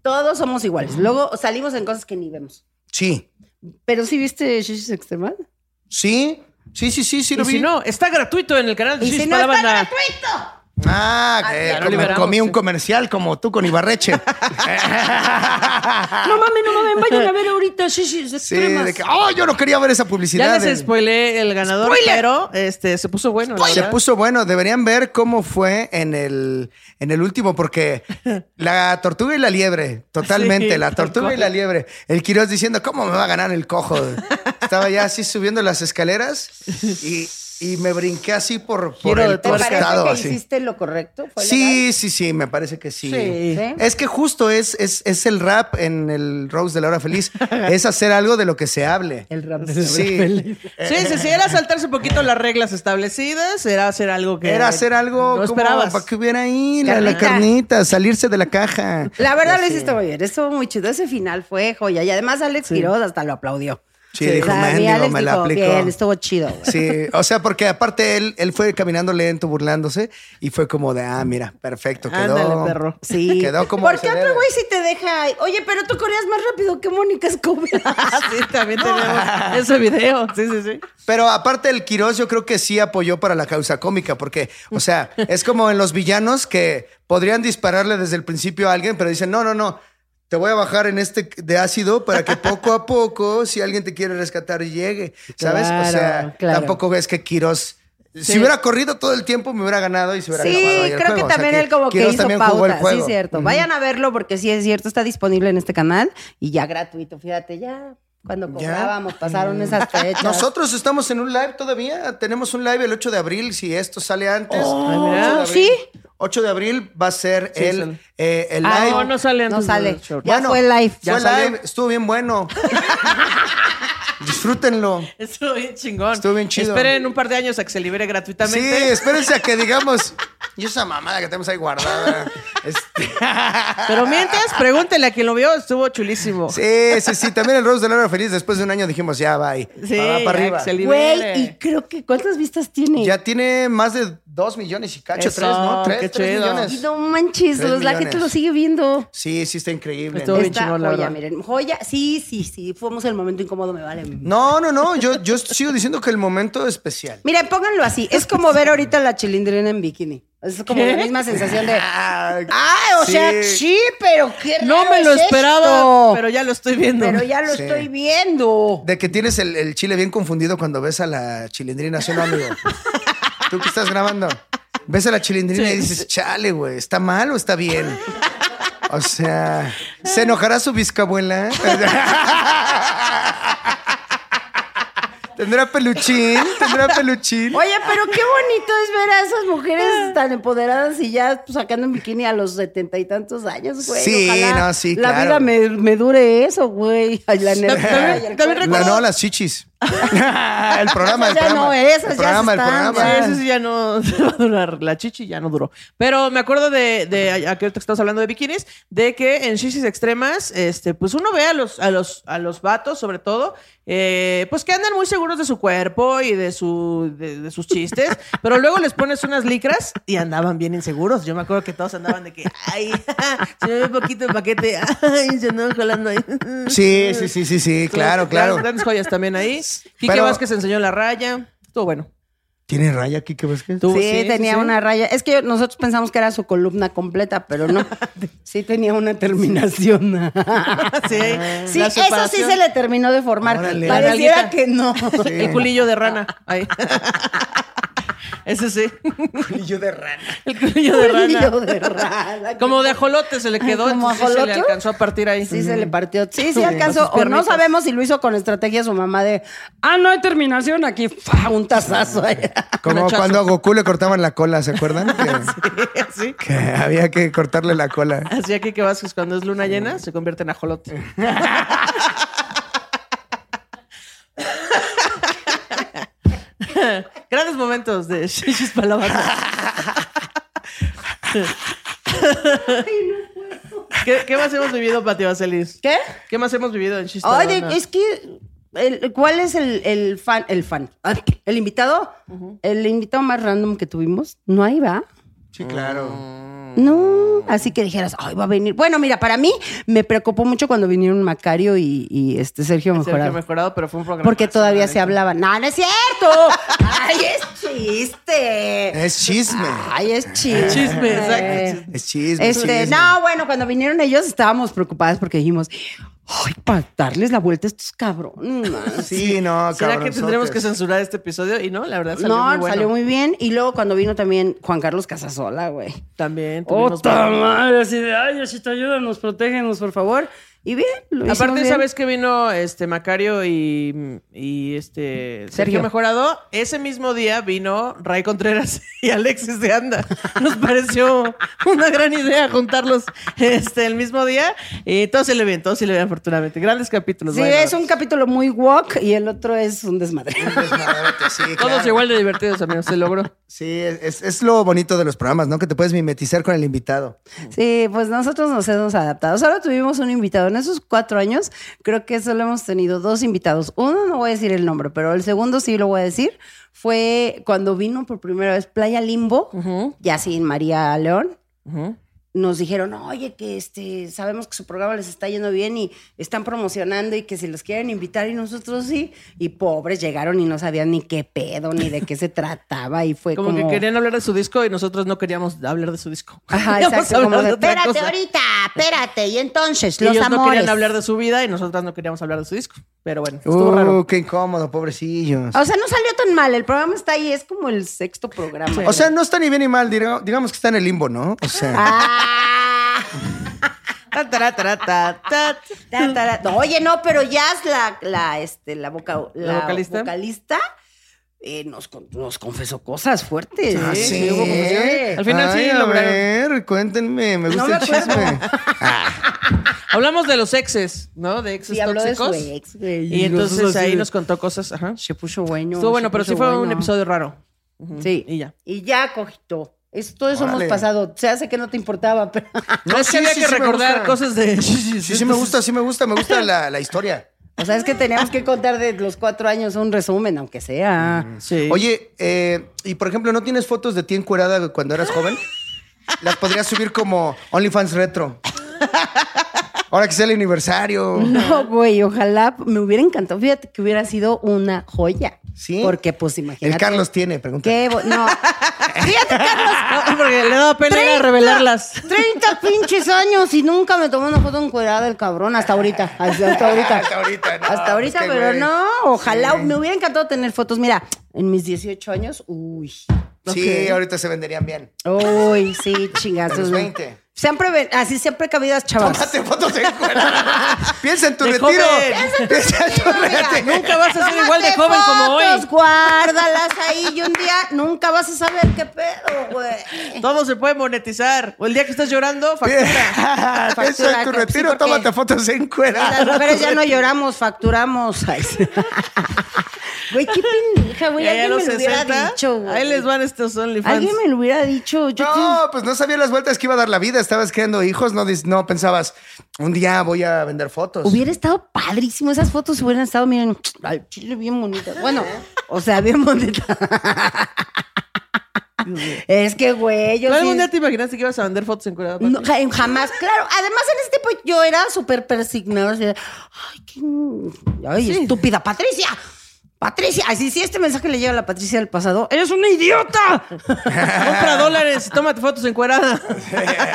Speaker 3: todos somos iguales. Luego salimos en cosas que ni vemos.
Speaker 4: Sí,
Speaker 3: Pero sí viste Shishis Extremas.
Speaker 4: sí, sí, sí, sí, sí, lo
Speaker 2: Y
Speaker 4: vi.
Speaker 2: si no, está gratuito en el canal de
Speaker 3: Y
Speaker 2: Chistes
Speaker 3: si no
Speaker 2: para la
Speaker 3: está
Speaker 2: Banda.
Speaker 3: gratuito.
Speaker 4: Ah,
Speaker 3: Ah,
Speaker 4: que
Speaker 3: ya lo
Speaker 4: com-
Speaker 2: liberamos,
Speaker 4: comí un
Speaker 2: sí.
Speaker 4: comercial como tú con Ibarreche.
Speaker 3: No mames, no mames, vayan a ver ahorita Shishis
Speaker 4: sí,
Speaker 3: Extremas.
Speaker 4: de que, oh, yo no quería ver esa publicidad.
Speaker 2: Ya
Speaker 4: del-
Speaker 2: les spoileé el ganador,
Speaker 3: Spoiler.
Speaker 2: pero este, se puso bueno. la
Speaker 4: Se
Speaker 2: verdad.
Speaker 4: puso bueno, deberían ver cómo fue en el, en el último, porque la tortuga y la liebre, totalmente,
Speaker 2: Sí,
Speaker 4: la
Speaker 2: tal
Speaker 4: tortuga y
Speaker 2: cual.
Speaker 4: la liebre. El Quiroz diciendo, ¿cómo me va a ganar el cojo? Estaba ya así subiendo las escaleras y, y me brinqué así por, por
Speaker 2: Giro de
Speaker 4: el
Speaker 3: ¿Te parece
Speaker 4: costado.
Speaker 3: que
Speaker 4: Así.
Speaker 3: hiciste lo correcto? ¿Fue legal?
Speaker 4: Sí, sí, sí, me parece que sí.
Speaker 2: Sí.
Speaker 3: Sí.
Speaker 4: Es que justo es, es, es el rap en el Rose de la Hora Feliz, es hacer algo de lo que se hable.
Speaker 3: El rap de
Speaker 4: Sí,
Speaker 2: Sí, sí, sí, era saltarse un poquito las reglas establecidas, era hacer algo que...
Speaker 4: Era hacer algo
Speaker 2: No
Speaker 4: como
Speaker 2: esperabas.
Speaker 4: para que hubiera ahí la, la
Speaker 3: Carnita.
Speaker 4: carnita, salirse de la caja.
Speaker 3: La verdad lo hiciste muy bien. Estuvo muy chido. Ese final fue joya. Y además Alex Quiroz hasta lo aplaudió.
Speaker 4: Sí, dijo,
Speaker 3: O sea, mi
Speaker 4: "Mendigo,
Speaker 3: Alex
Speaker 4: me la
Speaker 3: dijo,
Speaker 4: aplicó".
Speaker 3: Bien, estuvo chido. güey.
Speaker 4: Sí, o sea, porque aparte él, él fue caminando lento, burlándose, y fue como de, ah, mira, perfecto, quedó.
Speaker 2: Ándale, perro.
Speaker 3: Sí.
Speaker 4: Quedó como se
Speaker 3: Porque
Speaker 4: debe.
Speaker 3: otro güey sí te deja. Oye, pero tú corrías más rápido que Mónica Escobar.
Speaker 2: Ah, sí, también tenemos ese video. Sí, sí, sí.
Speaker 4: Pero aparte el Quirós yo creo que sí apoyó para la causa cómica, porque, o sea, es como en los villanos que podrían dispararle desde el principio a alguien, pero dicen, no, no, no, te voy a bajar en este de ácido para que poco a poco, si alguien te quiere rescatar, llegue, ¿sabes? o sea,
Speaker 3: Claro, claro.
Speaker 4: tampoco es que Quirós... Si hubiera corrido todo el tiempo, me hubiera ganado y se hubiera acabado ahí
Speaker 3: Sí,
Speaker 4: el
Speaker 3: creo que
Speaker 4: juego. O sea,
Speaker 3: también él como que
Speaker 4: Quirós
Speaker 3: hizo
Speaker 4: también jugó el
Speaker 3: pauta. Sí,
Speaker 4: juego.
Speaker 3: cierto. Vayan a verlo porque sí es cierto. Está disponible en este canal y ya gratuito. Fíjate, ya cuando cobrábamos pasaron esas fechas.
Speaker 4: Mm. Nosotros estamos en un live todavía. Tenemos un live el 8 de abril, si esto sale antes.
Speaker 3: mira.
Speaker 4: 8 de abril.
Speaker 3: ¿Sí?
Speaker 4: 8 de abril va a ser
Speaker 2: Sí,
Speaker 4: el,
Speaker 2: sale.
Speaker 4: eh, el
Speaker 3: Ah,
Speaker 4: live.
Speaker 2: No, no sale
Speaker 3: No
Speaker 2: antes
Speaker 3: sale.
Speaker 2: del show.
Speaker 3: Ya
Speaker 4: Bueno,
Speaker 3: fue live.
Speaker 4: Fue
Speaker 3: Ya salió.
Speaker 4: live, estuvo bien bueno. Disfrútenlo.
Speaker 2: Estuvo bien chingón.
Speaker 4: Estuvo bien chido.
Speaker 2: Esperen un par de años a que se libere
Speaker 4: Sí,
Speaker 2: gratuitamente.
Speaker 4: espérense a que digamos. Y esa mamada que tenemos ahí guardada. Este-
Speaker 2: Pero mientras, pregúntenle a quien lo vio, estuvo chulísimo.
Speaker 4: Sí, sí, sí. También el Rose del Hora Feliz, después de un año dijimos, ya, bye.
Speaker 2: Sí,
Speaker 4: Va- va
Speaker 2: ya,
Speaker 4: para arriba.
Speaker 2: que se libere.
Speaker 3: Güey, y creo que ¿cuántas vistas tiene?
Speaker 4: Ya tiene más de dos millones y cacho,
Speaker 3: Eso,
Speaker 4: tres, ¿no? Tres,
Speaker 2: qué
Speaker 4: tres
Speaker 2: chido.
Speaker 4: millones.
Speaker 3: Y no manches,
Speaker 4: Tres
Speaker 3: los- la
Speaker 4: millones.
Speaker 3: gente lo sigue viendo.
Speaker 4: Sí, sí, está increíble.
Speaker 2: Estuvo bien
Speaker 3: Esta
Speaker 2: chingón, la
Speaker 3: joya,
Speaker 2: verdad.
Speaker 3: miren, joya, sí, sí, sí, fuimos el momento incómodo, me vale.
Speaker 4: No, no, no. Yo, yo sigo diciendo que el momento es especial.
Speaker 3: Miren, pónganlo así, es como ver ahorita la chilindrina en bikini. Es como
Speaker 2: ¿Qué?
Speaker 3: la misma sensación de,
Speaker 4: Ah,
Speaker 3: ay, o
Speaker 4: Sí.
Speaker 3: sea, sí, pero qué
Speaker 2: No
Speaker 3: raro
Speaker 2: me lo
Speaker 3: es
Speaker 2: esperaba,
Speaker 3: esto".
Speaker 2: pero ya lo estoy viendo.
Speaker 3: Pero ya lo
Speaker 4: Sí.
Speaker 3: estoy viendo.
Speaker 4: De que tienes el, el chile bien confundido cuando ves a la chilindrina, ¿sí o no, amigo? Tú que estás grabando, ves a la chilindrina y dices, chale, güey, ¿está mal o está bien? O sea, ¿se enojará su bisabuela? ¿Tendrá peluchín? ¿Tendrá peluchín?
Speaker 3: Oye, pero qué bonito es ver a esas
Speaker 2: Ah.
Speaker 3: mujeres tan empoderadas y ya pues, sacando en bikini a los setenta y tantos años, güey.
Speaker 4: Sí,
Speaker 3: Ojalá
Speaker 4: no, sí,
Speaker 3: La
Speaker 4: claro.
Speaker 3: vida me, me dure eso, güey. Ay, la energía. y el
Speaker 2: también
Speaker 3: cuerpo.
Speaker 4: La, no, las chichis. el programa, el programa.
Speaker 3: Esas ya no, esas
Speaker 4: el
Speaker 3: ya
Speaker 4: programa, el
Speaker 3: están,
Speaker 4: programa.
Speaker 3: ya.
Speaker 2: Sí, eso sí ya no se va a durar. La chichi ya no duró. Pero me acuerdo de, de a- a que ahorita que estamos hablando de bikinis, de que en chichis extremas, este, pues uno ve a los, a los, a los vatos, sobre todo, eh, pues que andan muy seguros de su cuerpo y de su, de, de sus chistes, pero luego les pones unas licras y andaban bien inseguros. Yo me acuerdo que todos andaban de que, ay, se me ve poquito el paquete, ay, se andaban jalando ahí.
Speaker 4: Sí, sí, sí, sí, sí, claro,
Speaker 2: Grandes-
Speaker 4: claro.
Speaker 2: Grandes joyas también ahí. Quique
Speaker 4: Pero-
Speaker 2: Vázquez enseñó la raya. Estuvo bueno.
Speaker 4: ¿Tiene raya aquí que ves que?
Speaker 2: Estuvo-
Speaker 3: Sí, tenía
Speaker 2: sí.
Speaker 3: una raya. Es que yo- nosotros pensamos que era su columna completa, pero no. Sí tenía una terminación.
Speaker 2: Sí,
Speaker 3: Sí,
Speaker 2: Ah, la
Speaker 3: eso sí
Speaker 2: separación.
Speaker 3: se le terminó de formar.
Speaker 4: Órale.
Speaker 3: Pareciera
Speaker 2: La nalguita.
Speaker 3: que no.
Speaker 2: El culillo de rana. Ahí. Ese sí.
Speaker 4: Culillo de rana.
Speaker 2: El culillo de
Speaker 3: Culillo
Speaker 2: rana.
Speaker 3: de rana.
Speaker 2: Como de ajolote se le quedó.
Speaker 3: Ay, ¿como
Speaker 2: entonces sí se le
Speaker 3: ajolote?
Speaker 2: alcanzó a partir ahí.
Speaker 3: Sí, se le partió. Sí, sí,
Speaker 2: Sí, con
Speaker 3: alcanzó.
Speaker 2: sus
Speaker 3: O no
Speaker 2: piernitas.
Speaker 3: sabemos si lo hizo con estrategia su mamá de, ah, no hay terminación aquí, ¡Fa! un tazazo allá.
Speaker 4: Como
Speaker 2: hachazo.
Speaker 4: cuando a Goku le cortaban la cola, ¿se acuerdan? Que,
Speaker 2: Así.
Speaker 4: que había que cortarle la cola.
Speaker 2: Así aquí que Vázquez cuando es luna llena se convierte en ajolote. Grandes momentos de Shishis para la banda. ¿Qué, qué más hemos vivido, Pati Vaselis?
Speaker 3: ¿Qué?
Speaker 2: ¿Qué más hemos vivido en Shishis para la
Speaker 3: Oye,
Speaker 2: banda?
Speaker 3: es que, el- ¿cuál es el, el fan, el fan, Ah, el invitado? El invitado más random que tuvimos, no ahí va.
Speaker 4: Sí, claro.
Speaker 3: No, así que dijeras, ay, va a venir. Bueno, mira, para mí me preocupó mucho cuando vinieron Macario y, y, este Sergio
Speaker 2: Sergio
Speaker 3: Mejorado.
Speaker 2: Mejorado, pero fue un programa. ¿eh?
Speaker 3: Porque todavía se hablaban. ¡No, no es cierto! ¡Ay, es chiste!
Speaker 4: Es chisme.
Speaker 3: ¡Ay, es chiste! Eh,
Speaker 2: Chisme, exacto.
Speaker 4: Es eh, chisme. es
Speaker 3: Este,
Speaker 4: chisme.
Speaker 3: no, bueno, cuando vinieron ellos estábamos preocupadas porque dijimos, ay, para darles la vuelta a estos cabrones. man".
Speaker 4: Sí, no,
Speaker 2: ¿Será
Speaker 4: cabrón.
Speaker 2: que tendremos que censurar este episodio? Y no, la verdad salió
Speaker 3: no,
Speaker 2: muy bueno.
Speaker 3: salió muy bien. Y luego cuando vino también Juan Carlos Casasola, güey.
Speaker 2: También. tuvimos-
Speaker 3: ¡Otra madre! Así de, ay, así te ayúdanos, protégenos, por favor. Y bien, lo hicimos
Speaker 2: Aparte,
Speaker 3: bien.
Speaker 2: esa vez que vino este Macario y, y este Sergio.
Speaker 3: Sergio.
Speaker 2: Mejorado, ese mismo día vino Ray Contreras y Alexis de Anda. Nos pareció una gran idea juntarlos este el mismo día. Y todo se le bien, todo se le bien, afortunadamente. Grandes capítulos.
Speaker 3: Sí,
Speaker 2: vayan a
Speaker 3: es
Speaker 2: ver.
Speaker 3: un capítulo muy walk y el otro es un desmadre.
Speaker 4: Pues, Sí,
Speaker 2: Todos
Speaker 4: claro.
Speaker 2: igual de divertidos, amigos. Se logró.
Speaker 4: sí es, es- es lo bonito de los programas, ¿no? Que te puedes mimetizar con el invitado.
Speaker 3: Sí, pues nosotros nos hemos adaptado. Solo tuvimos un invitado. En esos cuatro años, creo que solo hemos tenido dos invitados. Uno, no voy a decir el nombre, pero el segundo sí lo voy a decir. Fue cuando vino por primera vez Playa Limbo, ya sin María León. Nos dijeron, oye, que este, sabemos que su programa les está yendo bien y están promocionando y que si los quieren invitar y nosotros sí. Y pobres llegaron y no sabían ni qué pedo, ni de qué se trataba. Y fue
Speaker 2: Como,
Speaker 3: como,
Speaker 2: que querían hablar de su disco y nosotros no queríamos hablar de su disco.
Speaker 3: Ajá,
Speaker 2: Queríamos
Speaker 3: exacto.
Speaker 2: hablar
Speaker 3: Como de,
Speaker 2: de otra
Speaker 3: espérate
Speaker 2: cosa.
Speaker 3: ahorita, espérate. Y entonces,
Speaker 2: Y
Speaker 3: los
Speaker 2: ellos no
Speaker 3: amores.
Speaker 2: querían hablar de su vida y nosotras no queríamos hablar de su disco. Pero bueno, estuvo
Speaker 4: Uh,
Speaker 2: raro.
Speaker 4: qué incómodo, pobrecillos.
Speaker 3: O sea, no salió tan mal. El programa está ahí, es como el sexto programa.
Speaker 4: O sea, no está ni bien ni mal, diga- digamos que está en el limbo, ¿no? O sea,
Speaker 3: Ah.
Speaker 2: Ta, ta, ta, ta, ta.
Speaker 3: Ta, ta, ta. No, Oye, no, pero ya es la, la, este, la, voca-
Speaker 2: ¿La
Speaker 3: la
Speaker 2: vocalista?
Speaker 3: vocalista, eh, nos, con- nos confesó cosas fuertes.
Speaker 4: ¿Ah,
Speaker 3: Sí,
Speaker 4: sí?
Speaker 3: hubo confusión.
Speaker 2: Al final sí
Speaker 4: Ay, a
Speaker 2: lograron.
Speaker 4: ver, cuéntenme, me gusta
Speaker 3: me
Speaker 4: el chisme.
Speaker 2: Hablamos de los exes, ¿no? De exes
Speaker 3: Sí, habló de su
Speaker 2: tóxicos.
Speaker 3: ex, güey.
Speaker 2: Y entonces
Speaker 3: Nosotros así
Speaker 2: ahí
Speaker 3: de-
Speaker 2: nos contó cosas. Ajá.
Speaker 3: Se puso bueno.
Speaker 2: Estuvo bueno,
Speaker 3: se
Speaker 2: pero sí
Speaker 3: puso
Speaker 2: fue un
Speaker 3: bueno.
Speaker 2: episodio raro.
Speaker 3: Sí.
Speaker 2: Y ya.
Speaker 3: Y ya cogitó. Eso, todo eso
Speaker 4: Órale.
Speaker 3: hemos pasado. Se hace que no te importaba, pero.
Speaker 2: No, es que había que recordar cosas de. Sí, sí,
Speaker 4: Sí, sí, me gusta, sí me gusta, me gusta la, la historia.
Speaker 3: O sea, es que teníamos que contar de los cuatro años un resumen, aunque sea.
Speaker 4: Mm.
Speaker 2: Sí.
Speaker 4: Oye, eh, y por ejemplo, ¿no tienes fotos de ti encuerada cuando eras joven? Las podrías subir como OnlyFans Retro. Ahora que sea el aniversario.
Speaker 3: No, güey, ojalá me hubiera encantado. Fíjate que hubiera sido una joya.
Speaker 4: Sí.
Speaker 3: Porque, pues, imagínate.
Speaker 4: El Carlos tiene, pregunta.
Speaker 3: Qué bo- No. Fíjate, Carlos.
Speaker 2: No, Ah, porque le daba pena ir a
Speaker 3: Treinta.
Speaker 2: revelarlas.
Speaker 3: 30 pinches años y nunca me tomó una foto encuerada el cabrón hasta ahorita. Hasta, hasta ahorita.
Speaker 4: Hasta ahorita, no,
Speaker 3: Hasta ahorita,
Speaker 4: pues, qué
Speaker 3: pero
Speaker 4: güey.
Speaker 3: no. Ojalá
Speaker 4: Sí.
Speaker 3: me hubiera encantado tener fotos. Mira, en mis 18 años, uy.
Speaker 4: Sí, ahorita se venderían bien.
Speaker 3: Uy, sí, chingazos.
Speaker 4: Los
Speaker 3: güey.
Speaker 4: 20.
Speaker 3: Siempre, ven- así siempre cabidas, chavas.
Speaker 4: Tómate fotos encueradas. Piensa en tu
Speaker 2: De
Speaker 4: retiro.
Speaker 2: joven.
Speaker 4: Piensa en tu retiro.
Speaker 2: Nunca vas a ser
Speaker 3: Tómate
Speaker 2: igual de joven como
Speaker 3: fotos,
Speaker 2: hoy.
Speaker 3: Guárdalas ahí y un día nunca vas a saber qué pedo, güey.
Speaker 2: Todo se puede monetizar. O el día que estás llorando, factura.
Speaker 4: Piensa en tu
Speaker 3: Factura,
Speaker 4: retiro,
Speaker 3: sí, ¿por qué?
Speaker 4: tómate fotos encueradas.
Speaker 3: Las mujeres ya no lloramos, facturamos. Ay, sí. Güey, qué pendeja, güey.
Speaker 2: Y ahí a
Speaker 3: Alguien me
Speaker 2: los
Speaker 3: lo hubiera
Speaker 2: 60,
Speaker 3: dicho, güey.
Speaker 2: ahí les van estos OnlyFans.
Speaker 3: Alguien me lo hubiera dicho. Yo
Speaker 4: No, pues no sabía las vueltas que iba a dar la vida. Estabas creando hijos, no, dis- no pensabas, un día voy a vender fotos.
Speaker 3: te- Hubiera estado padrísimo. Esas fotos hubieran estado, miren, al chile bien bonita. Bueno, o sea, bien bonita. es que, güey, yo
Speaker 2: ¿Tú algún
Speaker 3: sí-
Speaker 2: día te imaginaste que ibas a vender fotos en curada?
Speaker 3: No, ja- jamás, claro. Además, en ese tiempo yo era súper persignada. así de, Ay, qué ay, estúpida. Patricia, Patricia. Así, si este mensaje le llega a la Patricia del pasado, eres una idiota.
Speaker 2: Compra dólares y tómate fotos encuerada.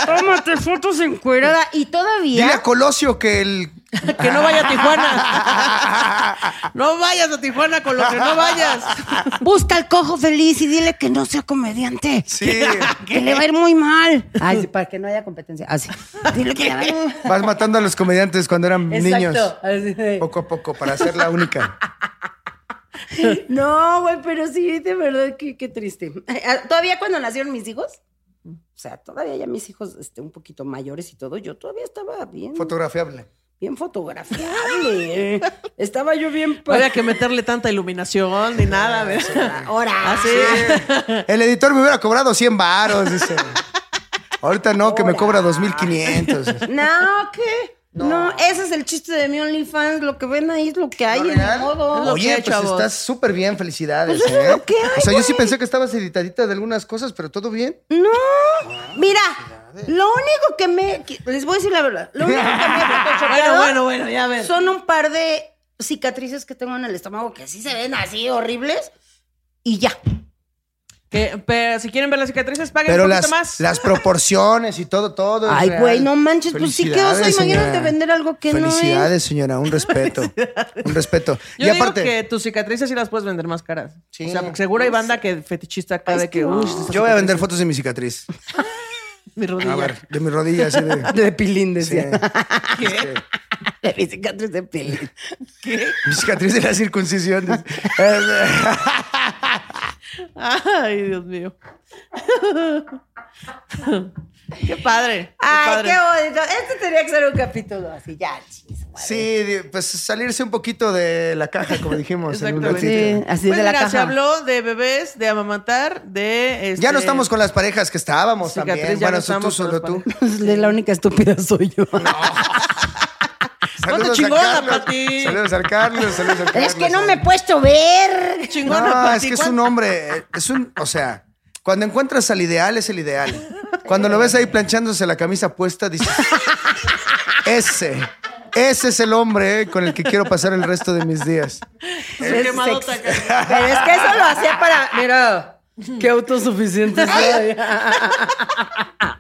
Speaker 3: Tómate fotos encuerada. Y
Speaker 4: Dile
Speaker 3: todavía.
Speaker 4: a Colosio que el.
Speaker 2: que no vaya a Tijuana. no vayas a Tijuana con lo que no vayas.
Speaker 3: Busca al cojo feliz y dile que no sea comediante.
Speaker 4: Sí,
Speaker 3: Que le va a ir muy mal. Ay, sí, para que no haya competencia. Así. Dile que le va a ir muy mal.
Speaker 4: vas matando a los comediantes cuando eran niños.
Speaker 3: Así de-
Speaker 4: Poco a poco, para ser la única.
Speaker 3: No, güey, pero sí, de verdad, qué, qué triste. Ah, Todavía cuando nacieron mis hijos, o sea, todavía ya mis hijos este, un poquito mayores y todo, yo todavía estaba bien,
Speaker 4: Fotografiable.
Speaker 3: bien fotografiable. estaba yo bien...
Speaker 2: No había que meterle tanta iluminación ni
Speaker 4: Ah,
Speaker 2: nada, ¿verdad? Ah,
Speaker 3: Ahora.
Speaker 2: Así.
Speaker 4: El editor me hubiera cobrado 100 varos, dice. Ahorita no, que me cobra 2.500.
Speaker 3: No, ¿qué? No. ese es el chiste de mi OnlyFans. Lo que ven ahí es lo que hay, en
Speaker 4: real?
Speaker 3: modo.
Speaker 2: lo que
Speaker 4: Oye,
Speaker 2: hay,
Speaker 4: pues
Speaker 2: chavos.
Speaker 4: estás súper bien, felicidades.
Speaker 3: Pues eso es
Speaker 4: ¿eh?
Speaker 3: lo que hay,
Speaker 4: o sea, yo sí
Speaker 3: güey.
Speaker 4: pensé que estabas editadita de algunas cosas, pero todo bien.
Speaker 3: No,
Speaker 4: Ah,
Speaker 3: mira, lo único que me... que- les voy a decir la verdad. Lo único que me ha
Speaker 2: Bueno,
Speaker 3: photoshopeado-
Speaker 2: bueno, bueno, ya ves.
Speaker 3: Son un par de cicatrices que tengo en el estómago que así se ven así horribles y ya.
Speaker 2: Que, pero si quieren ver las cicatrices, paguen
Speaker 4: Pero
Speaker 2: un poquito
Speaker 4: las,
Speaker 2: más.
Speaker 4: las proporciones y todo, todo. es
Speaker 3: Ay,
Speaker 4: real.
Speaker 3: güey, no manches, pues sí que oso,
Speaker 4: Felicidades,
Speaker 3: imagínate
Speaker 4: señora.
Speaker 3: vender algo que no es.
Speaker 4: Felicidades, señora, un respeto. un respeto.
Speaker 2: Yo
Speaker 4: y
Speaker 2: digo
Speaker 4: aparte,
Speaker 2: que tus cicatrices sí las puedes vender más caras.
Speaker 4: Sí.
Speaker 2: o sea, porque seguro hay banda que fetichista acá de que, uy,
Speaker 4: yo voy a vender fotos de mi cicatriz.
Speaker 2: mi rodilla.
Speaker 4: A ver, de mi rodilla, así de.
Speaker 3: De pilín,
Speaker 4: sí.
Speaker 3: decía.
Speaker 4: Este,
Speaker 3: De mi cicatriz de pilín.
Speaker 4: mi cicatriz de la circuncisión.
Speaker 2: Ay, Dios mío. qué padre. qué
Speaker 3: Ay,
Speaker 2: padre.
Speaker 3: qué bonito. Este tenía que ser un capítulo así, ya, chis, madre.
Speaker 4: sí, de- pues salirse un poquito de la caja, como dijimos. en un
Speaker 2: Exactamente.
Speaker 4: ratito.
Speaker 3: así
Speaker 2: Pues
Speaker 3: de la
Speaker 2: mira, se
Speaker 3: caja.
Speaker 2: habló de bebés, de amamantar, de... este,
Speaker 4: Ya no estamos con las parejas que estábamos
Speaker 2: Cicatriz,
Speaker 4: también.
Speaker 2: ya
Speaker 4: Bueno,
Speaker 2: no
Speaker 4: tú- tú
Speaker 2: estamos con
Speaker 4: solo
Speaker 2: las
Speaker 4: tú.
Speaker 3: De la única estúpida soy yo.
Speaker 4: Saludos a
Speaker 2: chingona,
Speaker 4: Carlos.
Speaker 2: Pati.
Speaker 4: Saludos al Carlos. Saludos al Carlos.
Speaker 3: es que no me he puesto ver.
Speaker 2: Chingona,
Speaker 4: No, es
Speaker 2: Pati,
Speaker 4: que es
Speaker 2: ¿cuán-
Speaker 4: un hombre, eh, es un, o sea, cuando encuentras al ideal es el ideal. Cuando lo ves ahí planchándose la camisa puesta, dices, ese, ese es el hombre eh, con el que quiero pasar el resto de mis días.
Speaker 2: Su quemadota
Speaker 3: Sex.
Speaker 2: acá.
Speaker 3: Pero es que eso lo hacía para. Mira, qué autosuficiente soy. Ah,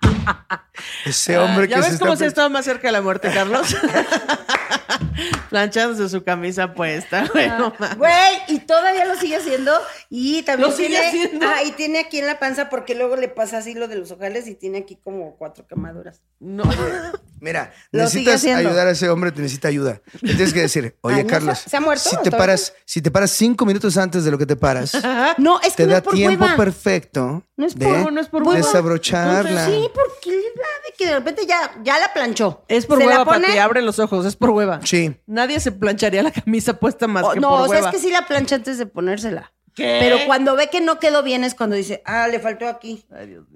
Speaker 4: Ese hombre
Speaker 2: ¿Ya
Speaker 4: que se
Speaker 2: ves cómo
Speaker 4: está...
Speaker 2: se estaba más cerca de la muerte, Carlos? Planchándose su camisa puesta. Bueno,
Speaker 3: Ah.
Speaker 2: ma-
Speaker 3: Güey, y todavía lo sigue haciendo. Y también
Speaker 2: ¿Lo sigue
Speaker 3: tiene,
Speaker 2: haciendo?
Speaker 3: Ah, y tiene aquí en la panza porque luego le pasa así lo de los ojales y tiene aquí como cuatro quemaduras.
Speaker 2: no.
Speaker 4: Mira,
Speaker 3: Lo
Speaker 4: necesitas
Speaker 3: sigue haciendo.
Speaker 4: ayudar a ese hombre, te necesita ayuda. Le tienes que decir, oye,
Speaker 3: Ay, ¿no se-
Speaker 4: Carlos,
Speaker 3: se ha muerto?
Speaker 4: si te
Speaker 3: ¿Está
Speaker 4: paras, si te paras cinco minutos antes de lo que te paras,
Speaker 3: No, es que
Speaker 4: te
Speaker 3: no
Speaker 4: da
Speaker 3: es por
Speaker 4: tiempo
Speaker 3: hueva.
Speaker 4: perfecto
Speaker 3: No es
Speaker 4: de
Speaker 3: por- no es por hueva.
Speaker 4: desabrocharla.
Speaker 3: Sí, porque le da de que de repente ya, ya la planchó.
Speaker 2: Es por
Speaker 3: Se la
Speaker 2: hueva,
Speaker 3: pone-
Speaker 2: Pati, abre los ojos, es por hueva.
Speaker 4: Sí.
Speaker 2: Nadie se plancharía la camisa puesta más
Speaker 3: Oh,
Speaker 2: que
Speaker 3: no,
Speaker 2: por
Speaker 3: o sea,
Speaker 2: hueva.
Speaker 3: es que sí la plancha antes de ponérsela.
Speaker 2: ¿Qué?
Speaker 3: Pero cuando ve que no quedó bien es cuando dice, ah, le faltó aquí.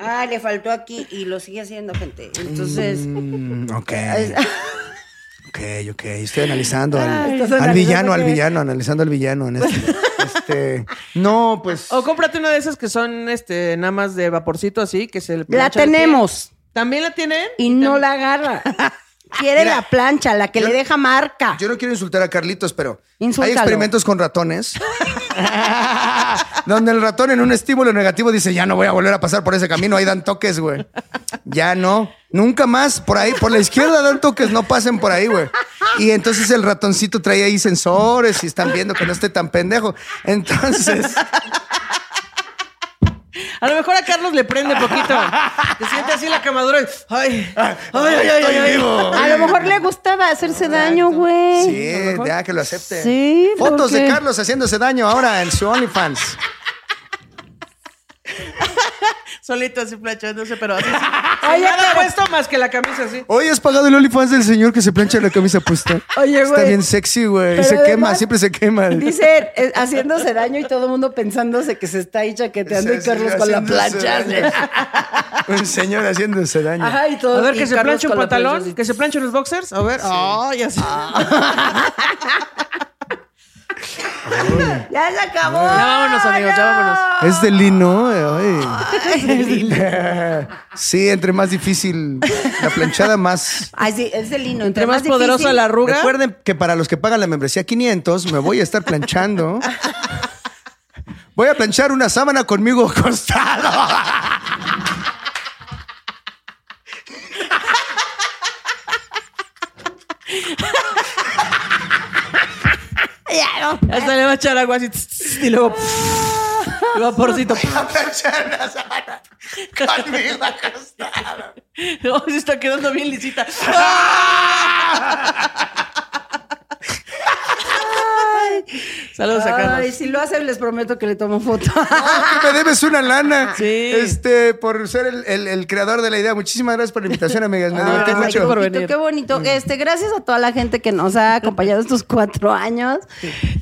Speaker 3: Ah, le faltó aquí. Y lo sigue haciendo, gente. Entonces.
Speaker 4: Mm, ok. ok, ok. Estoy analizando al,
Speaker 3: ah. Ay,
Speaker 4: al
Speaker 3: estás analizando
Speaker 4: villano, al
Speaker 3: qué.
Speaker 4: villano, analizando al villano en este. este- no, pues.
Speaker 2: O cómprate una de esas que son este nada más de vaporcito así, que se le
Speaker 3: La
Speaker 2: plancha el pie.
Speaker 3: tenemos.
Speaker 2: ¿También la tienen?
Speaker 3: Y no la agarra. Quiere
Speaker 4: Mira,
Speaker 3: la plancha, la que
Speaker 4: yo-
Speaker 3: le deja marca.
Speaker 4: Yo no quiero insultar a Carlitos, pero
Speaker 3: Insúltalo.
Speaker 4: hay experimentos con ratones. donde el ratón en un estímulo negativo dice, ya no voy a volver a pasar por ese camino, ahí dan toques, güey. Ya no, nunca más, por ahí, por la izquierda dan toques, no pasen por ahí, güey. Y entonces el ratoncito trae ahí sensores y están viendo que no esté tan pendejo. Entonces,
Speaker 2: A lo mejor a Carlos le prende poquito. Te siente así la camadura y. ¡Ay! ¡Ay, ay, ay!
Speaker 4: estoy
Speaker 2: ay, ay.
Speaker 4: vivo.
Speaker 3: A lo mejor le gustaba hacerse daño, güey.
Speaker 4: Sí, ya que lo acepte.
Speaker 3: Sí,
Speaker 4: Fotos de
Speaker 3: porque-
Speaker 4: Carlos haciéndose daño ahora en su OnlyFans.
Speaker 2: Solito así planchándose, pero así. sin- sin
Speaker 3: Oye,
Speaker 2: nada
Speaker 3: pero-
Speaker 2: puesto más que la camisa así.
Speaker 4: Hoy has pagado el OnlyFans del señor que se plancha la camisa puesta.
Speaker 3: Oye,
Speaker 4: Está
Speaker 3: güey.
Speaker 4: bien sexy, güey. Y
Speaker 3: Pero
Speaker 4: se quema,
Speaker 3: además-
Speaker 4: siempre se quema.
Speaker 3: Dice, eh, haciéndose daño y todo el mundo pensándose que se está ahí chaqueteando
Speaker 4: Sí,
Speaker 3: y
Speaker 4: sí,
Speaker 3: Carlos con la
Speaker 4: haciéndose
Speaker 3: plancha.
Speaker 4: daño. Un señor haciéndose daño.
Speaker 3: Ajá, y todo.
Speaker 2: A ver,
Speaker 3: y
Speaker 2: que se
Speaker 3: Carlos
Speaker 2: planche un
Speaker 3: con la
Speaker 2: pantalón,
Speaker 3: plancha así.
Speaker 2: que se planche unos boxers. A ver. ¡Ay, así!
Speaker 3: Ah. Ya se acabó.
Speaker 7: Ya vámonos, amigos, ya
Speaker 3: Ah,
Speaker 7: vámonos.
Speaker 4: Es de lino. eh, ay. sí, entre más difícil la planchada, más.
Speaker 3: Ay, sí, es el lino.
Speaker 2: Entre más poderosa la arruga.
Speaker 4: Recuerden que para los que pagan la membresía 500, me voy a estar planchando. Voy a planchar una sábana conmigo acostado.
Speaker 2: Hasta le va a echar agua así. tss, tss, Y luego.
Speaker 3: Ah.
Speaker 2: pff, y vaporcito.
Speaker 4: A planchar una sábana conmigo acostado.
Speaker 2: No, Oh, se está quedando bien lisita. Saludos a
Speaker 3: Ay,
Speaker 2: Carlos.
Speaker 3: si lo hace, les prometo que le tomo foto.
Speaker 4: Ah, me debes una lana.
Speaker 2: Sí.
Speaker 4: Este, por ser el, el- el creador de la idea. Muchísimas gracias por la invitación, amigas. Me divertí
Speaker 3: Ay, qué
Speaker 4: mucho.
Speaker 3: bonito, qué
Speaker 4: Mm.
Speaker 3: bonito. Este, gracias a toda la gente que nos ha acompañado estos cuatro años.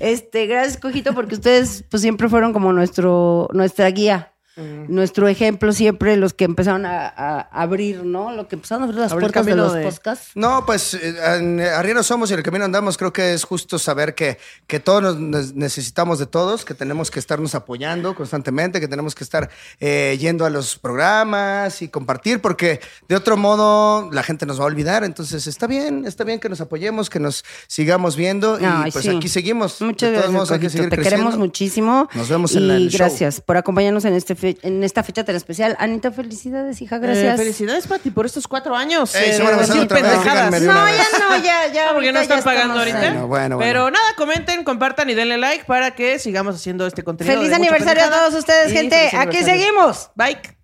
Speaker 3: Este, gracias, Cojito, porque ustedes pues, siempre fueron como nuestro, nuestra guía,
Speaker 4: Mm.
Speaker 3: nuestro ejemplo, siempre los que empezaron a, a abrir, ¿no? Lo que empezaron a abrir las
Speaker 2: Abrir
Speaker 3: puertas de
Speaker 2: camino
Speaker 3: los
Speaker 2: de-
Speaker 3: podcasts.
Speaker 4: No, pues eh, en- arriero somos y en el camino andamos. Creo que es justo saber que, que todos nos- nos necesitamos de todos, que tenemos que estarnos apoyando constantemente, que tenemos que estar eh, yendo a los programas y compartir, porque de otro modo la gente nos va a olvidar. Entonces está bien, está bien que nos apoyemos, que nos sigamos viendo y
Speaker 3: Ay,
Speaker 4: pues
Speaker 3: sí.
Speaker 4: aquí seguimos.
Speaker 3: Muchas
Speaker 4: de todos
Speaker 3: gracias,
Speaker 4: modos, hay que
Speaker 3: Cojito.
Speaker 4: seguir
Speaker 3: Te
Speaker 4: creciendo.
Speaker 3: queremos muchísimo.
Speaker 4: Nos vemos en
Speaker 3: y
Speaker 4: el show.
Speaker 3: gracias por acompañarnos en, este fe- en esta fecha tan especial. Anita, felicidades, hija. Gracias.
Speaker 2: Eh, felicidades, Pati, por estos cuatro años.
Speaker 4: Ey,
Speaker 2: Eh,
Speaker 4: se van a pasar
Speaker 2: sin
Speaker 4: otra vez,
Speaker 2: pendejadas.
Speaker 4: díganme de
Speaker 3: no,
Speaker 4: una
Speaker 3: ya
Speaker 4: vez.
Speaker 3: no, ya, ya.
Speaker 2: No, porque no
Speaker 3: ahorita ya
Speaker 2: están pagando
Speaker 3: estamos,
Speaker 2: ahorita.
Speaker 3: eh,
Speaker 4: Bueno, bueno, bueno.
Speaker 2: Pero nada, comenten, compartan y denle like para que sigamos haciendo este contenido.
Speaker 3: Feliz
Speaker 2: de mucha
Speaker 3: aniversario a
Speaker 2: pendejada.
Speaker 3: todos ustedes,
Speaker 2: Y
Speaker 3: gente.
Speaker 2: feliz
Speaker 3: Aquí
Speaker 2: aniversario.
Speaker 3: seguimos.
Speaker 2: Bye.